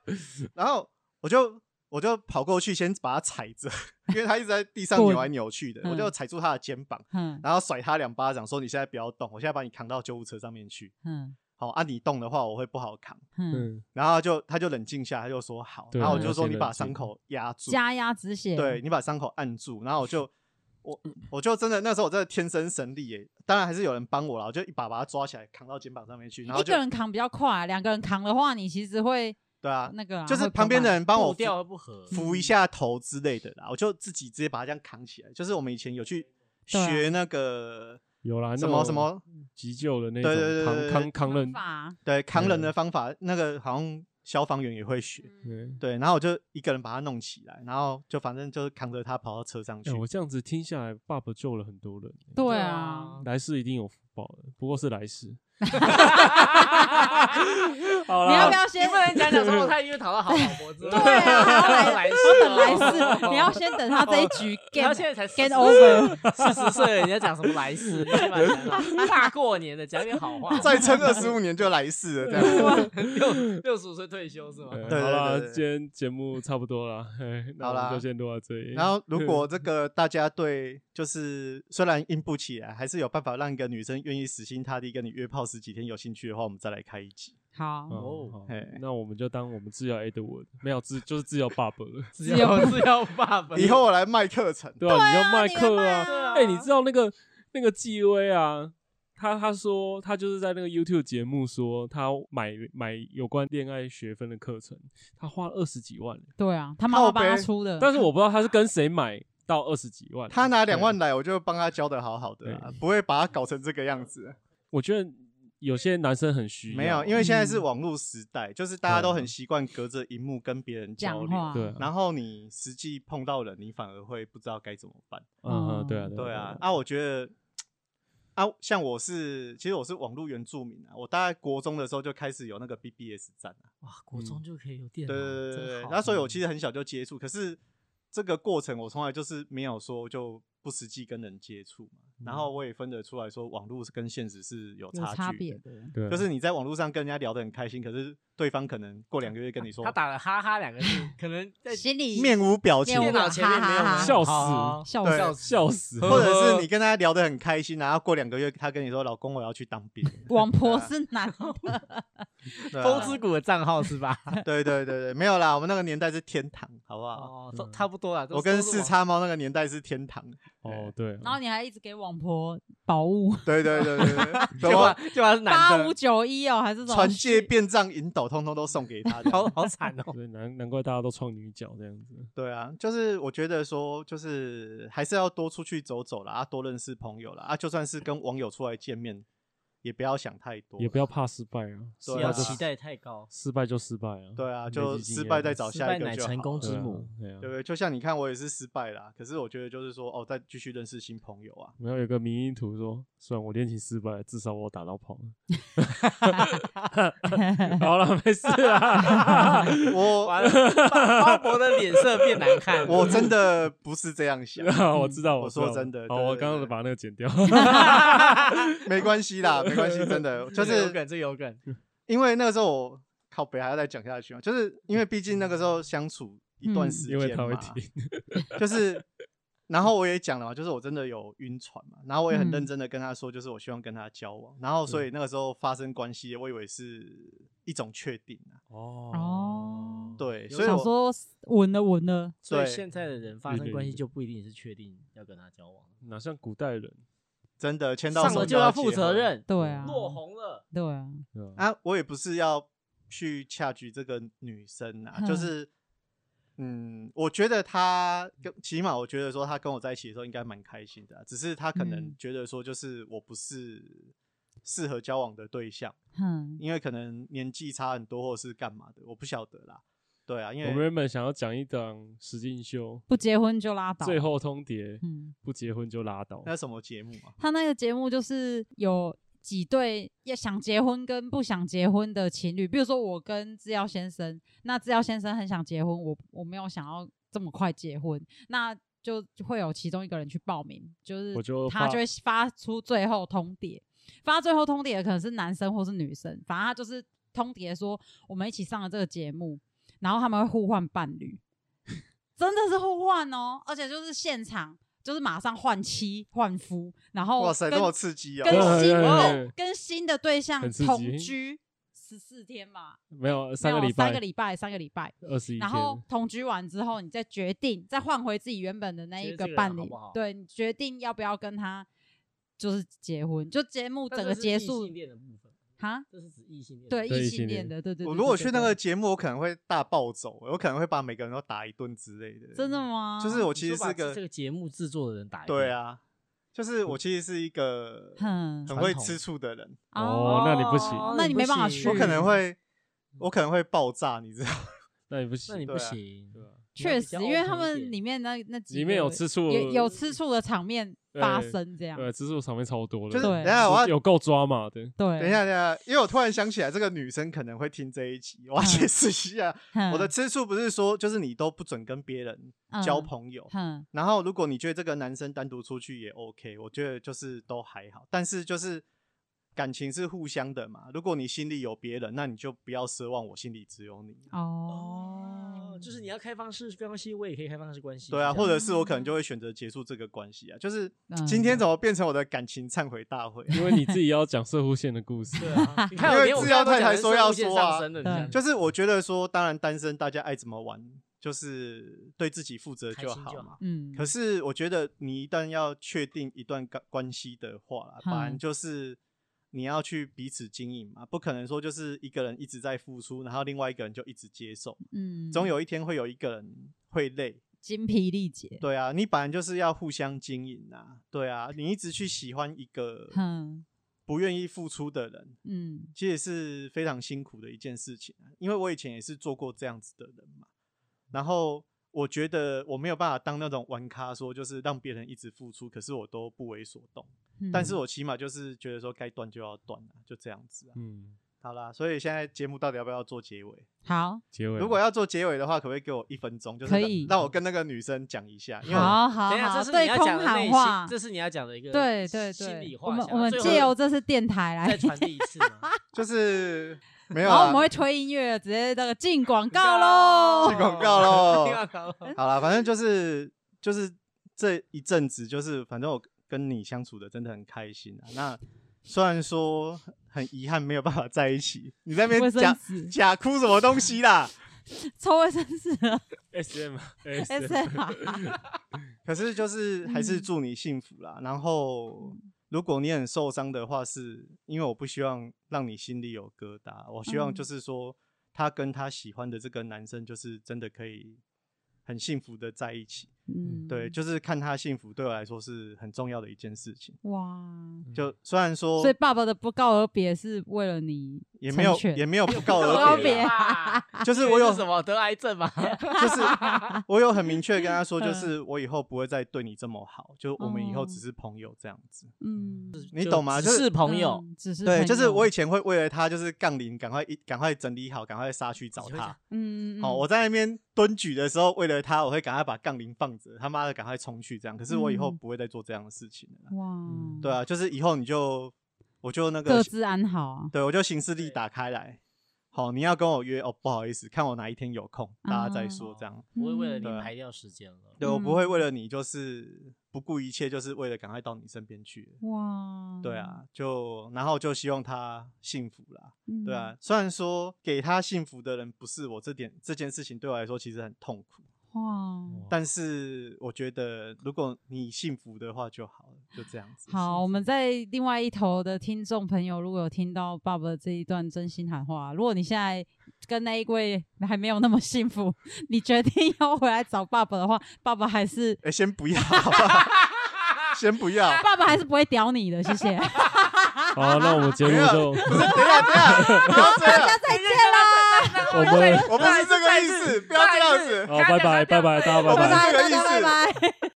[SPEAKER 3] 然后我就我就跑过去，先把他踩着，因为他一直在地上
[SPEAKER 2] 滚
[SPEAKER 3] 扭来扭去的，我就
[SPEAKER 2] 嗯
[SPEAKER 3] 踩住他的肩膀，
[SPEAKER 2] 嗯
[SPEAKER 3] 然后甩他两巴掌，说：“你现在不要动，我现在把你扛到救护车上面去。
[SPEAKER 2] 嗯
[SPEAKER 3] 好啊，你动的话我会不好扛。”
[SPEAKER 2] 嗯，
[SPEAKER 1] 嗯，
[SPEAKER 3] 然后就他就冷静下，他就说：“好。”
[SPEAKER 1] 对
[SPEAKER 3] 然后我
[SPEAKER 2] 嗯
[SPEAKER 3] 就说：“
[SPEAKER 1] 先
[SPEAKER 3] 你把
[SPEAKER 1] 冷静
[SPEAKER 3] 伤口压住。”
[SPEAKER 2] 加压止血。
[SPEAKER 3] 对，你把伤口按住，然后 我就我
[SPEAKER 2] 嗯
[SPEAKER 3] 我就真的那时候我真的天生神力耶，当然还是有人帮我了，我就一把把他抓起来扛到肩膀上面去，然后
[SPEAKER 2] 一
[SPEAKER 3] 就
[SPEAKER 2] 个人扛比较快，啊两个人扛的话，你其实会
[SPEAKER 3] 对啊，
[SPEAKER 2] 那个啊
[SPEAKER 3] 就是旁边的，人帮我
[SPEAKER 4] 步调
[SPEAKER 3] 扶
[SPEAKER 4] 而不合，
[SPEAKER 3] 扶
[SPEAKER 2] 嗯
[SPEAKER 3] 一下头之类的啦，我就自己直接把他这样扛起来，就是我们以前有去
[SPEAKER 2] 对啊
[SPEAKER 3] 学那个
[SPEAKER 1] 有啊啦，那
[SPEAKER 3] 什么
[SPEAKER 1] 种
[SPEAKER 3] 什么
[SPEAKER 1] 急救的那
[SPEAKER 3] 对对对
[SPEAKER 1] 种
[SPEAKER 3] 对
[SPEAKER 1] 扛扛扛
[SPEAKER 2] 人
[SPEAKER 1] 人，
[SPEAKER 2] 法
[SPEAKER 3] 对
[SPEAKER 1] 嗯
[SPEAKER 3] 扛人的方法，那个好像消防员也会
[SPEAKER 2] 嗯
[SPEAKER 3] 学。
[SPEAKER 1] 对。
[SPEAKER 3] 对，然后我就一个人把他弄起来，然后就反正就是扛着他跑到车上去
[SPEAKER 1] 哎，。我这样子听下来，爸爸救了很多人。
[SPEAKER 2] 对啊，
[SPEAKER 1] 来世一定有福报的，不过是来世。
[SPEAKER 4] 啊 好
[SPEAKER 2] 你要不要先
[SPEAKER 4] 你不能讲讲说我太因为讨到好老婆之后，
[SPEAKER 2] 对啊还要来
[SPEAKER 4] 来
[SPEAKER 2] 等来 世，你要先等他这一局
[SPEAKER 4] 你
[SPEAKER 2] game
[SPEAKER 4] 要现在才
[SPEAKER 2] get
[SPEAKER 4] 40
[SPEAKER 2] over，
[SPEAKER 4] 四十岁了，你在讲什么来世？你起码讲到大过年的讲点好话，
[SPEAKER 3] 再撑 二十五年就来世了，这样子。
[SPEAKER 4] 六六十五岁退休是吗？
[SPEAKER 1] 哎
[SPEAKER 3] 对
[SPEAKER 1] 好啦，
[SPEAKER 3] 对对对
[SPEAKER 1] 今天节目差不多了，哎那我
[SPEAKER 3] 好啦
[SPEAKER 1] 们就先录到这里。
[SPEAKER 3] 然后，如 果这个大家对就是虽然硬不起来，还是有办法让一个女生愿意死心塌地跟你约炮十几天有兴趣的话，我们再来开一集。
[SPEAKER 2] 好，
[SPEAKER 1] 哦，好
[SPEAKER 3] 嘿
[SPEAKER 1] 那我们就当我们治疗 Edward，没有治就是治疗爸爸 了，
[SPEAKER 4] 只要只要爸爸，
[SPEAKER 3] 以后我来卖课程，
[SPEAKER 1] 哎
[SPEAKER 2] 啊
[SPEAKER 1] 啊对吧？你要卖
[SPEAKER 2] 你要
[SPEAKER 1] 课
[SPEAKER 2] 卖
[SPEAKER 1] 啊
[SPEAKER 2] 啊，
[SPEAKER 4] 对啊
[SPEAKER 1] 哎，你知道那个那个纪威啊，他他说他就是在那个 YouTube 节目说他买买有关恋爱学分的课程，他花了二十几万，欸
[SPEAKER 3] 嗯
[SPEAKER 2] 对啊，他妈妈帮他
[SPEAKER 3] 靠背
[SPEAKER 2] 出的，
[SPEAKER 1] 但是我不知道他是跟谁买到二十几万。
[SPEAKER 3] 他拿两万来，我就帮他教的好好的啊、不会把他搞成这个样子。
[SPEAKER 1] 我觉得有些男生很需要，
[SPEAKER 3] 没有，因为现在是
[SPEAKER 2] 嗯
[SPEAKER 3] 网络时代，就是大家都很习惯隔着荧幕跟别人交
[SPEAKER 2] 讲
[SPEAKER 3] 流，
[SPEAKER 2] 话，
[SPEAKER 1] 对啊
[SPEAKER 3] 然后你实际碰到人，你反而会不知道该怎么办。
[SPEAKER 1] 嗯，对啊，
[SPEAKER 3] 对啊，啊，我觉得啊，像我是，其实我是网络原住民啊，我大概国中的时候就开始有那个 BBS 站啊，
[SPEAKER 4] 哇，国中就可以有电
[SPEAKER 3] 对
[SPEAKER 4] 脑，
[SPEAKER 3] 对对
[SPEAKER 4] 真
[SPEAKER 3] 对对，
[SPEAKER 4] 好嗯
[SPEAKER 3] 那所以我其实很小就接触，可是这个过程我从来就是没有说就不实际跟人接触嘛，然后我也分得出来说网络是跟现实是有
[SPEAKER 2] 有
[SPEAKER 3] 差
[SPEAKER 2] 差
[SPEAKER 3] 距
[SPEAKER 2] 别
[SPEAKER 3] 的。
[SPEAKER 2] 的，
[SPEAKER 1] 对啊，
[SPEAKER 3] 就是你在网络上跟人家聊得很开心，可是对方可能过两个月跟你说
[SPEAKER 4] 他打了哈哈两个字，可能在
[SPEAKER 2] 心里
[SPEAKER 3] 面无表情
[SPEAKER 2] 面，无
[SPEAKER 4] 电脑前面没有
[SPEAKER 2] 哈哈哈
[SPEAKER 4] 人
[SPEAKER 1] 笑死
[SPEAKER 4] 好好
[SPEAKER 2] 笑
[SPEAKER 3] 对
[SPEAKER 2] 死，
[SPEAKER 1] 笑死，
[SPEAKER 3] 或者是你跟他聊得很开心，然后过两个月他跟你说：“老公，我要去当兵。
[SPEAKER 2] 王婆
[SPEAKER 3] 对啊
[SPEAKER 2] 是男的，
[SPEAKER 3] 对啊
[SPEAKER 4] 风之谷的账号是吧？
[SPEAKER 3] 对对对对，没有啦，我们那个年代是天堂，好不好？
[SPEAKER 4] 哦，都差不多啦。都
[SPEAKER 3] 我跟
[SPEAKER 4] 都是
[SPEAKER 3] 四
[SPEAKER 4] 网
[SPEAKER 3] 叉猫那个年代是天堂。
[SPEAKER 1] 哦，对啊，
[SPEAKER 2] 然后你还一直给王婆宝物，
[SPEAKER 3] 对对对对对，
[SPEAKER 4] 就
[SPEAKER 3] 什么
[SPEAKER 4] 把就把他是男
[SPEAKER 2] 八五
[SPEAKER 4] 的，
[SPEAKER 2] 九一哦，还是什么
[SPEAKER 3] 传戒变杖引导，通通都送给他。这样
[SPEAKER 4] 好好惨哦。
[SPEAKER 1] 啊所以难难怪大家都创女角这样子。
[SPEAKER 3] 对啊，就是我觉得说，就是还是要多出去走走啦，啊，多认识朋友啦，啊，就算是跟网友出来见面，也不要想太多，
[SPEAKER 1] 也不要。怕失败啊，失
[SPEAKER 3] 对
[SPEAKER 4] 不
[SPEAKER 1] 败
[SPEAKER 4] 要
[SPEAKER 3] 啊
[SPEAKER 1] 就
[SPEAKER 4] 期待太高，
[SPEAKER 1] 失败就失败啊，
[SPEAKER 3] 对啊，
[SPEAKER 1] 没
[SPEAKER 3] 就
[SPEAKER 1] 自信
[SPEAKER 3] 失
[SPEAKER 1] 也
[SPEAKER 3] 败再找
[SPEAKER 4] 失
[SPEAKER 3] 哦下
[SPEAKER 4] 败
[SPEAKER 3] 一个
[SPEAKER 4] 乃
[SPEAKER 3] 就好嗯
[SPEAKER 4] 成功
[SPEAKER 3] 了
[SPEAKER 4] 之
[SPEAKER 1] 对啊啊
[SPEAKER 4] 母，
[SPEAKER 1] 对啊
[SPEAKER 3] 对不，对？就像你看，我也是失败啦，可是我觉得就是说，哦，再继续认识新朋友 啊。
[SPEAKER 1] 然后有个迷因图说，虽然我恋情失败了， 至少我有打到炮。好了，没事啦。
[SPEAKER 3] 我
[SPEAKER 4] 完了，鲍勃的脸色变难看。
[SPEAKER 3] 我 真的不是这样想，
[SPEAKER 1] 我知道，
[SPEAKER 3] 嗯我
[SPEAKER 1] 知道
[SPEAKER 3] 说真的
[SPEAKER 1] 好，
[SPEAKER 3] 对
[SPEAKER 1] 我
[SPEAKER 3] 对
[SPEAKER 1] 刚刚
[SPEAKER 3] 对
[SPEAKER 1] 把那个剪掉。
[SPEAKER 3] 没关系啦，没关系，真的， 就
[SPEAKER 4] 这有
[SPEAKER 3] 是
[SPEAKER 4] 梗，这有梗。
[SPEAKER 3] 因为那个时候我靠北还要再讲下去嘛，就是因为毕竟那个时候相处一段
[SPEAKER 2] 嗯
[SPEAKER 3] 时
[SPEAKER 1] 因为
[SPEAKER 3] 间
[SPEAKER 1] 他
[SPEAKER 3] 嘛
[SPEAKER 1] 会， 听，
[SPEAKER 3] 就是，然后我也讲了嘛，就是我真的有晕船嘛，然后我也很
[SPEAKER 2] 嗯
[SPEAKER 3] 认真的跟他说，就是我希望跟他交往，然后所以那个时候发生关系，我以为是一种确定啊，
[SPEAKER 1] 哦
[SPEAKER 2] 哦
[SPEAKER 3] 对，
[SPEAKER 4] 有
[SPEAKER 3] 所以
[SPEAKER 2] 想
[SPEAKER 3] 我
[SPEAKER 2] 说稳了稳了，
[SPEAKER 4] 所以
[SPEAKER 3] 对
[SPEAKER 4] 现在的人发
[SPEAKER 1] 对
[SPEAKER 4] 生
[SPEAKER 1] 对
[SPEAKER 4] 关系
[SPEAKER 1] 对
[SPEAKER 4] 就不一定是确定要跟他交往，
[SPEAKER 1] 哪像古代人，
[SPEAKER 3] 真的牵到
[SPEAKER 4] 上
[SPEAKER 3] 手
[SPEAKER 4] 了就
[SPEAKER 3] 都
[SPEAKER 4] 要
[SPEAKER 3] 结
[SPEAKER 4] 负责
[SPEAKER 3] 婚
[SPEAKER 4] 任。
[SPEAKER 2] 对啊，
[SPEAKER 4] 落红了，
[SPEAKER 2] 对啊，
[SPEAKER 1] 对吧？
[SPEAKER 3] 啊，我也不是要去恰局这个女生啊，就
[SPEAKER 2] 哼
[SPEAKER 3] 是，嗯，我觉得她跟起码我觉得说她跟我在一起的时候应该蛮开心的啊、只是她可能
[SPEAKER 2] 嗯
[SPEAKER 3] 觉得说就是我不是适合交往的对象，
[SPEAKER 2] 哼，
[SPEAKER 3] 因为可能年纪差很多或是干嘛的，我不晓得啦。对啊，因
[SPEAKER 1] 我们
[SPEAKER 3] 为
[SPEAKER 1] 原本想要讲一档实境秀，
[SPEAKER 2] 不结婚就拉倒，
[SPEAKER 1] 最后通牒，
[SPEAKER 2] 嗯，
[SPEAKER 1] 不结婚就拉倒。
[SPEAKER 3] 那什么节目啊？
[SPEAKER 2] 他那个节目就是有几对要想结婚跟不想结婚的情侣，比如说我跟制药先生，那制药先生很想结婚，我我没有想要这么快结婚，那就会有其中一个人去报名，就是
[SPEAKER 1] 我就
[SPEAKER 2] 他
[SPEAKER 1] 发
[SPEAKER 2] 就会发出最后通牒，发最后通牒的可能是男生或是女生，反正他就是通牒说我们一起上了这个节目，然后他们会互换伴侣。真的是互换哦，而且就是现场，就是马上换妻换夫，然后
[SPEAKER 3] 哇塞，这
[SPEAKER 2] 哦跟
[SPEAKER 3] 么刺激
[SPEAKER 2] 跟
[SPEAKER 1] 哇
[SPEAKER 3] 哦！
[SPEAKER 2] 新
[SPEAKER 1] 哎
[SPEAKER 2] 的跟新的对象
[SPEAKER 1] 很刺激
[SPEAKER 2] 同居十四天嘛，
[SPEAKER 1] 没有
[SPEAKER 2] 没
[SPEAKER 1] 三
[SPEAKER 2] 有
[SPEAKER 1] 个礼
[SPEAKER 2] 三
[SPEAKER 1] 拜
[SPEAKER 2] 个，礼拜，三个礼拜。
[SPEAKER 1] 二十一
[SPEAKER 2] 然
[SPEAKER 1] 天，
[SPEAKER 2] 后同居完之后，你再决定，再换回自己原本的那
[SPEAKER 4] 觉
[SPEAKER 2] 一
[SPEAKER 4] 得这个人
[SPEAKER 2] 伴侣，
[SPEAKER 4] 好不好
[SPEAKER 2] 对你决定要不要跟他就是结婚，就节目整
[SPEAKER 4] 但
[SPEAKER 2] 个
[SPEAKER 4] 这是
[SPEAKER 2] 结
[SPEAKER 4] 异
[SPEAKER 2] 束
[SPEAKER 4] 性恋的部分，
[SPEAKER 2] 哈，
[SPEAKER 4] 这是指异性恋的
[SPEAKER 2] 对
[SPEAKER 4] 部分。
[SPEAKER 1] 对
[SPEAKER 2] 异
[SPEAKER 1] 异性
[SPEAKER 2] 性恋
[SPEAKER 1] 恋
[SPEAKER 2] 的，对对对。
[SPEAKER 3] 我
[SPEAKER 2] 对
[SPEAKER 3] 如果
[SPEAKER 2] 对
[SPEAKER 3] 去那
[SPEAKER 2] 对
[SPEAKER 3] 个节目，我可能会大暴走，我可能会把每个人都打一顿之类的。
[SPEAKER 2] 真的？吗？
[SPEAKER 3] 就是我
[SPEAKER 4] 你
[SPEAKER 3] 其实
[SPEAKER 4] 说把
[SPEAKER 3] 是个
[SPEAKER 4] 这个节目制作的人打一
[SPEAKER 3] 对
[SPEAKER 4] 遍，
[SPEAKER 3] 啊，就是我其实是一个
[SPEAKER 2] 哼
[SPEAKER 3] 很会
[SPEAKER 4] 传统
[SPEAKER 3] 吃醋的人，
[SPEAKER 1] 哦那你不行
[SPEAKER 4] 哦
[SPEAKER 2] 那你没办法
[SPEAKER 4] 不行
[SPEAKER 2] 去
[SPEAKER 3] 我可能会，我可能会爆炸，你知道？
[SPEAKER 1] 那也不行。
[SPEAKER 4] 那你
[SPEAKER 3] 对
[SPEAKER 4] 不
[SPEAKER 3] 啊
[SPEAKER 4] 行，
[SPEAKER 1] 对啊
[SPEAKER 2] 确实，因为他
[SPEAKER 4] 你要比较 open 一
[SPEAKER 2] 们
[SPEAKER 4] 点
[SPEAKER 2] 里面那那几
[SPEAKER 1] 里面有
[SPEAKER 2] 个
[SPEAKER 1] 吃醋，
[SPEAKER 2] 有有吃醋的场 面发生，这样
[SPEAKER 1] 对，吃醋场面超多的，
[SPEAKER 3] 就是
[SPEAKER 2] 对
[SPEAKER 3] 等一下我要
[SPEAKER 1] 有够抓嘛的。
[SPEAKER 2] 对。
[SPEAKER 3] 等一下，等一下，因为我突然想起来，这个女生可能会听这一集，
[SPEAKER 2] 嗯
[SPEAKER 3] 我要解释一下，
[SPEAKER 2] 下
[SPEAKER 3] 我的吃醋不是说就是你都不准跟别人交
[SPEAKER 2] 友，
[SPEAKER 3] 朋友。
[SPEAKER 2] 哼
[SPEAKER 3] 然后，如果你觉得这个男生单独出去也 OK，我觉得就是都还好。但是就是感情是互相的嘛，如果你心里有别人，那你就不要奢望我心里只有你。
[SPEAKER 2] 哦
[SPEAKER 4] 哦，，就是你要开放式关系，我也可以开放式关系。
[SPEAKER 3] 对啊，
[SPEAKER 4] 这样
[SPEAKER 3] 或者是我可能就会选择结束这个关系啊。就是
[SPEAKER 2] 嗯
[SPEAKER 3] 今天怎么变成我的感情忏悔大 会啊、
[SPEAKER 1] 因为你自己要讲射户线的故事，
[SPEAKER 4] 对啊，你看
[SPEAKER 3] 因为
[SPEAKER 4] 连我
[SPEAKER 3] 制
[SPEAKER 4] 刚
[SPEAKER 3] 药
[SPEAKER 4] 刚
[SPEAKER 3] 太
[SPEAKER 4] 讲
[SPEAKER 3] 太
[SPEAKER 4] 的
[SPEAKER 3] 说
[SPEAKER 4] 生物
[SPEAKER 3] 要
[SPEAKER 4] 线
[SPEAKER 3] 说
[SPEAKER 4] 上
[SPEAKER 3] 啊
[SPEAKER 4] 升了你
[SPEAKER 2] 对
[SPEAKER 4] 看
[SPEAKER 3] 就是我觉得说，当然单身大家爱怎么玩，就是对自己负责
[SPEAKER 4] 开
[SPEAKER 3] 就
[SPEAKER 4] 心
[SPEAKER 3] 好
[SPEAKER 4] 就
[SPEAKER 3] 嘛
[SPEAKER 4] 好。
[SPEAKER 2] 嗯，
[SPEAKER 3] 可是我觉得你一旦要确定一段关关系的话啦，
[SPEAKER 2] 嗯
[SPEAKER 3] 反正就是你要去彼此经营嘛，不可能说就是一个人一直在付出，然后另外一个人就一直接受，
[SPEAKER 2] 嗯，
[SPEAKER 3] 总有一天会有一个人会累。
[SPEAKER 2] 精疲力竭，
[SPEAKER 3] 对啊，你本来就是要互相经营啊，对啊，你一直去喜欢一个
[SPEAKER 2] 哼，
[SPEAKER 3] 不愿意付出的人，
[SPEAKER 2] 嗯
[SPEAKER 3] 其实是非常辛苦的一件事情啊、因为我以前也是做过这样子的人嘛。然后我觉得我没有办法当那种玩咖，说就是让别人一直付出，可是我都不为所动。
[SPEAKER 2] 嗯，
[SPEAKER 3] 但是我起码就是觉得说该断就要断啊，就这样子啊。
[SPEAKER 1] 嗯，
[SPEAKER 3] 好啦，所以现在节目到底要不要做结尾？
[SPEAKER 2] 好，
[SPEAKER 1] 结尾
[SPEAKER 3] 如果要做结尾的话，可不可以给我一分钟？就是
[SPEAKER 2] 可
[SPEAKER 3] 让
[SPEAKER 2] 以
[SPEAKER 3] 让我跟那个女生讲一下，因为我
[SPEAKER 2] 好好
[SPEAKER 4] 等一下，
[SPEAKER 2] 好，
[SPEAKER 4] 这是你
[SPEAKER 2] 对
[SPEAKER 4] 要
[SPEAKER 2] 啊空
[SPEAKER 4] 讲的内
[SPEAKER 2] 喊
[SPEAKER 4] 心
[SPEAKER 2] 话，
[SPEAKER 4] 这是你要讲的一个
[SPEAKER 2] 对对
[SPEAKER 4] 心里
[SPEAKER 2] 对，
[SPEAKER 4] 话。
[SPEAKER 2] 我们
[SPEAKER 4] 想
[SPEAKER 2] 我
[SPEAKER 4] 要
[SPEAKER 2] 们
[SPEAKER 4] 最后
[SPEAKER 2] 借由这次电台
[SPEAKER 4] 再
[SPEAKER 2] 来，
[SPEAKER 4] 传递一次吗，
[SPEAKER 3] 就是 没有啊
[SPEAKER 2] 然后我
[SPEAKER 3] 啦
[SPEAKER 2] 们，会推音乐，直接那个进广告喽，
[SPEAKER 3] 进广告咯
[SPEAKER 4] 进广告咯
[SPEAKER 3] 好啦，反正就是就是这一阵子，就是反正我跟你相处的真的很开心啊。那虽然说很遗憾没有办法在一起，你在那
[SPEAKER 2] 卫
[SPEAKER 3] 边
[SPEAKER 2] 生
[SPEAKER 3] 假
[SPEAKER 2] 纸，
[SPEAKER 3] 假哭什么东西啦？
[SPEAKER 2] 抽卫生纸啊
[SPEAKER 1] S M 啊
[SPEAKER 2] ，S
[SPEAKER 1] S
[SPEAKER 2] M
[SPEAKER 3] 啊可是就是还是
[SPEAKER 2] 嗯
[SPEAKER 3] 祝你幸福啦。然后如果你很受伤的话，是因为我不希望让你心里有疙瘩，我希望
[SPEAKER 2] 嗯
[SPEAKER 3] 就是说他跟他喜欢的这个男生，就是真的可以很幸福的在一起。
[SPEAKER 2] 嗯，
[SPEAKER 3] 对，就是看他幸福对我来说是很重要的一件事情。
[SPEAKER 2] 哇。
[SPEAKER 3] 就虽然说
[SPEAKER 2] 所以爸爸的不告而别是为了你
[SPEAKER 3] 也
[SPEAKER 2] 成
[SPEAKER 3] 没有
[SPEAKER 2] 全
[SPEAKER 3] 也没有不
[SPEAKER 2] 告
[SPEAKER 3] 告而
[SPEAKER 2] 而
[SPEAKER 3] 别
[SPEAKER 2] 别
[SPEAKER 3] 啊，
[SPEAKER 4] 啊
[SPEAKER 3] 就是 我有
[SPEAKER 4] 什么得癌症吗？
[SPEAKER 3] 就是我有很明确地跟他说，就
[SPEAKER 2] 嗯
[SPEAKER 3] 是我以后不会再对你这么好，就我们以后只是朋友这样子，
[SPEAKER 2] 嗯，
[SPEAKER 3] 你 懂吗？就
[SPEAKER 4] 只是
[SPEAKER 3] 是
[SPEAKER 4] 朋友，
[SPEAKER 2] 嗯，只是
[SPEAKER 3] 对，
[SPEAKER 2] 朋
[SPEAKER 3] 就是
[SPEAKER 2] 友
[SPEAKER 3] 我以前会为了他就是杠铃，赶快一赶快整理好，赶快杀去找
[SPEAKER 4] 你会
[SPEAKER 3] 他。
[SPEAKER 2] 嗯，嗯
[SPEAKER 3] 好，我在那边蹲举的时候，为了他，我会赶快把杠铃放着，他妈的赶快冲去这样。可是我以后
[SPEAKER 2] 嗯
[SPEAKER 3] 不会再做这样的事情了啦。
[SPEAKER 2] 哇，
[SPEAKER 3] 对，啊，就是以后你就我就那个
[SPEAKER 2] 各自安好啊，
[SPEAKER 3] 对，我就行事历打开来。好，你要跟我约哦，不好意思，看我哪一天有空，大家再
[SPEAKER 2] 啊
[SPEAKER 3] 说这样。
[SPEAKER 4] 不会为了
[SPEAKER 3] 对
[SPEAKER 4] 你
[SPEAKER 3] 啊
[SPEAKER 4] 排掉时间了。
[SPEAKER 3] 对我不会为
[SPEAKER 2] 嗯
[SPEAKER 3] 了你就是不顾一切，就是为了赶快到你身边去。
[SPEAKER 2] 哇，
[SPEAKER 3] 对，啊，就然后就希望他幸福啦。对啊
[SPEAKER 2] 嗯，，
[SPEAKER 3] 虽然说给他幸福的人不是我，这点这件事情对我来说其实很痛苦，
[SPEAKER 2] 哇，
[SPEAKER 3] 但是我觉得如果你幸福的话就好了，就这样子。
[SPEAKER 2] 好，我们在另外一头的听众朋友，如果有听到爸爸这一段真心喊话，如果你现在跟那一位还没有那么幸福，你决定要回来找爸爸的话，爸爸还是
[SPEAKER 3] 哎，先 不要，先不要。
[SPEAKER 2] 爸爸还是不会屌你的，谢谢，
[SPEAKER 1] 好，那我们节目就
[SPEAKER 3] 等一下，等一下， 不要这样，
[SPEAKER 2] 再见啦，
[SPEAKER 1] 我们
[SPEAKER 3] 我不是这个意思，不要这样子。
[SPEAKER 1] 好，拜拜拜拜，大家拜
[SPEAKER 3] 我
[SPEAKER 1] 拜
[SPEAKER 3] 们。
[SPEAKER 2] 大
[SPEAKER 3] 这
[SPEAKER 2] 家
[SPEAKER 3] 个意思
[SPEAKER 2] 拜拜。